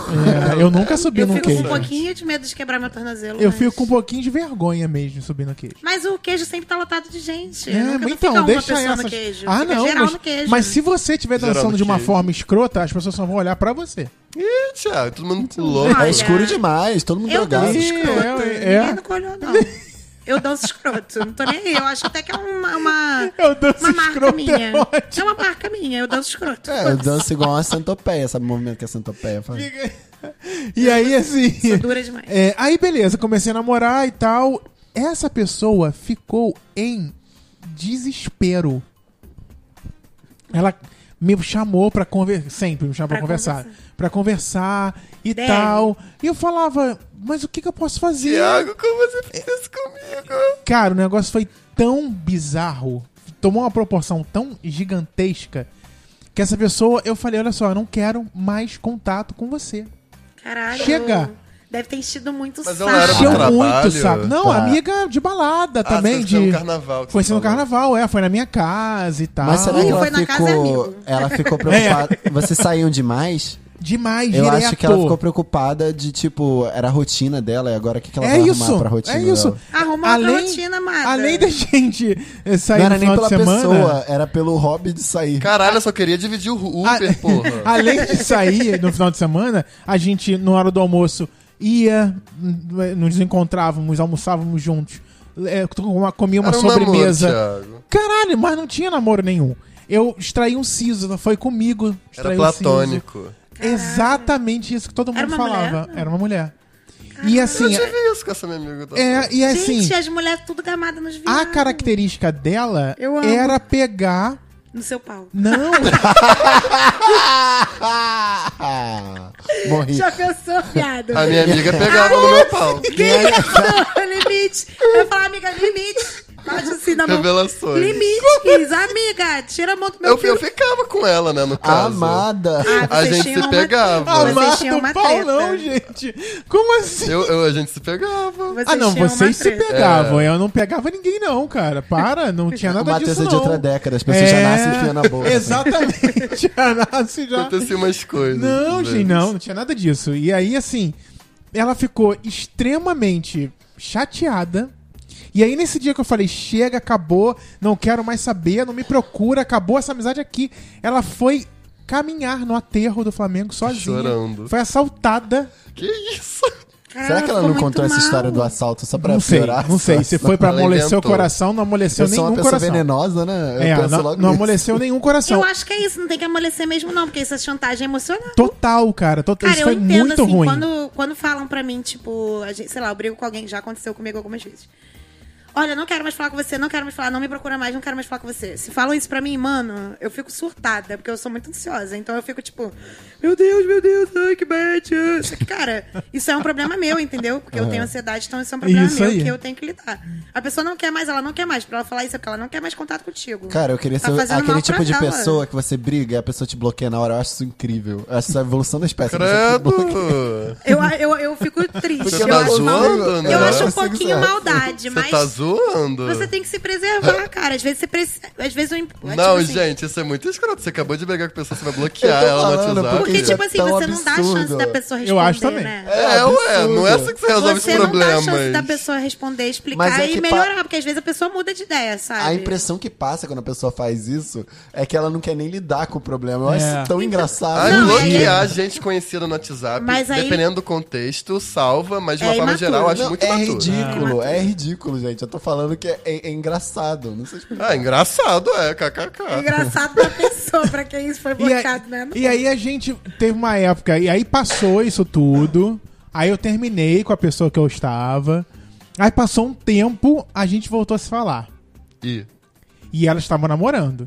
C: É, eu nunca subi
E: Eu
C: num
E: fico
C: queijo.
E: com um pouquinho de medo de quebrar meu tornozelo.
C: eu
E: mas-
C: fico com um pouquinho de vergonha mesmo de subir no queijo.
E: Mas o queijo sempre tá lotado de gente.
C: É,
E: Nunca
C: mas
E: fica uma
C: então, deixa
E: pessoa
C: essa.
E: no queijo.
C: Ah,
E: fica
C: não.
E: geral
C: mas,
E: no queijo.
C: mas se você estiver
D: Geral
C: dançando
D: no
C: de uma
D: queijo.
C: forma escrota, as pessoas só vão olhar pra você.
D: Ih, Thiago, todo mundo louco.
E: Olha.
F: É escuro demais, todo mundo
E: Eu
F: drogado.
E: danço
C: Ih,
E: escroto.
C: é, é.
E: Ninguém nunca olhou, não. Eu danço escroto. Não tô nem aí. Eu acho até que é uma, uma,
C: Eu danço
E: uma marca
C: escroto,
E: minha.
C: é ótimo.
E: uma marca minha. Eu danço escroto.
F: É, eu danço igual uma centopeia, sabe o movimento que é centopeia? Faz?
C: E aí, assim.
E: Sou dura demais.
C: é, aí, beleza, comecei a namorar e tal. Essa pessoa ficou em desespero. Ela me chamou pra conversar. Sempre me chamou pra,
E: Pra
C: conversar.
E: conversar.
C: Pra conversar e
E: Deve.
C: tal. E eu falava, mas o que, que eu posso fazer?
D: Thiago, como você fez isso comigo?
C: Cara, o negócio foi tão bizarro, tomou uma proporção tão gigantesca, que essa pessoa, eu falei, olha só, eu não quero mais contato com você.
E: Caralho.
C: Chega.
E: Deve ter enchido muito
D: Mas
E: saco.
D: ela era
C: Encheu
D: pra
C: muito,
D: trabalho? Tá.
C: sabe? Não,
F: Pra-
C: amiga de balada
D: ah,
C: também,
D: você conheceu
C: de...
D: no carnaval. que
C: Conheci
D: você
C: no
D: falou.
C: carnaval, é, foi na minha casa e tal.
F: Mas será
E: Ih,
F: que
E: foi
F: ela
E: na casa,
F: ficou.
E: amigo.
F: Ela
C: <laughs>
F: ficou preocupada. Vocês saíam demais?
C: Demais,
F: Eu
C: direto.
F: acho que ela ficou preocupada de, tipo, era a rotina dela e agora o que, que ela
C: É
F: vai
C: isso,
F: arrumar pra rotina
C: é isso.
F: dela?
E: Arruma outra rotina, amada.
C: Além da <laughs> gente eh,
F: Não
C: sair
F: era
C: no
F: nem
C: final
F: pela
C: de semana...
F: pessoa, era pelo hobby de sair.
D: Caralho, eu só queria dividir o Uber,
C: A-
D: porra.
C: Além de sair no final de semana, a gente, na hora do almoço, ia, n- nos encontrávamos, almoçávamos juntos, é, com- comia uma
D: Era um
C: sobremesa.
D: namoro, Thiago.
C: Caralho, mas não tinha namoro nenhum. Eu extraí um siso, foi comigo.
D: Era
C: extraí um siso.
D: platônico.
C: Exatamente isso que todo mundo
E: Era uma
C: falava.
E: mulher? Ah,
C: Era uma mulher. E
D: Eu
C: assim,
D: tive isso com essa minha amiga. também.
C: é, e assim, Ah,
E: Gente, as mulheres tudo gamada nos vídeos.
C: a característica dela
E: Eu amo.
C: era pegar.
E: No seu pau.
C: Não,
F: <laughs> Morri.
E: Já pensou, viado?
D: A minha amiga pegava no meu pau.
E: Não, limite. Eu ia falar, amiga, limite. Bate assim na mão.
D: Revelações.
E: Limite, Cris. Amiga, tira a mão do meu
D: Eu,
E: filho.
D: eu ficava com ela,
C: Ah,
D: né, no caso.
F: Amada.
E: Ah,
D: A
E: vocês
D: gente
E: tinham
D: se
E: uma-
D: pegava.
E: Vocês
C: amado
E: tinham uma
C: pau,
E: treta.
C: não, gente. Como assim?
D: Eu, eu- a gente se pegava.
E: Vocês
C: Ah, não,
E: tinham uma
C: vocês se
E: treta.
C: pegavam.
D: É.
C: Eu não pegava ninguém, não, cara. Para, não tinha
F: O
C: nada
F: Matheus
C: disso,
F: é
C: não. É,
F: de outra década, as pessoas já nascem enfiando a boca.
C: Exatamente, <laughs> já nasce já.
D: Acontecia umas coisas.
C: Não,
D: às
C: gente,
D: vezes.
C: não, não tinha nada disso. E aí, assim, ela ficou extremamente chateada. E aí, nesse dia que eu falei, chega, acabou, não quero mais saber, não me procura, acabou essa amizade aqui. Ela foi caminhar no aterro do Flamengo sozinha.
D: Chorando.
C: Foi assaltada.
D: Que isso?
E: Caralho,
F: Será que ela não
E: ficou
F: contou
E: muito
F: essa história
E: mal.
F: do assalto só pra
C: não sei,
F: piorar?
C: não sei. Se foi pra
D: Ela
C: amolecer o
D: inventou.
C: coração, não amoleceu
F: Eu sou uma
C: nenhum
F: pessoa
C: um coração.
F: venenosa, né? Eu
C: É,
F: penso
C: não,
F: logo
C: não
F: nisso.
C: amoleceu nenhum coração.
E: Eu acho que é isso, não tem que amolecer mesmo, não, porque isso é chantagem emocional.
C: Total, cara. Total. Então,
E: Cara,
C: Isso
E: eu
C: foi
E: entendo,
C: muito
E: assim,
C: ruim.
E: Quando, quando falam pra mim, tipo, a gente, sei lá, eu brigo com alguém, já aconteceu comigo algumas vezes. Olha, não quero mais falar com você, não quero mais falar, não me procura mais, não quero mais falar com você. Se falam isso pra mim, mano, eu fico surtada, porque eu sou muito ansiosa. Então eu fico tipo, meu Deus, meu Deus, ai, que bad. ah." Só que, cara, isso é um problema meu, entendeu? Porque eu tenho ansiedade, então isso é um problema
C: Isso
E: meu
C: aí.
E: que eu tenho que lidar. A pessoa não quer mais, ela não quer mais. Pra ela falar isso é porque ela não quer mais contato contigo.
F: Cara, eu queria
E: Tá
F: ser
E: fazendo
F: aquele
E: mal
F: tipo
E: pra
F: de
E: ela.
F: pessoa que você briga e a pessoa te bloqueia na hora. Eu acho isso incrível. Eu acho isso a evolução da espécie.
D: Credo!
E: Eu, eu, eu fico triste.
D: Você
E: eu
D: tá
E: acho, uma-
D: zoando, né?
E: eu acho um
F: Consigo
E: pouquinho
F: zoar.
E: maldade,
D: Você
E: mas
D: tá zoando?
E: você tem que se preservar, cara. Às vezes você precisa. Às vezes eu. imp- é
D: Não,
E: tipo assim,
D: gente, isso é muito escroto. Você acabou de brigar com a pessoa, você vai bloquear
F: Eu tô
D: ela no
F: falando,
D: WhatsApp.
E: Porque,
F: Isso é
E: tipo assim,
F: tão
E: você não dá a chance
F: absurdo.
E: da pessoa responder,
C: Eu acho também.
E: né?
D: É,
F: É
D: ué,
F: absurdo.
D: não é assim que você resolve
E: Você
D: os
E: não dá a
D: problemas.
E: chance da pessoa responder, explicar
F: Mas é
E: e
F: que pa-
E: melhorar, porque às vezes a pessoa muda de ideia, sabe?
F: A impressão que passa quando a pessoa faz isso é que ela não quer nem lidar com o problema. Eu acho
C: É.
F: isso tão engraçado.
D: Ai,
E: Então, Não, é
D: bloquear gente conhecida no WhatsApp,
E: Mas aí-
D: dependendo do contexto, salva, mas de
E: É
D: uma forma
E: imaturo.
D: geral, eu acho
F: Não,
D: muito
F: é
D: imaturo.
F: ridículo, é ridículo, gente. Eu tô falando que é, é- é engraçado. Não sei explicar.
D: Ah, engraçado, é, kkk.
E: É Engraçado pra pessoa, pra quem isso foi
C: E aí,
E: bloqueado, né? Não-
C: e aí a gente teve uma época, e aí passou isso tudo. Aí eu terminei com a pessoa que eu estava. Aí passou um tempo, a gente voltou a se falar.
D: Ih,
C: E ela estava namorando.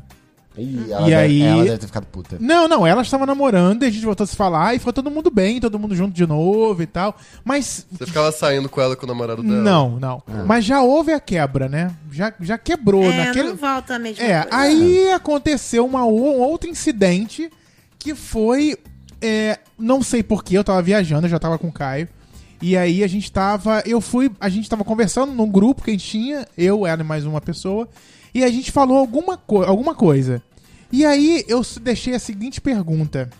F: Ih,
C: E
F: ela, deve,
C: aí-
F: ela deve ter ficado puta.
C: Não, não, ela estava namorando e a gente voltou a se falar e foi todo mundo bem, todo mundo junto de novo e tal. Mas.
D: Você ficava saindo com ela com o namorado dela?
C: Não, não. Mas já houve a quebra, né? Já, já quebrou
E: É,
C: naquele.
E: não volta mesmo.
C: É, aí aconteceu uma, um outro incidente que foi. é, não sei porquê, eu tava viajando, eu já tava com o Caio. E aí a gente tava. Eu fui. A gente tava conversando num grupo que a gente tinha, eu, ela e mais uma pessoa. E a gente falou alguma, co alguma coisa. E aí eu s- deixei a seguinte pergunta.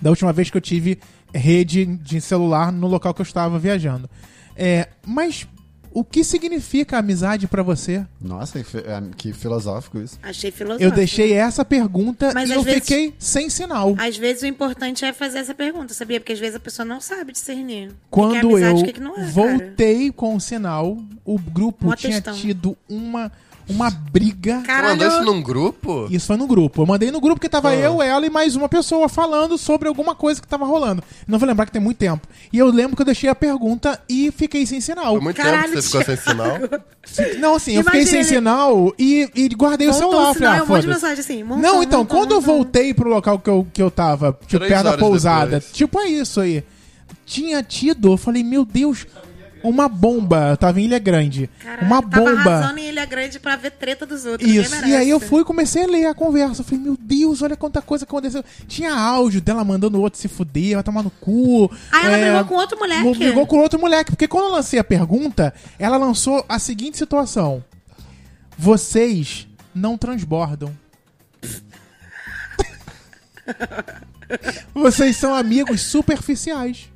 C: Da última vez que eu tive rede de celular no local que eu estava viajando. É, mas o que significa amizade pra você?
F: Nossa, que, fi- ah, que filosófico isso.
E: Achei filosófico.
C: Eu deixei essa pergunta
E: Mas
C: e
E: às
C: eu
E: vezes-
C: fiquei sem sinal.
E: Às vezes o importante é fazer essa pergunta, sabia? Porque às vezes a pessoa não sabe discernir. O que que é
C: Quando
E: amizade,
C: eu
E: o que que não é, cara. Um
C: voltei com o sinal, o grupo
E: Mó
C: tinha
E: textão.
C: tido uma, uma briga.
D: Você mandou isso
E: Caralho,
D: num grupo?
C: Isso foi no grupo. Eu mandei no grupo que tava
D: Ah.
C: eu, ela e mais uma pessoa falando sobre alguma coisa que tava rolando. Não vou lembrar que tem muito tempo. E eu lembro que eu deixei a pergunta e fiquei sem sinal.
D: Foi muito tempo
E: Caralho,
D: que você ficou sem sinal.
C: Não, assim, eu fiquei
E: Imagina,
C: sem
E: ele-
C: sinal e, e guardei o
E: Voltou
C: celular.
E: o
C: falei,
E: sinal,
C: ah,
E: é um monte de
C: foda-se.
E: mensagem assim, montão,
C: Não, então,
E: montão,
C: quando eu
E: montão.
C: voltei pro local que eu, que eu tava, tipo,
D: Três
C: perto da
D: horas
C: pousada,
D: depois.
C: tipo, é isso aí. Tinha tido, eu falei, meu Deus, uma bomba. Eu tava em Ilha Grande.
E: Caralho,
C: uma
E: Tava
C: bomba.
E: arrasando em Ilha Grande pra ver treta dos outros. ninguém
C: Isso. E
E: merece. né?
C: aí eu fui e comecei a ler a conversa. Eu falei, meu Deus, olha quanta coisa que aconteceu. Tinha áudio dela mandando o outro se fuder, vai tomar no cu. É,
E: Ah, ela brigou com outro moleque?
C: mo- Brigou com outro moleque. Porque quando eu lancei a pergunta, ela lançou a seguinte situação. Vocês não transbordam. <laughs> Vocês são amigos superficiais.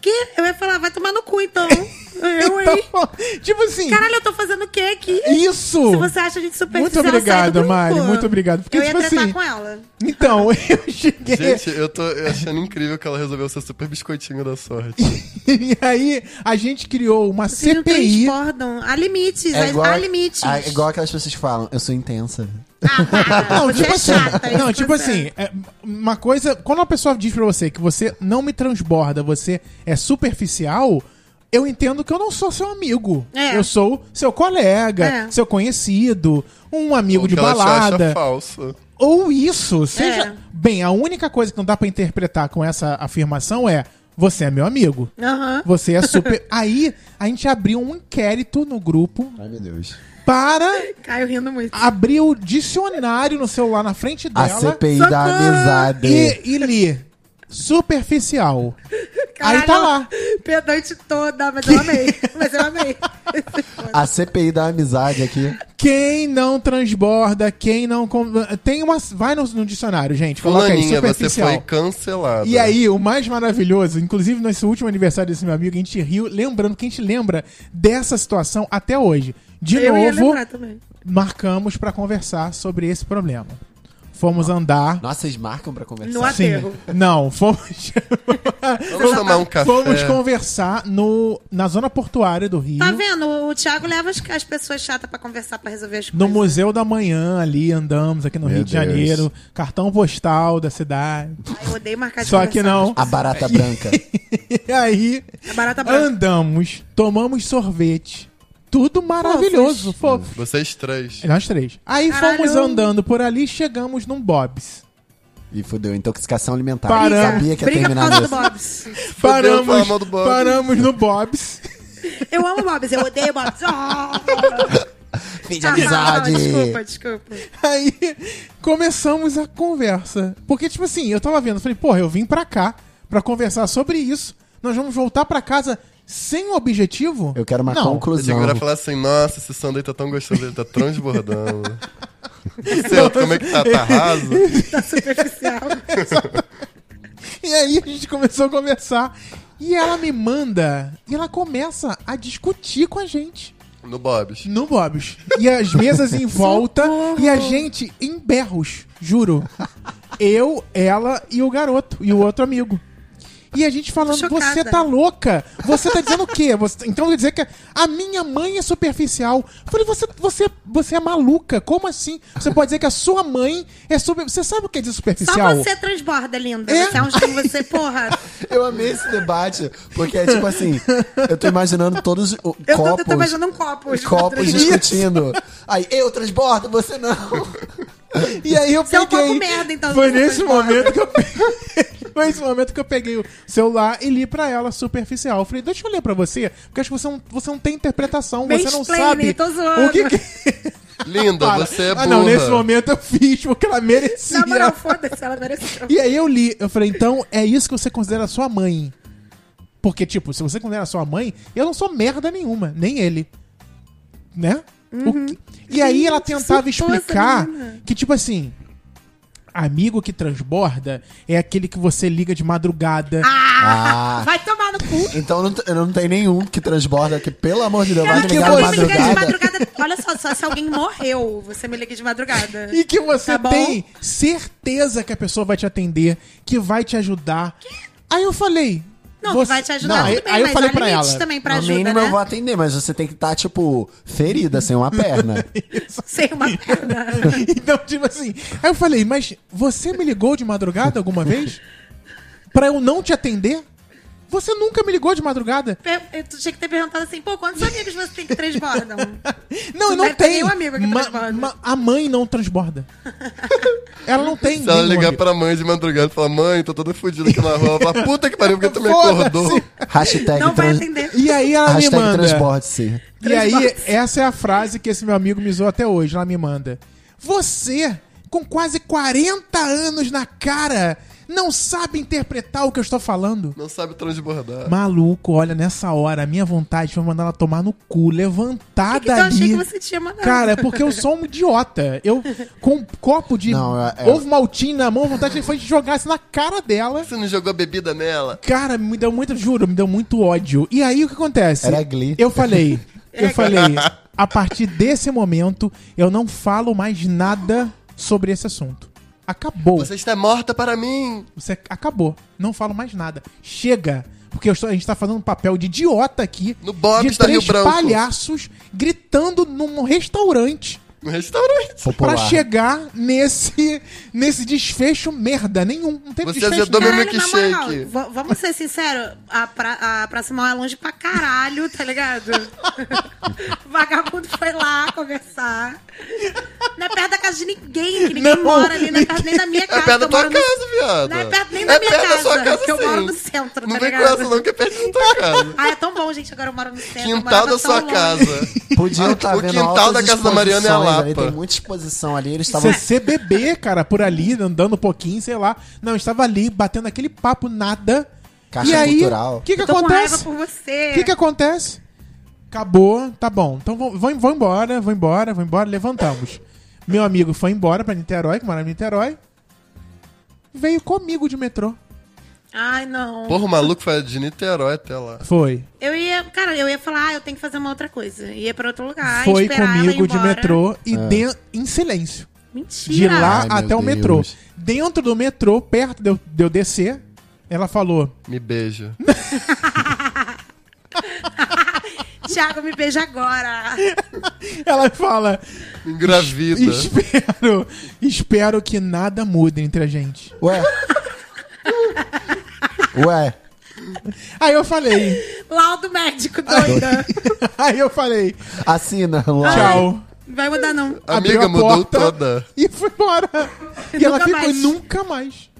E: Que? Eu ia falar, vai tomar no cu
C: <laughs>
E: então. Eu, hein?
C: Então, <laughs> tipo assim,
E: Caralho, eu tô fazendo o que aqui?
C: isso!
E: Se você acha a gente
C: Muito
E: superficial, sai do
C: obrigado,
E: grupo.
C: Mari. Muito obrigado. Porque,
E: eu ia
C: tipo
E: tretar
C: assim,
E: com ela.
C: Então, <laughs> eu cheguei.
D: Gente, eu tô achando incrível que ela resolveu ser super biscoitinho da sorte.
C: <laughs> E aí, a gente criou uma
E: Vocês não
C: CPI.
E: transbordam. Há limites, há- há limites.
F: É ah, é igual aquelas pessoas que falam, eu sou intensa.
E: Ah, para.
C: Não,
E: Você
C: tipo
E: é
C: assim,
E: chata,
C: não,
E: isso
C: tipo
E: você-
C: assim, é, uma coisa. Quando uma pessoa diz pra você que você não me transborda, você é superficial, eu entendo que eu não sou seu amigo.
E: É.
C: Eu sou seu colega,
E: É.
C: seu conhecido, um amigo
D: Ou
C: de
D: que ela é te acha
C: balada.
D: falso.
C: Ou isso, seja.
E: É.
C: Bem, a única coisa que não dá pra interpretar com essa afirmação é: você é meu amigo.
E: Aham.
C: Você é
E: <laughs>
C: super. Aí a gente abriu um inquérito no grupo
F: Ai, meu Deus.
C: para
E: Caio rindo muito.
C: abrir o dicionário no celular na frente
F: A
C: dela
F: CPI da
E: Socorro!
F: amizade.
C: e, e li superficial. Aí tá
E: <laughs>
C: lá.
E: Pedante toda, mas
C: <laughs>
E: eu amei. mas eu amei.
F: A CPI da amizade aqui.
C: Quem não transborda, quem não. com- Tem uma. Vai no, no dicionário, gente. Coloca aí,
D: Fulaninha, você
C: superficial.
D: foi cancelada.
C: E aí, o mais maravilhoso, inclusive nesse último aniversário desse meu amigo, a gente riu, lembrando que a gente lembra dessa situação até hoje. De
E: eu ia
C: novo,
E: lembrar também.
C: marcamos pra conversar sobre esse problema. Fomos andar.
F: Nossa, vocês marcam pra conversar.
E: No aterro.
C: Não, fomos. <laughs>
D: Vamos tomar
C: tá
D: um café.
C: Fomos conversar no, na zona portuária do Rio.
E: Tá vendo? O Thiago leva as, as pessoas chatas pra conversar, pra resolver as coisas.
C: No Museu da Manhã, ali, andamos aqui no
F: Meu
C: Rio de
F: Deus.
C: Janeiro. Cartão postal da cidade.
E: Ai, eu odeio marcar de
C: Só que
E: conversar. <laughs>
C: não.
F: A barata branca.
C: E aí,
E: É barata branca.
C: andamos, tomamos sorvete, tudo maravilhoso, fofo. É,
D: Vocês três.
C: Nós três. Aí
E: Caralho.
C: fomos andando por ali, chegamos num Bob's.
F: E fudeu, intoxicação alimentar.
C: Paramos.
F: Eu sabia que ia
E: Briga por
F: terminar
E: causa do
F: nisso.
E: Bob's.
D: falar
C: Paramos,
D: mal do Bob's.
C: paramos no Bob's.
E: Eu amo Bob's, eu odeio
F: <laughs>
E: Bob's. Ah!
F: Fim de amizade.
E: desculpa, desculpa.
C: Aí começamos a conversa. Porque, tipo assim, eu tava vendo, falei, porra, eu vim pra cá pra conversar sobre isso. Nós vamos voltar pra casa sem o objetivo?
F: Eu quero uma
C: Não.
D: Eu digo
F: conclusão.
D: agora falar assim, nossa, esse sanduíche tá tão gostoso, ele tá transbordando.
C: <laughs>
D: Seu, como é que tá? Tá raso?
E: Tá superficial.
C: E aí a gente começou a conversar. E ela me manda, e ela começa a discutir com a gente
D: No Bob's.
C: no Bob's. E as mesas
E: <laughs>
C: em volta, e a gente em berros, juro. Eu, ela e o garoto, e o outro amigo. E a gente falando,
E: Tô chocada.
C: você tá louca? Você tá dizendo o quê? Você- então quer dizer que a minha mãe é superficial. Eu falei, você, você, você é maluca? Como assim? Você pode dizer que a sua mãe é super. Você sabe o que é de
E: Só
C: superficial?
E: você transborda, linda.
C: É?
E: Você é um que você, porra.
F: Eu amei esse debate, porque é tipo assim, eu tô imaginando todos os o-
E: Eu tô,
F: copos,
E: eu tô imaginando um copo. de
F: copos
E: trans-
F: discutindo. Aí, eu transbordo, você não.
C: E aí eu
E: Você é um
C: peguei.
E: pouco merda, então,
C: foi
E: que você
C: nesse
E: foi embora.
C: momento que eu peguei. <laughs> Foi nesse momento que eu peguei o celular e li pra ela superficial. Eu falei, deixa eu ler pra você, porque acho que você não, você não tem interpretação, você não
E: Mansplaining,
C: sabe.
E: tô zoando.
C: O que que.
D: Linda,
C: Para.
D: você é burra.
C: Ah, não, nesse momento eu fiz porque ela merecia.
E: Na moral, foda-se, ela mereceu.
C: E aí eu li, eu falei, então é isso que você considera sua mãe. Porque, tipo, se você considera sua mãe, eu não sou merda nenhuma, nem ele. Né? O
E: Uhum.
C: que- E aí ela
E: Gente,
C: tentava
E: surtosa,
C: explicar
E: menina.
C: que, tipo assim, amigo que transborda é aquele que você liga de madrugada.
F: Ah,
E: Vai tomar no cu.
F: então não, t- eu não tenho nenhum que transborda, que pelo amor de Deus, vai
E: Cara,
F: me
E: que
F: ligar
E: alguém
F: na
E: me liga de
F: madrugada.
E: madrugada. Olha só, só se alguém morreu, você me liga de madrugada.
C: E que você
E: Tá bom?
C: tem certeza que a pessoa vai te atender, que vai te ajudar. Aí eu falei.
E: Não,
C: você-
E: vai te ajudar
C: Não, aí,
E: tudo bem,
C: aí eu
E: mas
C: falei
E: há
C: pra
E: limites
C: ela.
E: também pra
F: no
E: ajuda,
F: mínimo
E: né?
F: eu vou atender, mas você tem que estar, tipo, ferida, sem
E: <laughs>
F: uma perna.
C: <laughs>
E: Sem uma perna.
C: Então, tipo assim. Aí eu falei, mas você me ligou de madrugada alguma vez? Pra eu não te atender? Você nunca me ligou de madrugada? <laughs>
E: Per- eu- Tu tinha que ter perguntado assim, pô, quantos amigos você tem que transbordam?
C: Não,
D: É
C: eu
E: Você
C: não
E: deve ter
C: tem.
E: nenhum amigo que
C: Ma-
E: transborda.
C: ma- a mãe não
E: <laughs>
C: transborda. Ela não tem.
D: Se ela
C: nenhum
D: ligar
C: amigo.
D: pra mãe de madrugada e falar, mãe, tô toda fodida aqui na rua, ela fala, puta que pariu, porque tu me
C: Foda-se.
D: acordou.
F: Hashtag,
E: Não vai
F: trans...
E: atender.
C: E aí ela me
F: Hashtag
C: manda.
F: transborde-se.
C: E aí,
E: Transborda.
C: essa é a frase que esse meu amigo me zoou até hoje. Ela me manda. Você, com quase 40 anos na cara, não sabe interpretar o que eu estou falando?
D: Não sabe transbordar.
C: Maluco, olha, nessa hora, a minha vontade foi mandar ela tomar no cu, levantar
E: Que que Então, eu
C: dali.
E: achei que você tinha mandado.
C: Cara, é porque eu sou um idiota. Eu, com um copo de
F: Não, é- é-
C: ovo maltinho na mão, a vontade foi de jogar isso na cara dela.
D: Você não jogou a bebida nela?
C: Cara, me deu muito, juro, me deu muito ódio. E aí, o que acontece?
F: Era Glee.
C: Eu
E: <laughs>
C: falei, eu falei, a partir desse momento, eu não falo mais nada sobre esse assunto. Acabou.
D: Você está morta para mim.
C: Você acabou. Não falo mais nada. Chega. Porque eu estou- a gente tá fazendo um papel de idiota aqui.
D: No Bob's
C: de
D: da
C: três
D: Rio Branco.
C: palhaços gritando num restaurante
D: No restaurante.
F: Popular.
C: pra chegar nesse nesse desfecho merda nenhum. Não teve
D: Você
C: desfecho
D: azedou
C: nenhum.
D: meu
E: Caralho, na moral,
D: milkshake.
E: v- vamos ser sinceros, a, pra, a Praça Maior é longe pra caralho, tá ligado? <laughs> Vagabundo foi lá conversar. Não é perto da casa de ninguém, que ninguém
C: Não,
E: mora ali, não é perto nem da minha casa.
D: É perto da
E: que eu
D: tua
E: moro no-
D: casa, viado.
E: Não é perto nem da minha casa, que eu moro no centro,
D: Não vem
E: tá
D: com
E: ligado?
D: essa não, que é perto da
E: <laughs>
D: tua casa.
E: Ah, é tão bom, gente, agora eu moro no centro. eu
D: Quintal
E: morava
D: da
E: tão
D: sua
E: longe.
D: casa.
F: Podiam
D: Ah, <laughs>
F: estar
D: o
F: vendo
D: quintal
F: altas
D: da casa da Mariana é a
F: exposições ali,
D: Lapa.
F: Tem muita exposição ali, eles estavam...
E: é-
C: CCBB, cara, por ali, andando um pouquinho, sei lá. Não, eu estava ali, batendo aquele papo nada.
F: Caixa
C: e aí,
F: cultural.
C: O que, que
E: Eu tô com raiva
C: acontece?
E: por
C: O
E: você.
C: que que acontece? Acabou, tá bom. Então vão, vão, vão embora, vão embora, vão embora, levantamos. Meu amigo foi embora pra Niterói, que mora em Niterói. Veio comigo de metrô.
E: Ai, não.
D: Porra, o maluco foi de Niterói até lá.
C: Foi.
E: Eu ia, cara, eu ia falar, ah, eu tenho que fazer uma outra coisa. Ia pra outro lugar,
C: foi
E: esperar ela ir
C: comigo de
E: embora.
C: metrô e de- em silêncio.
E: Mentira.
C: De lá
F: É. Ai, meu
C: até o
F: Deus.
C: metrô. Dentro do metrô, perto de eu, de eu descer, ela falou:
D: Me beija.
E: Tiago, me beija agora. <laughs>
C: Ela fala,
D: Me engravida.
C: espero, espero que nada mude entre a gente.
F: Ué? Ué?
C: Aí eu falei. <laughs>
E: Laudo médico, doida.
C: Aí eu falei.
F: Assina, Laura.
C: Tchau.
E: Não vai mudar, não.
C: Abriu
D: Amiga,
C: a
D: mudou
C: porta
D: toda.
C: <laughs> E foi embora. E,
E: E
C: ela
E: nunca
C: ficou
E: mais.
C: e nunca mais.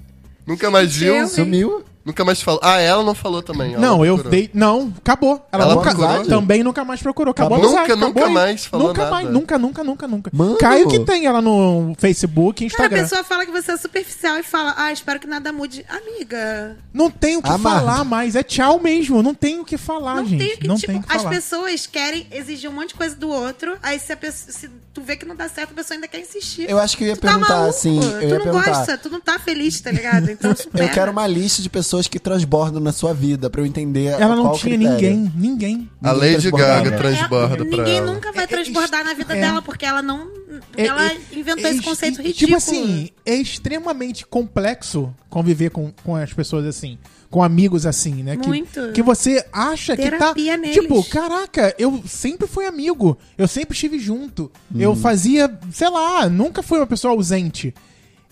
D: Nunca mais viu?
E: Eu-
F: Sumiu.
D: Nunca mais falou. Ah, ela não falou também. ela
C: não, eu
D: procurou.
C: dei. Não, acabou. Ela,
D: Ela
C: nunca,
D: procurou?
C: também nunca mais procurou. Acabou a
D: Acabou?
C: amizade,
D: Nunca,
C: acabou
D: nunca
C: aí.
D: mais falou
C: Nunca
D: nada.
C: mais, nunca, nunca, nunca, nunca.
F: Mano.
C: Caio que tem ela no Facebook,
E: Cara, a
C: Instagram.
E: pessoa fala que você é superficial e fala, ah, espero que nada mude. Amiga,
C: Não tem o que
F: Amado.
C: falar mais. É tchau mesmo. Não tem o que falar,
E: não
C: Ah, gente.
E: tem o que,
C: não
E: tipo,
C: tem o que
E: as
C: falar.
E: pessoas querem exigir um monte de coisa do outro, aí se, a pessoa, se tu vê que não dá certo, a pessoa ainda quer insistir.
F: Eu acho que eu ia
E: Tu tá
F: perguntar
E: maluco,
F: assim.
E: tu
F: Eu ia
E: não
F: perguntar.
E: gosta, tu não tá feliz, tá
C: <laughs>
E: ligado? Então supera.
F: Eu quero uma lista de pessoas que transbordam na sua vida pra eu entender.
C: Ela não
F: qual o
C: tinha
F: critério.
C: ninguém, ninguém.
D: A
F: Ninguém
D: Lady
F: transbordava.
D: Gaga
E: É,
D: transborda pra
E: Ninguém
D: ela.
E: nunca vai
C: É, é
E: transbordar na vida
C: é.
E: dela, porque ela não.
C: É,
E: ela
C: é,
E: inventou
C: é
E: esse
C: ex-
E: conceito
C: e-
E: ridículo.
C: Tipo assim, é extremamente complexo conviver com, com as pessoas assim, com amigos assim, né? Que-
E: Muito.
C: Que, você acha que tá.
E: Terapia neles.
C: Tipo, caraca, eu sempre fui amigo, eu sempre estive junto,
D: Uhum.
C: eu fazia, sei lá, nunca fui uma pessoa ausente.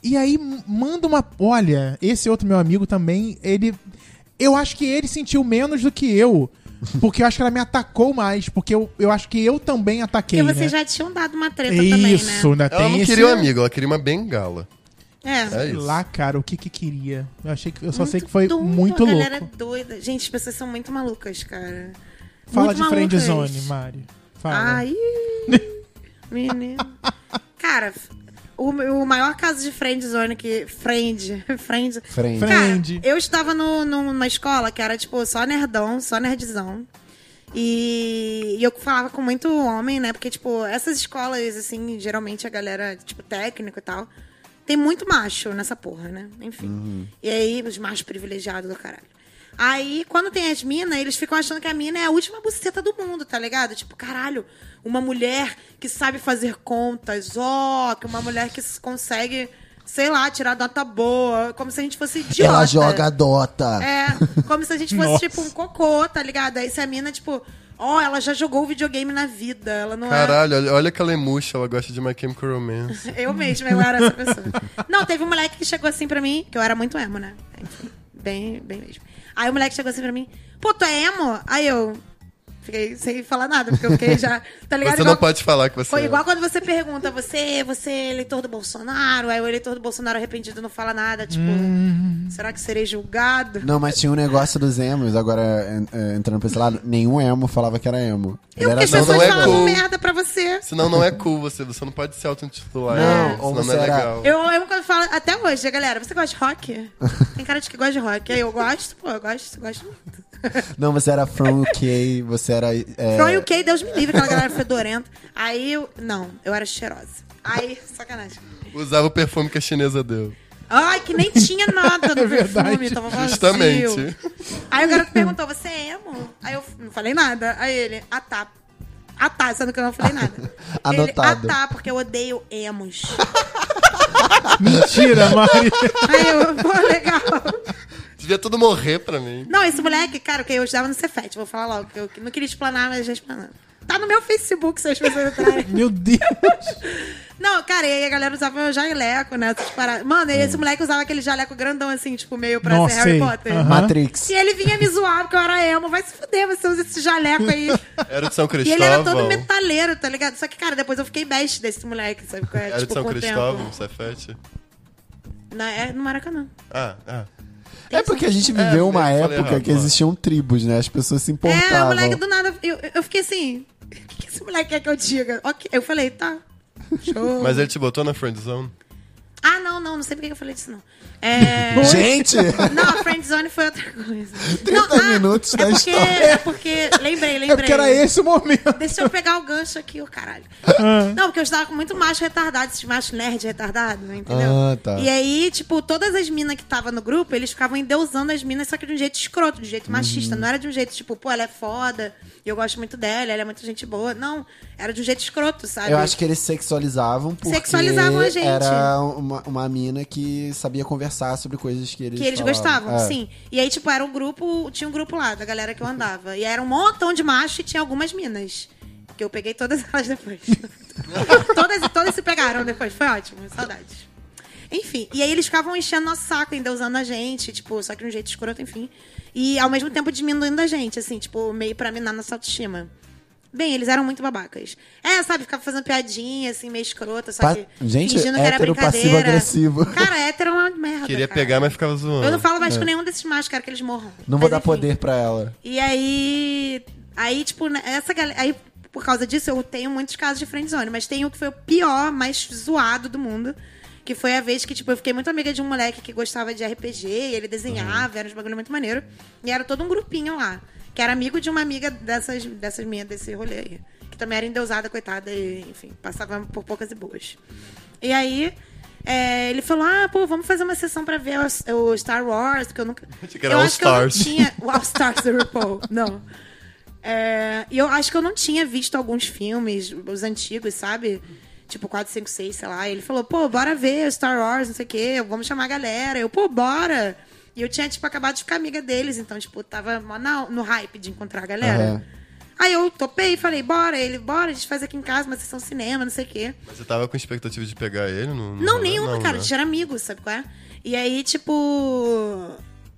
C: E aí m- manda uma. Olha, esse outro meu amigo também, ele. Eu acho que ele sentiu menos do que eu. Porque eu acho que ela me atacou mais. Porque eu, eu acho que eu também ataquei.
E: Porque vocês
C: né?
E: já tinham dado uma treta também,
C: Isso,
E: né?
C: ainda
D: Ela
C: tem
D: não
C: esse-
D: queria um amigo, ela queria uma bengala.
E: É.
D: É
C: Sei
D: isso.
C: lá, cara, o que que queria. Eu achei que eu só sei que
E: Muito
C: foi
E: doido,
C: muito
E: a
C: louco.
E: galera é doida. Gente, as pessoas são muito malucas, cara.
C: Fala
E: muito
C: de friendzone,
E: malucas.
C: Mari. Fala. <laughs>
E: Ai, menino. Cara, o, o maior caso de friendzone que... Friend, friend...
F: Frente.
C: Frente.
E: Cara,
C: Friend.
E: eu estava no, no- numa escola que era, tipo, só nerdão, só nerdzão. E, e eu falava com muito homem, né? Porque, tipo, essas escolas, assim, geralmente a galera, tipo, técnico e tal, tem muito macho nessa porra, né? Enfim. E aí, os machos privilegiados do caralho. Aí, quando tem as minas, eles ficam achando que a mina é a última buceta do mundo, tá ligado? Tipo, caralho, uma mulher que sabe fazer contas, ó, que uma mulher que s- consegue, sei lá, tirar nota boa, como se a gente fosse idiota.
F: Ela joga Dota.
E: É, como se a gente fosse,
C: Nossa.
E: tipo, um cocô, tá ligado? Aí se a mina, tipo, ó, ela já jogou videogame na vida, ela não é...
D: Caralho, olha, olha que ela é murcha, ela gosta de My Chemical Romance.
E: Eu mesma, eu era essa pessoa. Não, teve um moleque que chegou assim pra mim, que eu era muito emo, né? Enfim, bem, bem mesmo. Aí o moleque chegou assim pra mim, pô, tu é emo? Aí eu fiquei sem falar nada, porque eu fiquei já. Tá ligado?
D: Você
E: Igual-
D: não pode falar que você
E: Foi
D: é.
E: igual quando você pergunta, você, você é eleitor do Bolsonaro? Aí o eleitor do Bolsonaro arrependido não fala nada, tipo,
D: Hum.
E: será que serei julgado?
F: Não, mas tinha um negócio dos emos, agora en- eh, entrando pra esse lado, nenhum emo falava que era emo.
E: Eu porque as
D: não, não
E: pessoas
D: é
E: falavam
D: cool.
E: merda pra você.
D: Senão não é cool você, você não pode se auto-intitular,
F: Não,
D: senão
F: ou
D: não
F: você
D: é
F: era-
D: legal.
E: Eu amo quando fala, até hoje, galera, você gosta de rock? Tem cara de que gosta de rock. Aí eu gosto, pô, eu gosto, gosto muito.
F: Não, você era from UK, você era. eh,
E: From UK, Deus me livre, aquela galera fedorenta. Aí eu. Não, eu era cheirosa. Aí, sacanagem.
D: Usava o perfume que a chinesa deu.
E: Ai, que nem tinha nada no perfume,
C: verdade.
E: tava vazio.
D: Justamente.
E: Aí o garoto perguntou, você é emo? Aí eu não falei nada. Aí ele, ah tá. Ah tá, sendo que eu não falei nada.
F: Anotado.
E: Ele, ah tá, porque eu odeio emos. <laughs>
C: Mentira, Mari.
E: Aí eu, pô, legal.
D: Devia tudo morrer pra mim.
E: Não, esse moleque, cara, que eu estudava no Cefet, vou falar logo, que eu não queria explanar, mas já explanando. Tá no meu Facebook, se as pessoas entrarem.
D: <laughs>
C: Meu Deus.
E: Não, cara, e aí a galera usava jaleco, né? Essas paradas. Mano, e esse moleque usava aquele jaleco grandão, assim, tipo, meio pra
C: Nossa,
E: ser Harry
C: sei.
E: Potter.
C: Aham.
F: Matrix.
E: Se ele vinha me zoar porque eu era emo, vai se fuder, você usa esse
D: <laughs>
E: jaleco aí.
D: Era de São
E: e
D: Cristóvão.
E: ele era todo metaleiro, tá ligado? Só que, cara, depois eu fiquei best desse moleque, sabe? qual é?
D: Era de
E: Tipo,
D: São
E: com o
D: Cristóvão,
E: tempo.
D: Cefete.
E: Na, é no Maracanã.
D: Ah, ah.
F: É porque a gente viveu
D: É,
F: uma
D: falei
F: época
D: errado,
F: que
D: ó.
F: existiam tribos, né? As pessoas se
E: É, o
F: importavam.
E: moleque do nada. Eu, eu fiquei assim. O que, que esse moleque quer que eu diga? Ok, Eu falei, tá. Show.
D: Mas ele te botou na friendzone?
E: Ah, não, não, não sei por que eu falei disso, não.
F: <laughs>
E: É.
F: Gente!
E: Não, a friendzone foi outra
F: <laughs>
E: coisa.
F: 30 minutos
E: é
F: da
E: porque,
F: história.
E: É porque, lembrei, lembrei.
C: É porque era esse o momento.
E: Deixa eu pegar o gancho aqui, ô caralho.
F: Ah.
E: Não, porque eu estava com muito macho retardado, esses macho nerd retardado, entendeu?
F: Ah, tá.
E: E aí, tipo, todas as minas que estavam no grupo, eles ficavam endeusando as minas, só que de um jeito escroto, de um jeito machista.
F: Uhum.
E: Não era de um jeito, tipo, pô, ela é foda, eu gosto muito dela, ela é muito gente boa. Não, era de um jeito escroto, sabe?
F: Eu acho que eles sexualizavam porque
E: Sexualizavam a gente.
F: era uma, uma mina que sabia conversar sobre coisas que eles
E: Que eles
F: falavam.
E: gostavam,
F: É.
E: sim. E aí, tipo, era um grupo, tinha um grupo lá da galera que eu andava. E era um montão de macho e tinha algumas minas. Que eu <laughs>
F: <laughs>
E: peguei todas elas depois. todas, todas se pegaram depois, foi ótimo, saudades. Enfim, e aí eles ficavam enchendo nosso saco, ainda usando a gente, tipo, só que de um jeito escroto, enfim. E ao mesmo tempo diminuindo a gente, assim, tipo, meio pra minar nossa autoestima. Bem, eles eram muito babacas. É, sabe, ficava fazendo piadinha, assim, meio escrota, só
F: Pa-
E: que
F: Gente,
E: fingindo que era
F: hétero
E: brincadeira.
F: passivo-agressivo.
E: Cara, hétero é uma merda.
D: Queria
E: cara.
D: pegar, mas ficava zoando.
E: Eu não falo mais com nenhum desses mais, cara, que eles morram.
F: É. Não vou
E: Mas,
F: dar
E: enfim.
F: poder pra ela.
E: E aí. Aí, tipo, né, essa galera. Aí, por causa disso, eu tenho muitos casos de friendzone, mas tem um que foi o pior, mais zoado do mundo. Que foi a vez que, tipo, eu fiquei muito amiga de um moleque que gostava de RPG, e ele desenhava,
D: Uhum.
E: era uns bagulho muito maneiro. E era todo um grupinho lá. Que era amigo de uma amiga dessas, dessas minhas, desse rolê aí. Que também era endeusada, coitada, e, enfim, passava por poucas e boas. E aí. é, ele falou, ah, pô, vamos fazer uma sessão pra ver o, o Star Wars, porque eu nunca.
D: Achei que era
E: eu
D: All
E: acho que eu não
D: Stars.
E: tinha. O All Stars do RuPaul, não. É, e eu acho que eu não tinha visto alguns filmes, os antigos, sabe? Tipo 4, 5, 6, sei lá. E ele falou, pô, bora ver Star Wars, não sei o quê, vamos chamar a galera. Eu, pô, bora! E eu tinha, tipo, acabado de ficar amiga deles, então, tipo, tava mó na- no hype de encontrar a galera.
F: Aham.
E: Aí eu topei, falei, bora, ele, bora, a gente faz aqui em casa uma sessão cinema, não sei o quê.
D: Mas você tava com expectativa de pegar ele? Não,
E: Não, nenhuma, cara. A
D: né?
E: gente era amigo, sabe qual é? E aí, tipo.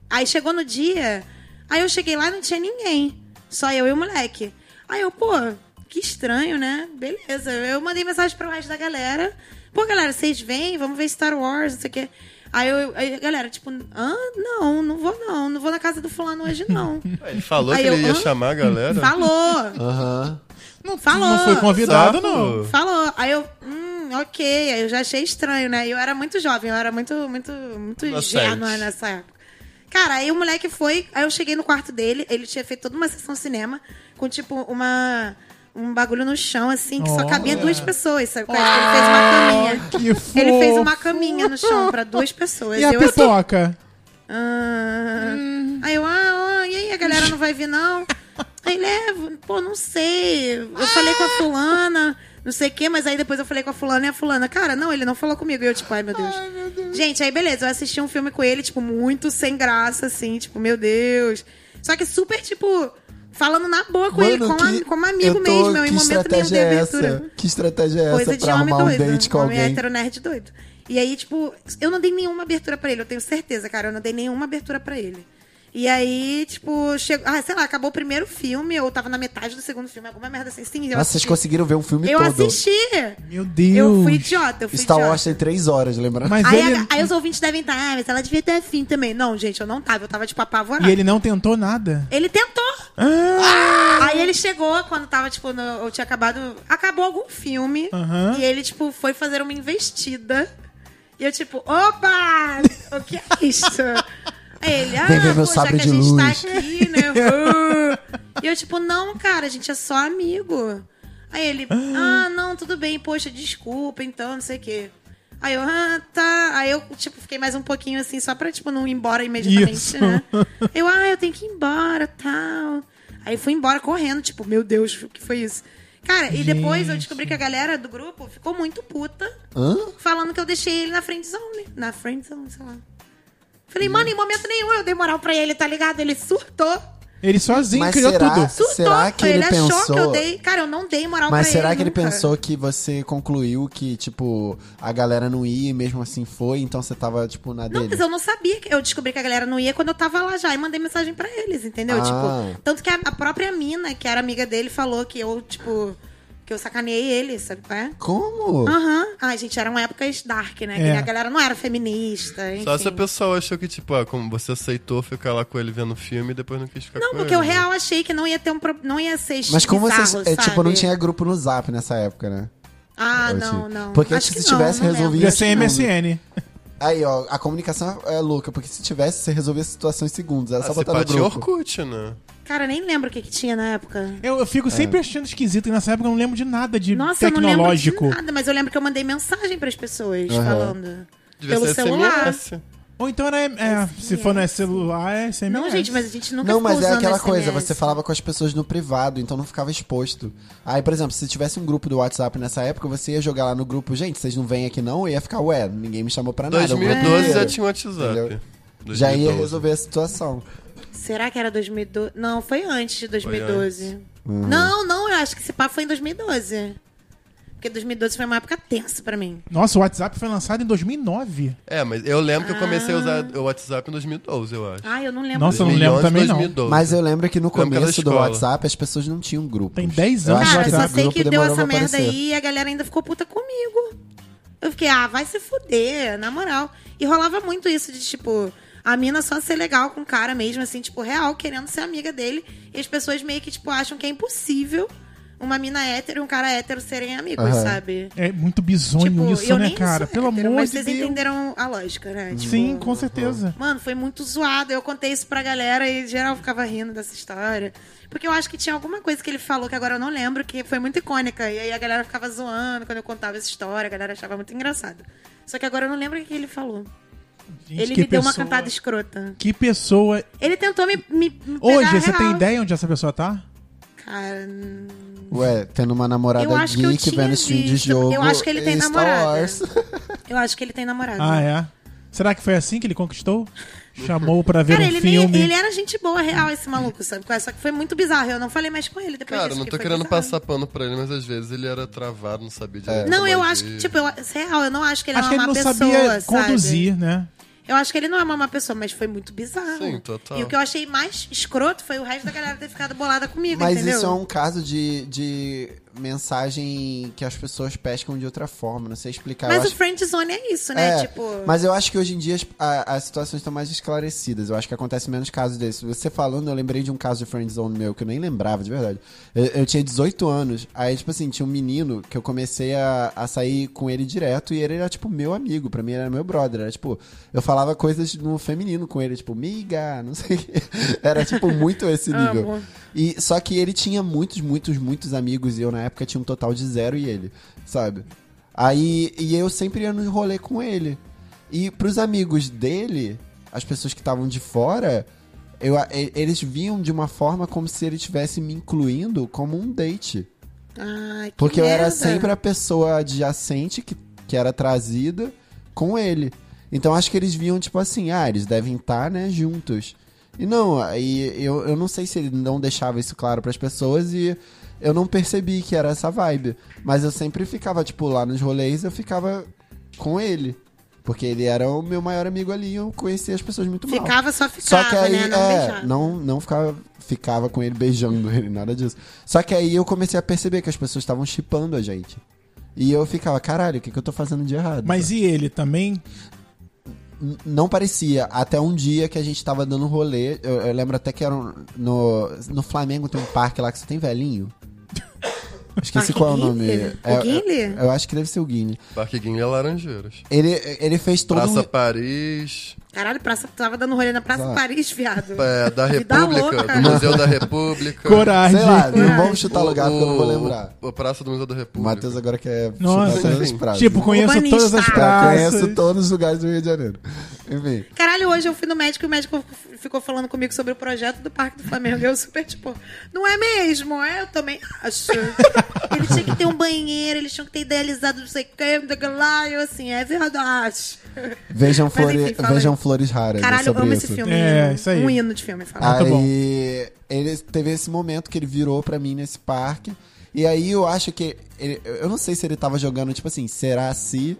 E: Aí chegou no dia. Aí eu cheguei lá e não tinha ninguém. Só eu e o moleque. Aí eu, pô, que estranho, né? Beleza. Eu mandei mensagem pro resto da galera. Pô, galera, vocês vêm? Vamos ver Star Wars, não sei o quê. Aí eu, aí a galera, tipo, ah, não, não vou não. Não vou na casa do fulano hoje, <laughs> não.
D: Ué, Ah, Ele falou
E: Aí
D: que
E: eu,
D: ele ia
E: hã?
D: chamar a galera.
E: Falou!
F: Aham.
C: Não,
E: Falou.
C: não foi convidado,
D: Exato.
C: não.
E: Falou. Aí eu, hum, ok. Aí eu já achei estranho, né? Eu era muito jovem, eu era muito, muito, muito
D: Inocente.
E: ingênua nessa época. Cara, aí o moleque foi, aí eu cheguei no quarto dele, ele tinha feito toda uma sessão cinema com tipo uma um bagulho no chão assim que só cabia
C: Olha. Ah,
E: duas pessoas, sabe? qual é? Ele fez uma caminha.
C: Que fofo.
E: Ele fez uma caminha no chão pra duas pessoas.
C: E a
E: eu assim,
C: pipoca?
E: ah.
F: Hum.
E: Aí eu, ah, ah, e aí, a galera não vai vir,
F: <laughs>
E: não? Aí levo, pô, não sei. Eu falei com a fulana, não sei o quê, mas aí depois eu falei com a fulana e a fulana, cara, não, ele não falou comigo. E eu, tipo, ai meu Deus. Gente, aí beleza, eu assisti um filme com ele, tipo, muito sem graça, assim, tipo, meu Deus. Só que super, tipo, falando na boa com ele,
F: Mano,
E: como,
F: que-
E: a- como
F: eu
E: amigo
F: tô-
E: mesmo, em
F: que
E: momento meio
F: estratégia
E: de
F: é
E: abertura
F: essa? Que estratégia é
E: coisa
F: essa
E: de
F: pra
E: homem
F: arrumar um
E: doido.
F: date com
E: homem
F: alguém?
E: hétero nerd doido. E aí, tipo, eu não dei nenhuma abertura pra ele, eu tenho certeza, cara. Eu não dei nenhuma abertura pra ele. E aí, tipo, chegou. Ah, sei lá, acabou o primeiro filme, eu tava na metade do segundo filme, alguma merda assim. Sim, eu
F: Nossa, vocês
E: assisti.
F: conseguiram ver o filme
E: Eu
F: todo.
E: assisti!
C: Meu Deus.
E: Eu fui idiota, eu fui
F: Star
E: idiota.
F: Wars é tem três horas, lembra?
C: Mas
E: Aí,
C: ele...
E: a- aí os ouvintes devem estar, ah, mas ela devia ter fim também. Não, gente, eu não tava, eu tava tipo apavorada.
C: E ele não tentou nada.
E: Ele tentou.
F: Ah!
E: Aí ele chegou quando tava, tipo, no, eu tinha acabado. Acabou algum filme.
C: Aham.
E: E ele, tipo, foi fazer uma investida. E eu, tipo, opa! O que é isso? Aí ele, ah,
F: Vem ver
E: pô,
F: meu
E: já que
F: sabre
E: a
F: de
E: gente tá
F: luz."
E: aqui, né? e eu, tipo, não, cara, a gente é só amigo. Aí ele, ah, não, tudo bem, poxa, desculpa, então, não sei o quê. Aí eu, ah, tá. Aí eu, tipo, fiquei mais um pouquinho assim, só pra, tipo, não ir embora imediatamente,
C: Isso.
E: né? Eu, ah, eu tenho que ir embora, tal. Aí fui embora correndo, tipo, meu Deus, o que foi isso? Cara, e depois eu descobri que a galera do grupo ficou muito puta,
F: Hã?
E: falando que eu deixei ele na friend zone. Na friend zone, sei lá. Falei, mano, em momento nenhum eu dei moral pra ele, tá ligado? Ele surtou.
C: Ele sozinho
F: Mas
C: criou
F: será?
C: tudo.
E: Surtou.
F: Será que ele
E: achou que eu
F: pensou-
E: dei. Cara, eu não dei moral
F: Mas
E: pra
F: será que ele
E: nunca.
F: pensou que você concluiu que, tipo, a galera não ia e mesmo assim foi, então você tava, tipo, na
E: Não,
F: dele?
E: mas eu não sabia. que- Eu descobri que a galera não ia quando eu tava lá já e mandei mensagem pra eles, entendeu?
F: Ah.
E: Tipo, tanto que a, a própria mina, que era amiga dele, falou que eu, tipo, que eu sacaneei ele, sabe qual é?
F: Como?
E: Aham. Ai, gente, eram épocas dark, né?
C: É.
E: Que a galera não era feminista, enfim.
D: Só se a pessoa achou que, tipo, ah, como você aceitou ficar lá com ele vendo filme e depois não quis ficar
E: Não,
D: com
E: porque
D: ele.
E: eu real achei que não ia ter um pro... não ia ser
F: Mas como
E: bizarro,
F: vocês. É,
E: sabe?
F: tipo, não tinha grupo no zap nessa época, né?
E: Ah,
F: Eu
E: não,
F: tive.
E: não.
F: Porque
E: Acho
F: se
E: que
F: tivesse
E: não, não lembro.
F: resolvido-
C: Ia ser MSN.
F: Aí, ó, a comunicação é louca, porque se tivesse, você resolvia a situação em segundos. Era
D: Ah,
F: É só
D: se
F: botar no
D: pá, tinha
F: grupo.
D: Orkut, né?
E: Cara, nem lembro o que, que tinha na época.
C: Eu, eu
F: É.
C: fico sempre achando esquisito e nessa época eu não lembro de nada de
E: Nossa, eu não lembro de
C: tecnológico.
E: nada, mas eu lembro que eu mandei mensagem pras pessoas falando.
D: Devia
E: pelo
D: ser
E: celular.
D: SMS.
C: Ou então era. é, se for no celular, é SMS.
E: Não, gente, mas a gente nunca
F: Não, mas
E: ficou
F: é
E: usando
F: aquela
E: SMS.
F: coisa, você falava com as pessoas no privado, então não ficava exposto. Aí, por exemplo, se tivesse um grupo do WhatsApp nessa época, você ia jogar lá no grupo, gente, vocês não vêm aqui não? E ia ficar, ué, ninguém me chamou pra nada. o grupo
D: 2012 já
F: inteiro.
D: tinha um o WhatsApp.
F: Entendeu? Já ia
D: 2012.
F: resolver a situação.
E: Será que era 2012? Não, foi antes de 2012. Não, não, eu acho que esse papo foi em 2012. Porque 2012 foi uma época tensa pra mim.
C: Nossa, o WhatsApp foi lançado em 2009.
D: É, mas eu lembro que eu comecei a usar
E: Ah.
D: o WhatsApp em 2012, eu acho.
E: Ai, eu não lembro.
C: Nossa, um eu não lembro
D: 2011,
C: também, não.
D: 2012.
F: Mas eu lembro que no
D: Lembro que era
F: começo do
D: escola.
F: WhatsApp as pessoas não tinham grupo.
C: Tem 10 anos
F: acho
C: de
E: Cara, eu
F: que
E: só
C: WhatsApp.
F: essa-
E: sei
F: grupo
E: que deu
F: demorou
E: essa
F: pra
E: merda
F: aparecer.
E: aí e a galera ainda ficou puta comigo. Eu fiquei, ah, vai se fuder, na moral. E rolava muito isso de, tipo, a mina só ser legal com o cara mesmo, assim, tipo, real, querendo ser amiga dele. E as pessoas meio que, tipo, acham que é impossível uma mina hétero e um cara hétero serem amigos,
F: Aham.
E: sabe?
C: É muito bizonho
E: tipo,
C: isso, né,
E: nem
C: cara?
E: sou
C: Pelo
E: hétero,
C: amor
E: Mas
C: de
E: vocês
C: Deus.
E: entenderam a lógica, né? Tipo,
C: Sim, com certeza.
E: Mano, foi muito zoado. Eu contei isso pra galera e geral ficava rindo dessa história. Porque eu acho que tinha alguma coisa que ele falou que agora eu não lembro, que foi muito icônica. E aí a galera ficava zoando quando eu contava essa história, a galera achava muito engraçado. Só que agora eu não lembro o que ele falou.
C: Gente,
E: ele me
C: que
E: deu uma
C: pessoa-
E: cantada escrota.
C: Que pessoa.
E: Ele tentou me. me, me
C: Hoje,
E: pegar
C: você
E: real.
C: tem ideia onde essa pessoa tá?
E: Cara.
F: Ué, tendo uma namorada
E: Eu acho que eu
F: geek,
E: tinha
F: vendo stream de
E: visto.
F: jogo.
E: Eu acho que ele tem
F: Star
E: namorada.
F: Wars. <laughs>
E: Eu acho que ele tem namorado.
C: Ah, é? Será que foi assim que ele conquistou? Chamou pra ver
E: Cara,
C: um
E: ele, nem-
C: filme.
E: ele é era gente boa, real, esse maluco, sabe? é? Só que foi muito bizarro. Eu não falei mais com ele depois
D: Cara,
E: disso,
D: não
E: que
D: tô
E: foi
D: querendo
E: bizarro.
D: passar pano pra ele, mas às vezes ele era travado, não sabia direito.
E: Não, eu
D: como
E: acho que,
D: agir.
E: tipo, eu, real, eu não acho que ele
C: Acho
E: é
C: que ele não
E: uma má pessoa,
C: sabia
E: sabe?
C: conduzir, né?
E: Eu acho que ele não é uma má pessoa, mas foi muito bizarro.
D: Sim, total.
E: E o que eu achei mais escroto foi o resto da galera ter ficado bolada comigo,
F: Mas
E: entendeu?
F: isso é um caso de, de mensagem que as pessoas pescam de outra forma, não sei explicar. eu
E: Mas
F: acho
E: o friend zone é isso, né?
F: É,
E: tipo,
F: Mas eu acho que hoje em dia as, a- as situações estão mais esclarecidas. Eu acho que acontece menos casos desses. Você falando, eu lembrei de um caso de friendzone meu que eu nem lembrava, de verdade. Eu, eu tinha 18 anos. Aí, tipo assim, tinha um menino que eu comecei a, a sair com ele direto e ele era, tipo, meu amigo. Pra mim, era meu brother. Era, tipo, eu falava coisas no feminino com ele, tipo, miga, não sei o quê. <laughs> Era, tipo, muito esse nível.
E: <laughs> Amo.
F: E, só que ele tinha muitos, muitos, muitos amigos e eu na época tinha um total de zero e ele, sabe? Aí e eu sempre ia no rolê com ele. E pros amigos dele, as pessoas que estavam de fora, eu, a- e- eles vinham de uma forma como se ele estivesse me incluindo como um date.
E: ai, que
F: Porque eu era
E: merda.
F: sempre a pessoa adjacente que, que era trazida com ele. Então acho que eles viam, tipo assim, ah, eles devem estar, né, juntos. E não, aí eu, eu não sei se ele não deixava isso claro pras pessoas e eu não percebi que era essa vibe. Mas eu sempre ficava, tipo, lá nos rolês, eu ficava com ele. Porque ele era o meu maior amigo ali, eu conhecia as pessoas muito mal.
E: Ficava, só ficava,
F: Só que aí,
E: né? Não
F: é,
E: beijava.
F: não, não ficava, ficava com ele beijando ele, nada disso. Só que aí eu comecei a perceber que as pessoas estavam chipando a gente. E eu ficava, caralho, o que, que eu tô fazendo de errado?
C: Mas e ele também?
F: N- não parecia. Até um dia que a gente tava dando um rolê. Eu, eu lembro até que era um- no, no Flamengo tem um parque lá que só tem
E: <laughs>
F: velhinho. Esqueci
E: Parque
F: qual é o
E: Guile?
F: nome.
E: Ah, O Guile?
F: Eu, eu acho que deve ser o Guine.
D: Parque Guinha Laranjeiras.
F: Ele, ele fez todo
D: Praça
F: um-
D: Paris,
E: Caralho, praça, tava dando rolê na Praça
F: Exato.
E: Paris, viado. <laughs>
D: é, da
E: Vida
D: República,
E: louca.
D: do Museu da República.
F: <laughs>
C: Coragem.
F: Sei lá, né? não
E: Coragem.
F: vamos chutar lugar porque Tá eu não vou
D: O-
F: lembrar.
D: O, a Praça do Museu da
F: O
D: República.
F: Matheus agora quer chutar
C: Nossa,
F: todas as frases.
C: tipo, conheço
E: Urbanista.
C: todas as
E: Eu
F: Eu
C: praças.
F: conheço é todos os lugares do Rio de Janeiro. Enfim.
E: Caralho, hoje eu fui no médico e o médico f- ficou falando comigo sobre o projeto do Parque do Flamengo. E eu super, tipo, não é mesmo? É, eu também acho. ele tinha que ter um banheiro, eles tinham que ter idealizado não sei o que, não sei o que lá. E eu assim, é verdade.
F: Vejam,
E: Mas
F: flore-
E: enfim, fala aí.
F: vejam flores raras. é
E: Caralho, eu
F: sobre
E: amo
F: isso.
E: esse filme.
C: É,
E: hino.
C: isso aí.
E: Um hino de filme, fala.
C: Muito bom.
F: Aí ele teve esse momento que ele virou pra mim nesse parque. E aí eu acho que. ele- eu não sei se ele tava jogando, tipo assim, será se,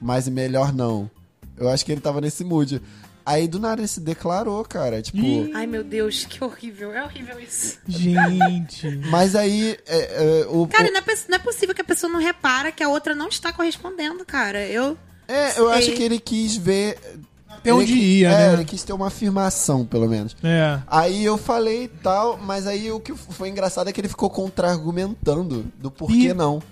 F: mas melhor não. Eu acho que ele tava nesse mood. Aí do nada ele se declarou, cara. Tipo.
E: Ai, meu Deus, que horrível. É horrível isso.
C: Gente.
F: Mas aí. é, é, o,
E: Cara,
F: o-
E: não é, pe- não é possível que a pessoa não repara que a outra não está correspondendo, cara. Eu.
F: é, eu acho
E: sei.
F: que ele quis ver.
C: Até onde
F: ele,
C: ia,
F: é,
C: né?
F: ele quis ter uma afirmação, pelo menos.
C: É.
F: Aí eu falei e tal, mas aí o que foi engraçado é que ele ficou contra-argumentando do porquê
C: Ih.
F: não.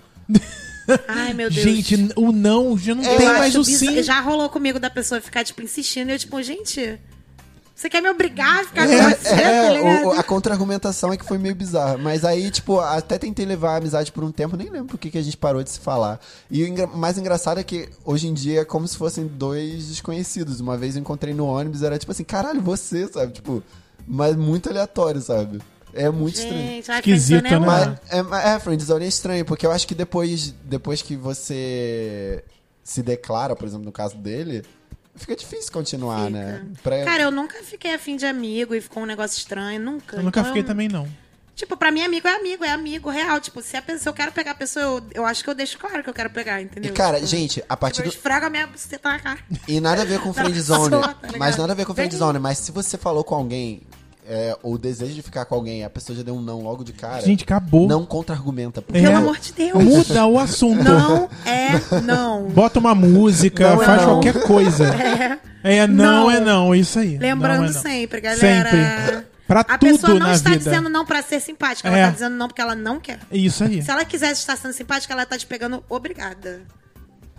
E: Ai, meu Deus.
C: Gente, o não já não
E: Eu
C: tem
E: acho
C: mais o
E: bizar-
C: sim.
E: Já rolou comigo da pessoa ficar, tipo, insistindo. E eu, tipo, gente, você quer me obrigar a ficar com você? tá
F: É,
E: ligado?
F: o- o- a contra-argumentação é que foi meio bizarra. Mas aí, tipo, até tentei levar a amizade por um tempo, nem lembro por que que a gente parou de se falar. E o engra- mais engraçado é que hoje em dia é como se fossem dois desconhecidos. Uma vez eu encontrei no ônibus, era tipo assim, caralho, você, sabe? Tipo, mas muito aleatório, sabe? É muito estranho.
E: Gente, ai,
C: Esquisito,
E: pensou,
C: né?
E: mano?
F: Mas, é, mas- é, friendzone é estranho, porque eu acho que depois, depois que você se declara, por exemplo, no caso dele, fica difícil continuar, né? Pra-
E: Cara, eu nunca fiquei afim de amigo e ficou um negócio estranho, nunca.
C: Eu nunca
E: Então,
C: fiquei também, não.
E: Tipo, pra mim, amigo é amigo, é amigo real. Tipo, se, a pessoa, se eu quero pegar a pessoa, eu, eu acho que eu deixo claro que eu quero pegar,
F: E,
E: entendeu?
F: cara, gente, a partir
E: Tipo,
F: do.
E: eu esfrego a minha buceta na cara.
C: É.
F: E nada a ver com friendzone.
E: Tá ligado?
F: mas nada a ver com friendzone. Mas se você falou com alguém, é, ou deseja de ficar com alguém, a pessoa já deu um não logo de cara.
C: Gente, acabou.
F: Não contra-argumenta. porque
E: Pelo
C: É.
E: amor de Deus.
C: Muda o assunto.
E: Não é não.
C: Bota uma música,
F: Não é
C: faz
F: não.
C: qualquer coisa.
E: É.
C: É não,
E: Não.
C: é não, isso aí.
E: Lembrando
C: Não é não.
E: sempre, galera.
C: Sempre. Pra
E: a
C: tudo
E: pessoa não
C: na
E: está
C: vida.
E: dizendo não pra ser simpática,
C: É.
E: ela tá dizendo não porque ela não quer.
C: É Isso aí.
E: Se ela quisesse estar sendo simpática, ela tá te pegando obrigada.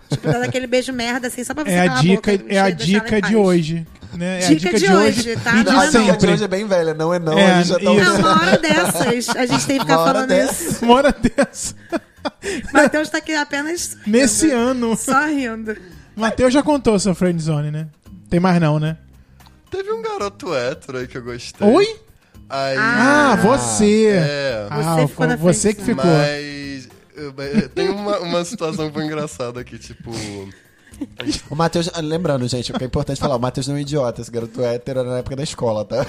E: Tipo, dando aquele beijo merda, assim, só pra você
C: É a
E: calar
C: dica,
E: boca,
C: é a
E: deixar ela em
C: dica de
E: paz.
C: hoje. Né? É a
E: Dica
C: dica
E: de
C: de hoje
E: hoje, tá?
C: e
E: Não,
C: de
E: não,
F: a dica de
C: sempre.
F: hoje é bem velha, não é não.
C: É,
F: a gente já tá
C: isso.
E: Não,
F: usando.
E: uma hora dessas, a gente tem que ficar
F: Uma hora
E: falando
F: dessa.
E: isso.
C: <laughs> Uma hora dessa.
E: Matheus tá aqui apenas.
C: Nesse
E: rindo.
C: ano.
E: Só rindo.
C: Matheus já contou seu friendzone, né? Tem mais não, né?
D: Teve um garoto hétero aí que eu gostei.
C: Oi?
D: Aí,
C: Ah, você.
D: É.
C: Ah,
E: Você
C: você,
E: ficou na
C: você que
E: friendzone.
C: ficou.
D: Mas eu- mas tem uma, uma situação que foi engraçada aqui, tipo.
F: O Matheus, ah, lembrando, gente, o que é importante falar, o Matheus não é um idiota, esse garoto é hétero era na época da escola, tá?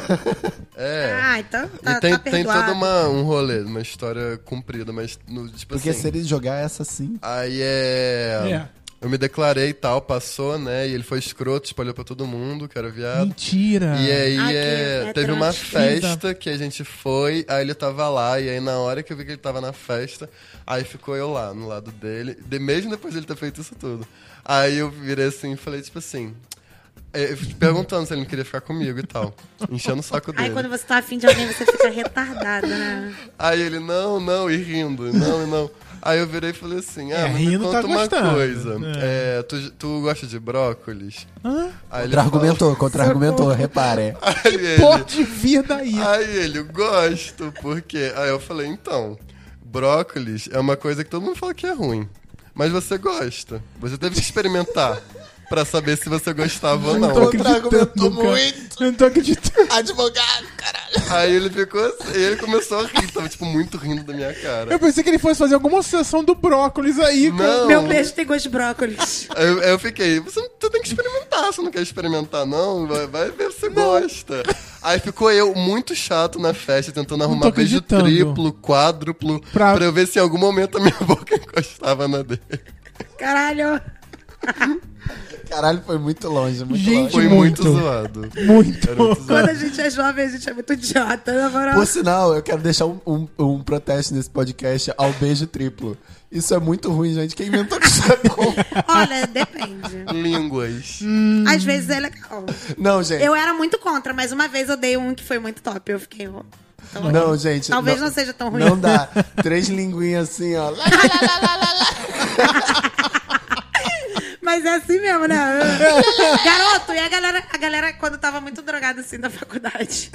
D: É.
E: Ah, então tá,
D: e tem,
E: tá
D: tem
E: perdoado.
D: todo uma, um rolê, uma história comprida, mas no, tipo
F: Porque
D: assim.
F: se ele jogar essa assim.
D: Aí é.
C: É.
D: Eu me declarei e tal, passou, né? E ele foi escroto, espalhou pra todo mundo que era viado.
C: Mentira.
D: E aí
E: Ah, que
D: é,
E: é
D: teve
E: trans.
D: uma festa que a gente foi, aí ele tava lá, e aí na hora que eu vi que ele tava na festa, aí ficou eu lá, no lado dele, de, mesmo depois dele ter feito isso tudo. Aí eu virei assim e falei, tipo assim, é, eu fiquei perguntando se ele não queria ficar comigo e tal, enchendo o saco dele.
E: Aí quando você tá afim de alguém, você fica retardada, né?
D: Aí ele, não, não, e rindo, não, e não. Aí eu virei e falei assim, ah,
C: É,
D: mas me
C: rindo tá
D: conta uma
C: gostando. né?
D: coisa, é, tu, tu gosta de brócolis?
C: Hã?
D: Aí ele
F: Contra-argumentou, contra-argumentou, repare.
D: fala- Aí ele,
C: Porra de vida aí.
D: Aí ele, eu gosto, porque. Aí eu falei, então, brócolis é uma coisa que todo mundo fala que é ruim. Mas você gosta. Você teve que experimentar pra saber se você gostava ou não.
F: Contra-argumentou
C: cara.
F: muito.
C: Eu não tô acreditando.
F: Advogado, caralho.
D: Aí ele ficou assim, e ele começou a rir, tava tipo muito rindo da minha
C: Eu
D: cara.
C: pensei que ele fosse fazer alguma sessão do brócolis aí, cara.
D: Não.
E: <laughs> Meu beijo tem gosto de brócolis.
D: Aí Eu, aí eu fiquei, você, não- você tem que experimentar, você não quer experimentar, não? Vai, vai ver se você gosta. Aí ficou eu muito chato na festa, tentando arrumar beijo
C: acreditando.
D: triplo, quádruplo,
C: Pra-
D: pra eu ver se em algum momento a minha <laughs> boca encostava na dele.
E: Caralho.
F: Caralho, foi muito longe, muito
C: Gente,
F: longe.
D: Foi muito,
C: Muito.
D: zoado.
C: Muito.
F: um
D: Era muito
E: Quando
D: zoado.
E: a gente é jovem, a gente é muito idiota, na moral.
F: Por sinal, eu quero deixar um, um- um protesto nesse podcast ao beijo triplo. Isso é muito ruim, gente. Quem inventou que isso é bom?
E: Olha, depende.
D: Línguas.
E: Às vezes é legal.
F: Não, gente.
E: Eu era muito contra, mas uma vez eu dei um que foi muito top. Eu fiquei. ó, então,
F: Não, gente.
E: Talvez não seja tão ruim.
F: Não dá. Três linguinhas assim, ó.
E: Mas é assim mesmo, né? Garoto, e a galera, a galera quando tava muito drogada assim na faculdade.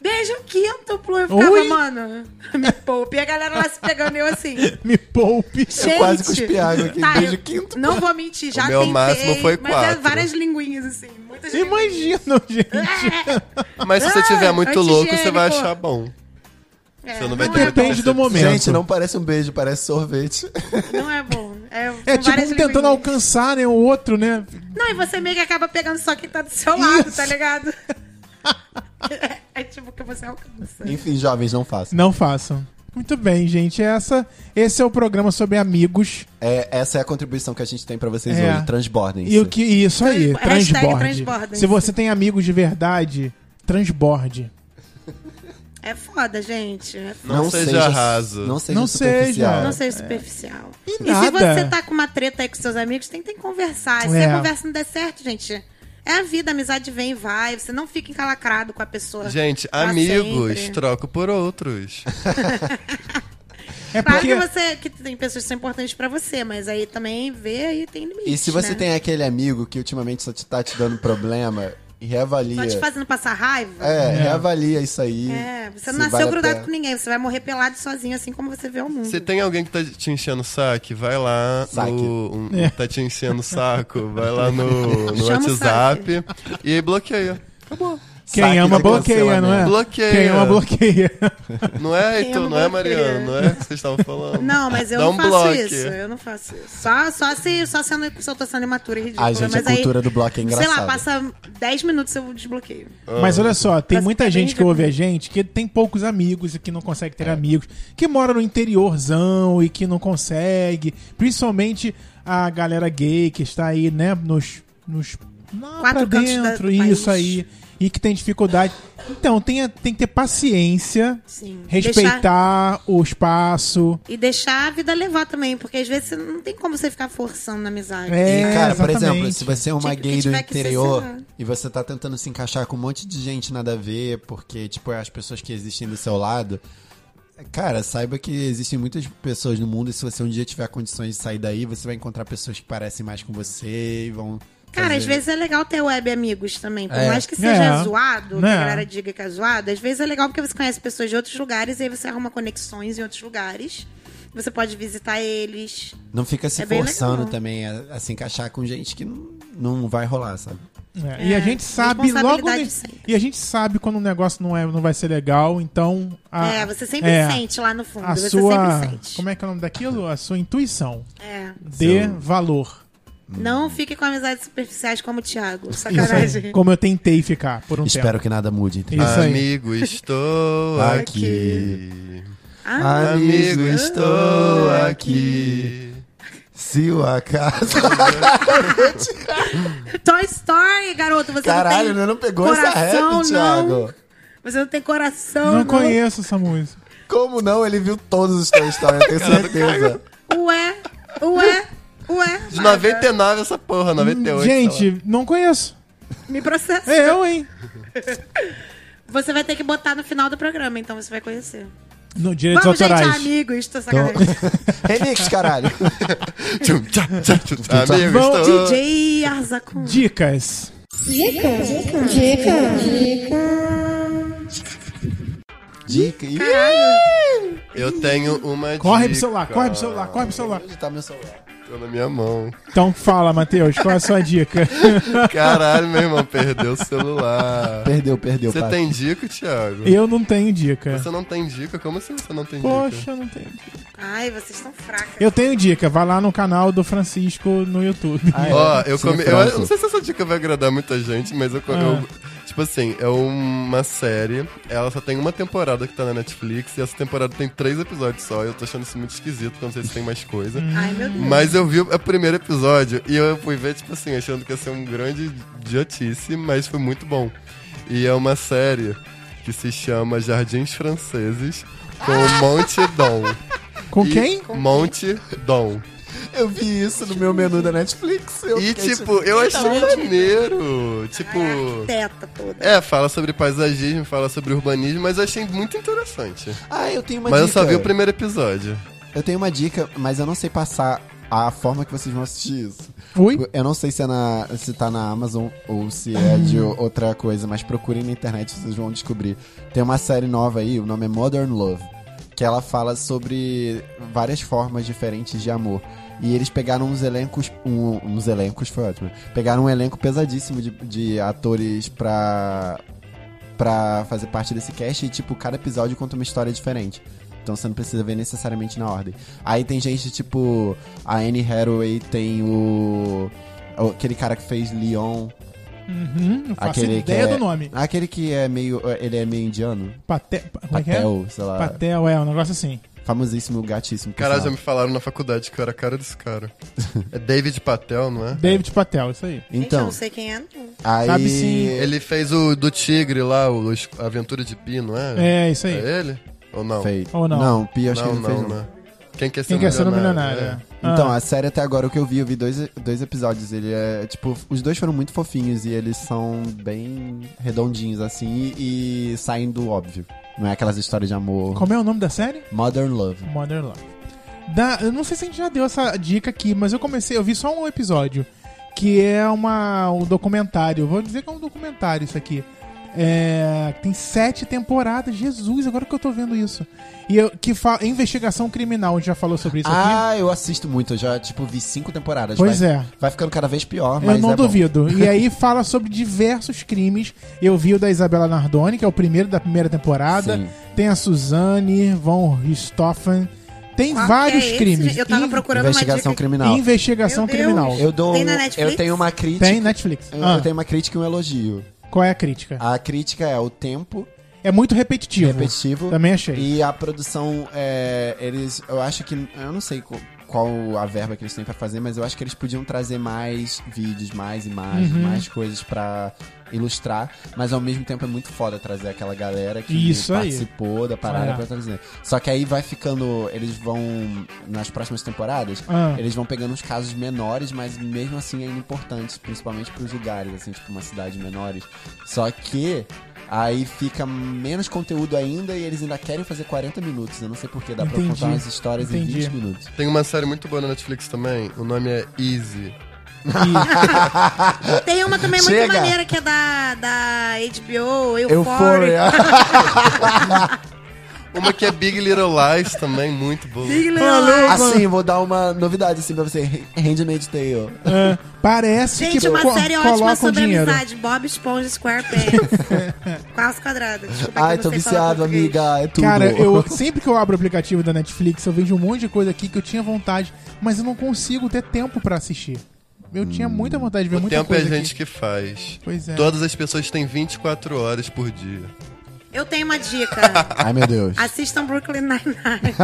E: Beijo quíntuplo, eu ficava,
C: Ui.
E: mano, me poupe. E a galera lá se pegando, eu assim,
C: Me poupe.
E: gente...
F: quase cuspi água aqui,
E: tá,
F: beijo
E: eu
F: quíntuplo.
E: Não vou mentir, já
D: meu
E: tentei,
D: máximo foi
E: mas é
D: quatro.
E: várias linguinhas, assim, muitas linguinhas.
C: Imagina,
E: É,
C: gente.
D: Mas se você
E: Ah,
D: tiver muito louco, você vai
E: antigênico.
D: achar bom.
E: É,
D: Você não vai ter
E: é
C: Depende do
D: percepção.
C: momento.
F: Gente, não parece um beijo, parece sorvete.
E: bom, não é bom. É,
C: É
E: são
C: tipo
E: várias
C: um tentando
E: linguinhas.
C: alcançar, né, o outro, né?
E: Não, e você meio que acaba pegando só quem tá do seu lado,
C: Isso. <laughs>
E: tá ligado? É, é tipo que você alcança.
F: Enfim, jovens, não façam.
C: Não façam. Muito bem, gente. Essa, esse é o programa sobre amigos.
F: É, essa é a contribuição que a gente tem pra vocês
C: É.
F: hoje. Transbordem.
C: E o que isso aí,
E: Hashtag
C: transborde.
E: transbordem.
C: Se você tem amigos de verdade, transborde.
E: É foda, gente. É foda.
D: Não seja raso.
F: Não seja
C: Não
F: superficial.
C: seja.
E: Não seja superficial.
C: É. E
E: E, se
C: nada.
E: você tá com uma treta aí com seus amigos, tentem conversar. E Se
C: É.
E: a conversa não der certo, gente, é a vida, a amizade vem e vai. Você não fica encalacrado com a pessoa.
D: Gente,
E: pra
D: amigos,
E: Tá sempre.
D: troco por outros.
C: É
E: Claro
C: porque
E: que você que tem pessoas que são importantes pra você, mas aí também vê aí tem limite.
F: E se você
E: né?
F: tem aquele amigo que ultimamente só te tá te dando problema,
E: Só
F: reavalia.
E: te fazendo passar raiva.
F: É, reavalia isso aí.
E: É, você
F: se
E: não nasceu
F: vale a
E: grudado
F: pena.
E: com ninguém, você vai morrer pelado e sozinho, assim como você vê o mundo.
D: Se tem alguém que tá te enchendo o saco, vai lá
F: Saque.
D: no. um-
C: É.
D: Tá te enchendo o saco, vai lá no, no
E: Chama o
D: WhatsApp e aí bloqueia.
C: Quem
F: saque
C: ama
F: de né?
C: bloqueia, não é?
F: cancelamento.
D: Bloqueia.
C: Quem ama bloqueia.
D: Não é,
E: Quem
D: Heitor,
E: ama
D: não é,
E: bloqueia.
D: Mariano, não é o que vocês estavam falando.
E: Não, mas eu
D: Dá
E: não
D: um
E: faço
D: bloco.
E: isso. Eu não faço isso. Só, só, se, só sendo, se eu tô sendo imatura e ridícula.
F: Ai, gente,
E: mas
F: a cultura
E: aí,
F: do bloco
E: Sei
F: é
E: lá,
F: engraçada.
E: passa 10 minutos eu desbloqueio.
C: Mas olha só, tem
E: Mas
C: muita
E: também
C: gente que
E: já-
C: ouve a gente que tem poucos amigos e que não consegue ter amigos, que mora no interiorzão e que não consegue, principalmente a galera gay que está aí, né, nos, nos lá
E: Quatro
C: pra
E: cantos da-
C: dentro,
E: do
C: isso
E: país.
C: aí, e que tem dificuldade. Então, tem, tem que ter paciência,
E: Sim.
C: respeitar o espaço.
E: E deixar a vida levar também, porque às vezes você não tem como você ficar forçando na amizade.
C: É,
F: E, cara, por
C: exatamente.
F: exemplo, se você é uma
E: Tinha que
F: gay do
E: feedback
F: interior
E: sensacional.
F: e você tá tentando se encaixar com um monte de gente nada a ver, porque, tipo, é as pessoas que existem do seu lado. Cara, saiba que existem muitas pessoas no mundo e se você um dia tiver condições de sair daí, você vai encontrar pessoas que parecem mais com você e vão.
E: Cara,
F: fazer-
E: às vezes é legal ter web amigos também. Por
F: É.
E: mais que seja
C: É.
E: zoado, que
C: Né?
E: a galera diga que é zoado, às vezes é legal porque você conhece pessoas de outros lugares e aí você arruma conexões em outros lugares. Você pode visitar eles.
F: Não fica se
E: é bem
F: forçando
E: legal.
F: também a, a se encaixar com gente que não, não vai rolar, sabe?
C: É, e a gente sabe logo
E: responsabilidade
C: ne-
E: sempre.
C: e a gente sabe quando um negócio não é não vai ser legal, então a,
E: é, você sempre
C: é,
E: sente lá no fundo.
C: a
E: você
C: sua
E: sempre sente.
C: como é que é o nome daquilo? A sua intuição.
E: É.
C: Dê
F: Seu-
C: valor.
E: Não fique com amizades superficiais como o Thiago.
C: Isso aí,
E: Sacanagem.
C: como eu tentei ficar por um
F: Espero
C: tempo.
F: que nada mude. Entre
C: Isso aí.
D: Amigo, estou
F: Aqui.
D: aqui.
E: Ah,
D: Amigo, estou aqui.
F: Se o acaso.
E: Toy Story, garoto. Você
F: <laughs> Caralho, né?
E: não tem
F: não pegou essa
E: coração,
F: rap, Thiago.
E: não. Você não tem coração,
C: Não
E: não.
C: conheço essa música.
F: Como não? Ele viu todos os Toy Story, eu tenho certeza.
E: Ué, ué, ué.
D: De 99 essa porra, 98. sei lá.
C: Gente, não conheço.
E: Me processa.
C: É eu, hein?
E: Você vai ter que botar no final do programa, então você vai conhecer.
C: No direitos
E: Vamos,
C: autorais. Então-
E: gente, amigos. Tô sacanagem.
F: Remix, caralho.
D: Tchum, tchá, tchá, tchum, tchá.
C: Tá
D: Amigo,
C: Bom,
D: estou...
E: DJ Arzacon.
C: Dicas.
F: <laughs> Dica. Ih,
D: Eu tenho uma
C: Corre pro
D: dica.
C: celular, corre pro celular, corre pro celular.
F: Onde tá meu celular?
D: Tô na minha mão.
C: Então fala, Matheus, qual é a sua
F: <laughs>
C: dica?
D: Caralho, meu irmão, perdeu o celular.
F: Perdeu, perdeu,
D: Você
F: Pato.
D: tem dica, Thiago?
C: Eu não tenho dica.
D: Você não tem dica? Como assim você não tem dica?
F: é
C: Poxa, eu não tenho dica.
E: Ai, vocês estão fracas.
C: Eu tenho dica, vai lá no canal do Francisco no YouTube.
F: Ah, é.
D: Ó, eu
F: Sim, é
D: comi. Eu,
F: França.
D: eu não sei se essa dica vai agradar muita gente, mas eu, co- eu- Tipo assim, é uma série. Ela só tem uma temporada que tá na Netflix. E essa temporada tem três episódios só. e Eu tô achando isso muito esquisito, porque eu não sei se tem mais coisa.
E: Ai, meu Deus.
D: Mas eu vi o primeiro episódio e eu fui ver, tipo assim, achando que ia ser um grande idiotice, mas foi muito bom. E é uma série que se chama Jardins Franceses com o Monte Dom.
C: Com
D: E-
C: quem?
D: Monte Dom.
F: Eu vi isso no meu menu da Netflix. <laughs> eu
D: E,
F: fiquei
D: tipo, eu achei maneiro. Tipo.
E: Teta É toda.
D: É, fala sobre paisagismo, fala sobre urbanismo, mas eu achei muito interessante.
F: Ah, eu tenho uma
D: mas
F: dica.
D: eu só vi o primeiro episódio.
F: Eu tenho uma dica, mas eu não sei passar a forma que vocês vão assistir isso.
C: Ui.
F: Eu não sei se, é na, se tá na Amazon ou se é de outra coisa, mas procurem na internet, vocês vão descobrir. Tem uma série nova aí, o nome é Modern Love, que ela fala sobre várias formas diferentes de amor. E eles pegaram uns elencos. um- uns elencos, foi ótimo. Pegaram um elenco pesadíssimo de, de atores pra, pra fazer parte desse cast e, tipo, cada episódio conta uma história diferente. Então você não precisa ver necessariamente na ordem. Aí tem gente, tipo, a Anne Hathaway tem o... o- Aquele cara que fez Leon.
C: Uhum, não faço
F: Aquele
C: ideia
F: que é,
C: do nome.
F: Aquele que é meio... Ele é meio indiano.
C: Patel. Como é que é?
F: Patel, ah. sei lá.
C: Patel, é, um negócio assim.
F: Famosíssimo, gatíssimo. por
D: Caralho, já
F: sinal.
D: me falaram na faculdade que eu era a cara desse cara. É David Patel, não é?
C: David Patel, isso aí.
E: Gente, eu
F: Então,
E: não sei quem é. não.
F: aí...
C: Sabe sim.
D: Ele fez o do Tigre lá, o Os- a Aventura de Pi, não é?
C: É, isso aí.
D: É ele? Ou não?
F: Fei-
C: Ou não?
F: Não, Pia acho
D: Não,
F: que não, fez um.
D: não,
F: não.
D: né? Quem quer ser
C: Quem
D: um
C: quer ser um milionário?
D: milionário?
C: é.
F: Então,
C: Ah,
F: a série até agora o que eu vi, eu vi dois, dois episódios. Ele é, tipo, os dois foram muito fofinhos e eles são bem redondinhos, assim, e, e saem do óbvio. Não é aquelas histórias de amor.
C: como é o nome da série?
F: Modern Love.
C: Modern Love. Da, eu não sei se a gente já deu essa dica aqui, mas eu comecei, eu vi só um episódio, que é uma, um documentário. Vou dizer que é um documentário isso aqui. É, tem sete temporadas. Jesus, agora que eu tô vendo isso. E eu, que fa- investigação criminal, a gente já falou sobre isso aqui.
F: Ah, eu assisto muito. Eu já, tipo, vi cinco temporadas.
C: Pois
F: vai,
C: é.
F: Vai ficando cada vez pior, mas
C: Eu não
F: é bom.
C: duvido. E aí fala sobre diversos crimes. Eu vi o da Isabela Nardoni, que é o primeiro da primeira temporada.
F: Sim.
C: Tem a Suzane von Richthofen. Tem
E: Qual que
C: vários
E: é esse,
C: crimes.
E: gente? Eu tava
C: In-
E: procurando uma dica.
F: Investigação criminal.
C: Investigação
E: Meu Deus.
C: criminal.
F: Eu dou.
E: Tem na Netflix?
F: Eu tenho uma crítica.
C: Tem Netflix.
F: Eu,
C: Ah,
F: eu tenho uma crítica e um elogio.
C: Qual é a crítica?
F: A crítica é o tempo
C: É muito repetitivo.
F: repetitivo.
C: Também achei.
F: E a produção, é, eles. Eu acho que. Eu não sei co- qual, a verba que eles têm pra fazer, mas eu acho que eles podiam trazer mais vídeos, mais imagens,
C: Uhum.
F: mais coisas pra ilustrar. Mas ao mesmo tempo é muito foda trazer aquela galera que
C: Isso aí.
F: participou da parada
C: É.
F: pra trazer. Só que aí vai ficando. Eles vão. Nas próximas temporadas,
C: Ah.
F: eles vão pegando uns casos menores, mas mesmo assim ainda importantes, principalmente pros lugares, assim, tipo uma cidade menores. Só que aí fica menos conteúdo ainda e eles ainda querem fazer 40 minutos. Eu não sei porque dá
C: Entendi.
F: pra contar umas histórias
C: Entendi.
F: em 20 minutos.
D: Tem uma série muito boa na Netflix também. O nome é Easy.
E: Tem uma também
F: Chega.
E: muito maneira que é da, da HBO, Euphoria.
F: Euphoria.
E: <laughs>
D: Uma que é Big Little Lies também, muito boa.
E: Big Little Lies.
F: assim, vou dar uma novidade assim pra você. Handmade Tale. <laughs>
C: Ah, parece
E: Gente,
C: que
E: uma
C: co-
E: série ótima
C: colocam
E: sobre
C: dinheiro.
E: amizade. Bob Esponja
C: <laughs>
E: Squarepants. Quase quadrada. Desculpa que
F: Ai,
E: eu não
F: tô
E: sei falar
F: viciado,
E: português.
F: amiga. É tudo.
C: Cara,
D: <laughs>
C: eu sempre que eu abro o aplicativo da Netflix, eu vejo um monte de coisa aqui que eu tinha vontade, mas eu não consigo ter tempo pra assistir. Eu tinha muita vontade de ver
D: Hum. O
C: muita
D: tempo é a
C: coisa
D: gente
C: aqui.
D: que faz.
C: Pois é.
D: Todas as pessoas têm 24 horas por dia.
E: Eu tenho uma
F: <laughs>
E: dica.
F: <laughs> Ai, meu Deus.
E: Assistam Brooklyn Nine-Nine.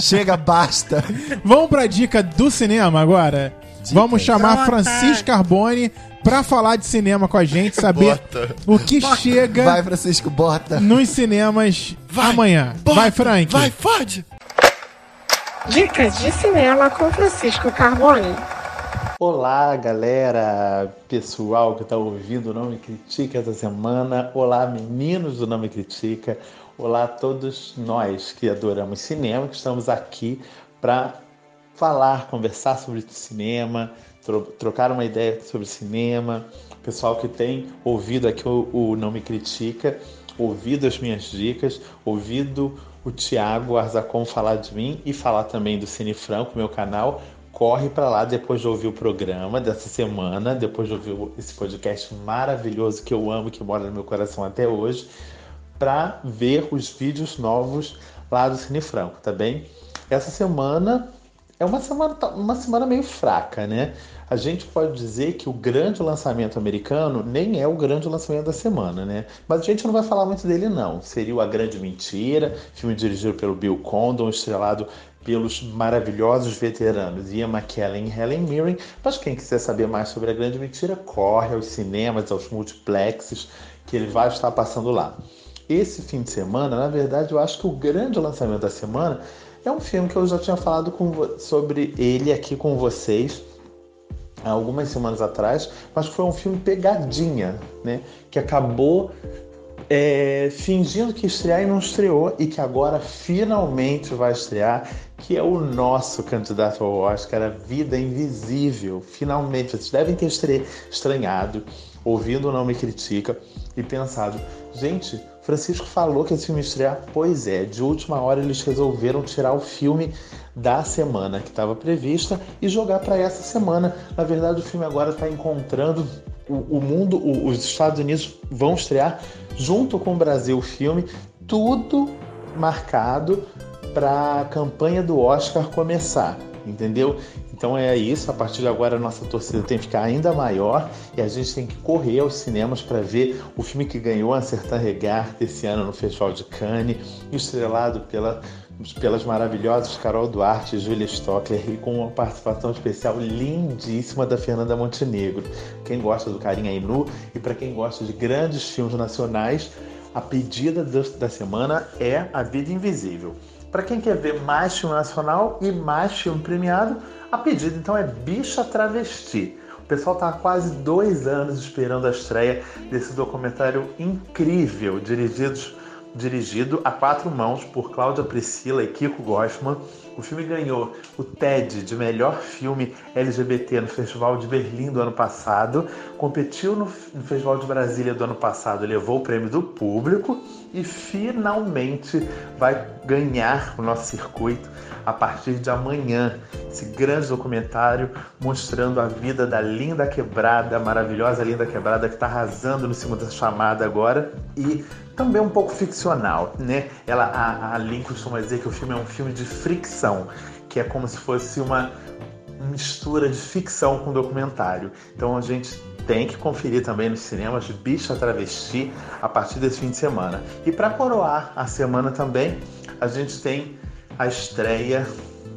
F: Chega, basta.
C: Vamos pra dica do cinema agora. Vamos chamar
E: Bota.
C: Francis Carbone pra falar de cinema com a gente, saber
D: Bota.
C: o que chega
F: Vai, Francisco, bota.
C: nos cinemas amanhã.
D: bota,
C: vai, Frank.
D: Vai, fode!
A: Dicas de cinema com Francisco Carboni.
G: Olá, galera, pessoal que está ouvindo o Não Me Critica essa semana. Olá, meninos do Não Me Critica. Olá a todos nós que adoramos cinema, que estamos aqui para falar, conversar sobre cinema, tro- trocar uma ideia sobre cinema. Pessoal que tem ouvido aqui o, o Não Me Critica, ouvido as minhas dicas, ouvido o Tiago Arzacon falar de mim e falar também do Cine Franco, meu canal, corre pra lá depois de ouvir o programa dessa semana, depois de ouvir esse podcast maravilhoso que eu amo, que mora no meu coração até hoje, pra ver os vídeos novos lá do Cine Franco, tá bem? Essa semana é uma semana, uma semana meio fraca, né? A gente pode dizer que o grande lançamento americano nem é o grande lançamento da semana, né? Mas a gente não vai falar muito dele, não. Seria o A Grande Mentira, filme dirigido pelo Bill Condon, estrelado pelos maravilhosos veteranos Ian McKellen e Helen Mirren. Mas quem quiser saber mais sobre A Grande Mentira, corre aos cinemas, aos multiplexes, que ele vai estar passando lá. Esse fim de semana, na verdade, eu acho que o grande lançamento da semana é um filme que eu já tinha falado com vo- sobre ele aqui com vocês há algumas semanas atrás, mas foi um filme pegadinha, né? Que acabou é, fingindo que ia estrear e não estreou e que agora finalmente vai estrear, que é o nosso candidato ao Oscar, A Vida Invisível. Finalmente, vocês devem ter estre- estranhado, ouvindo o Não Me Critica e pensado, gente, Francisco falou que esse filme ia estrear. Pois é, de última hora eles resolveram tirar o filme da semana que estava prevista e jogar para essa semana. Na verdade, o filme agora está encontrando o, o mundo, o- os Estados Unidos vão estrear junto com o Brasil o filme, tudo marcado para a campanha do Oscar começar, entendeu? Então é isso, a partir de agora a nossa torcida tem que ficar ainda maior e a gente tem que correr aos cinemas para ver o filme que ganhou a Sertã Regar desse ano no Festival de Cannes, estrelado pela, pelas maravilhosas Carol Duarte e Julia Stockler e com uma participação especial lindíssima da Fernanda Montenegro. Quem gosta do Carinha Inu e para quem gosta de grandes filmes nacionais, a pedida do- da semana é A Vida Invisível. Para quem quer ver mais filme nacional e mais filme premiado, a pedida então é Bicha Travesti. O pessoal está há quase dois anos esperando a estreia desse documentário incrível, dirigido dirigido a quatro mãos por Cláudia Priscila e Kiko Goffman. O filme ganhou o TED de melhor filme LGBT no Festival de Berlim do ano passado, competiu no, no Festival de Brasília do ano passado, levou o prêmio do público e finalmente vai ganhar o nosso circuito a partir de amanhã. Esse grande documentário mostrando a vida da linda quebrada, maravilhosa linda quebrada que está arrasando no Segunda Chamada agora e também um pouco ficcional, né? Ela, a, a Lin costuma dizer que o filme é um filme de fricção, que é como se fosse uma mistura de ficção com documentário. Então a gente tem que conferir também nos cinemas Bicha Travesti a partir desse fim de semana. E para coroar a semana também, a gente tem a estreia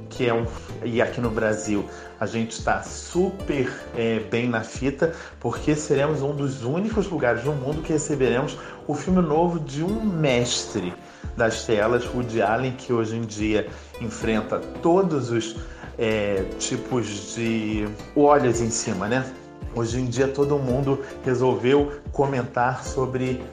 G: que é um e aqui no Brasil a gente está super é, bem na fita porque seremos um dos únicos lugares no mundo que receberemos o filme novo de um mestre das telas, Woody Allen, que hoje em dia enfrenta todos os é, tipos de olhos em cima, né? Hoje em dia todo mundo resolveu comentar sobre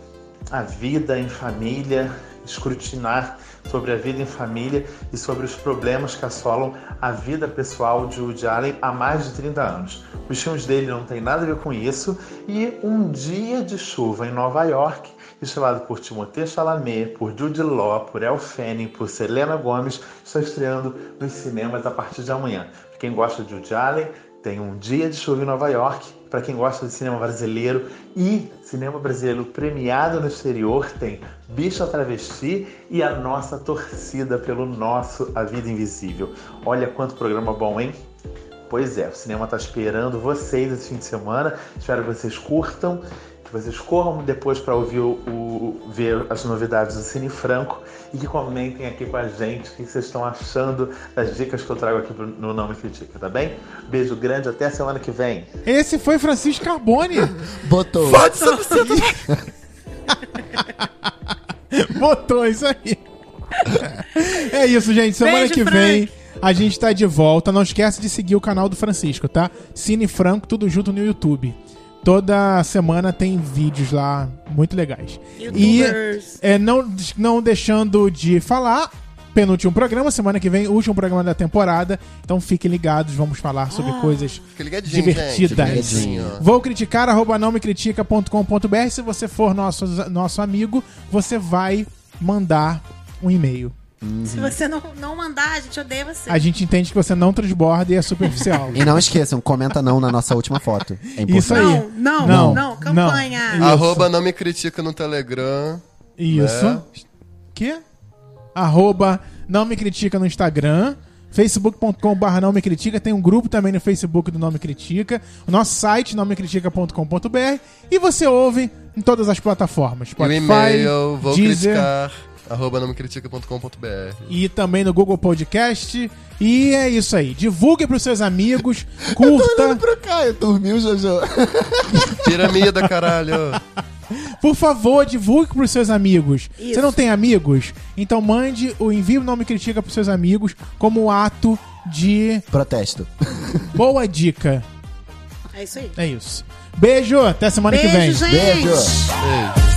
G: a vida em família, escrutinar sobre a vida em família e sobre os problemas que assolam a vida pessoal de Woody Allen há mais de 30 anos. Os filmes dele não têm nada a ver com isso e Um Dia de Chuva em Nova York, estrelado por Timothée Chalamet, por Jude Law, por El Fanning, por Selena Gomez, está estreando nos cinemas a partir de amanhã. Pra quem gosta de Woody Allen, tem Um Dia de Chuva em Nova York. Para quem gosta de cinema brasileiro e cinema brasileiro premiado no exterior, tem Bicha Travesti e a nossa torcida pelo nosso A Vida Invisível. Olha quanto programa bom, hein? Pois é, o cinema está esperando vocês esse fim de semana. Espero que vocês curtam, que vocês corram depois para ouvir o, o- ver as novidades do Cine Franco e que comentem aqui com a gente o que vocês estão achando das dicas que eu trago aqui pro- no Não Me Critica, tá bem? Beijo grande, até a semana que vem.
C: Esse foi Francisco Carbone.
F: Botou.
C: <laughs> Botou isso aí. É isso, gente. Semana
E: Beijo,
C: que
E: Frank.
C: vem a gente tá de volta. Não esquece de seguir o canal do Francisco, tá? Cine Franco, tudo junto no YouTube. Toda semana tem vídeos lá muito legais.
E: Youtubers.
C: E é, não, não deixando de falar, penúltimo programa, semana que vem, último programa da temporada. Então fiquem ligados, vamos falar
E: Ah.
C: sobre coisas
D: Fica ligadinho,
C: divertidas.
D: gente. Fica ligadinho.
C: Vou criticar, arroba não me critica.com.br. Se você for nosso, nosso amigo, você vai mandar um e-mail.
E: Se você não, não mandar, a gente odeia você.
C: A gente entende que você não transborda e é
D: <laughs>
C: superficial.
F: E não esqueçam, comenta não na nossa última foto. É importante.
C: Isso aí.
E: Não, não,
C: Não,
E: não,
C: não.
E: campanha.
C: Isso.
D: Arroba não me critica no Telegram.
C: Isso.
D: É.
C: Que? Arroba não me critica no Instagram. facebook.com.br não me critica. Tem um grupo também no Facebook do Não Me Critica. O nosso site, não me critica.com.br. E você ouve em todas as plataformas.
D: E o
C: Spotify,
D: e-mail, vou
C: Deezer,
D: criticar. Arroba não me critica.com.br.
C: E também no Google Podcast. E é isso aí. Divulgue pros seus amigos. Curta.
F: Pro Caio, dormiu, Jojo?
D: Piramida, caralho.
C: Por favor, divulgue pros seus amigos.
E: Isso.
C: Você não tem amigos? Então mande o envie o nome critica pros seus amigos como ato de
F: Protesto.
C: boa dica.
E: É isso aí.
C: É isso. Beijo, até semana que vem.
E: Beijo, gente.
F: Beijo.
D: Ei.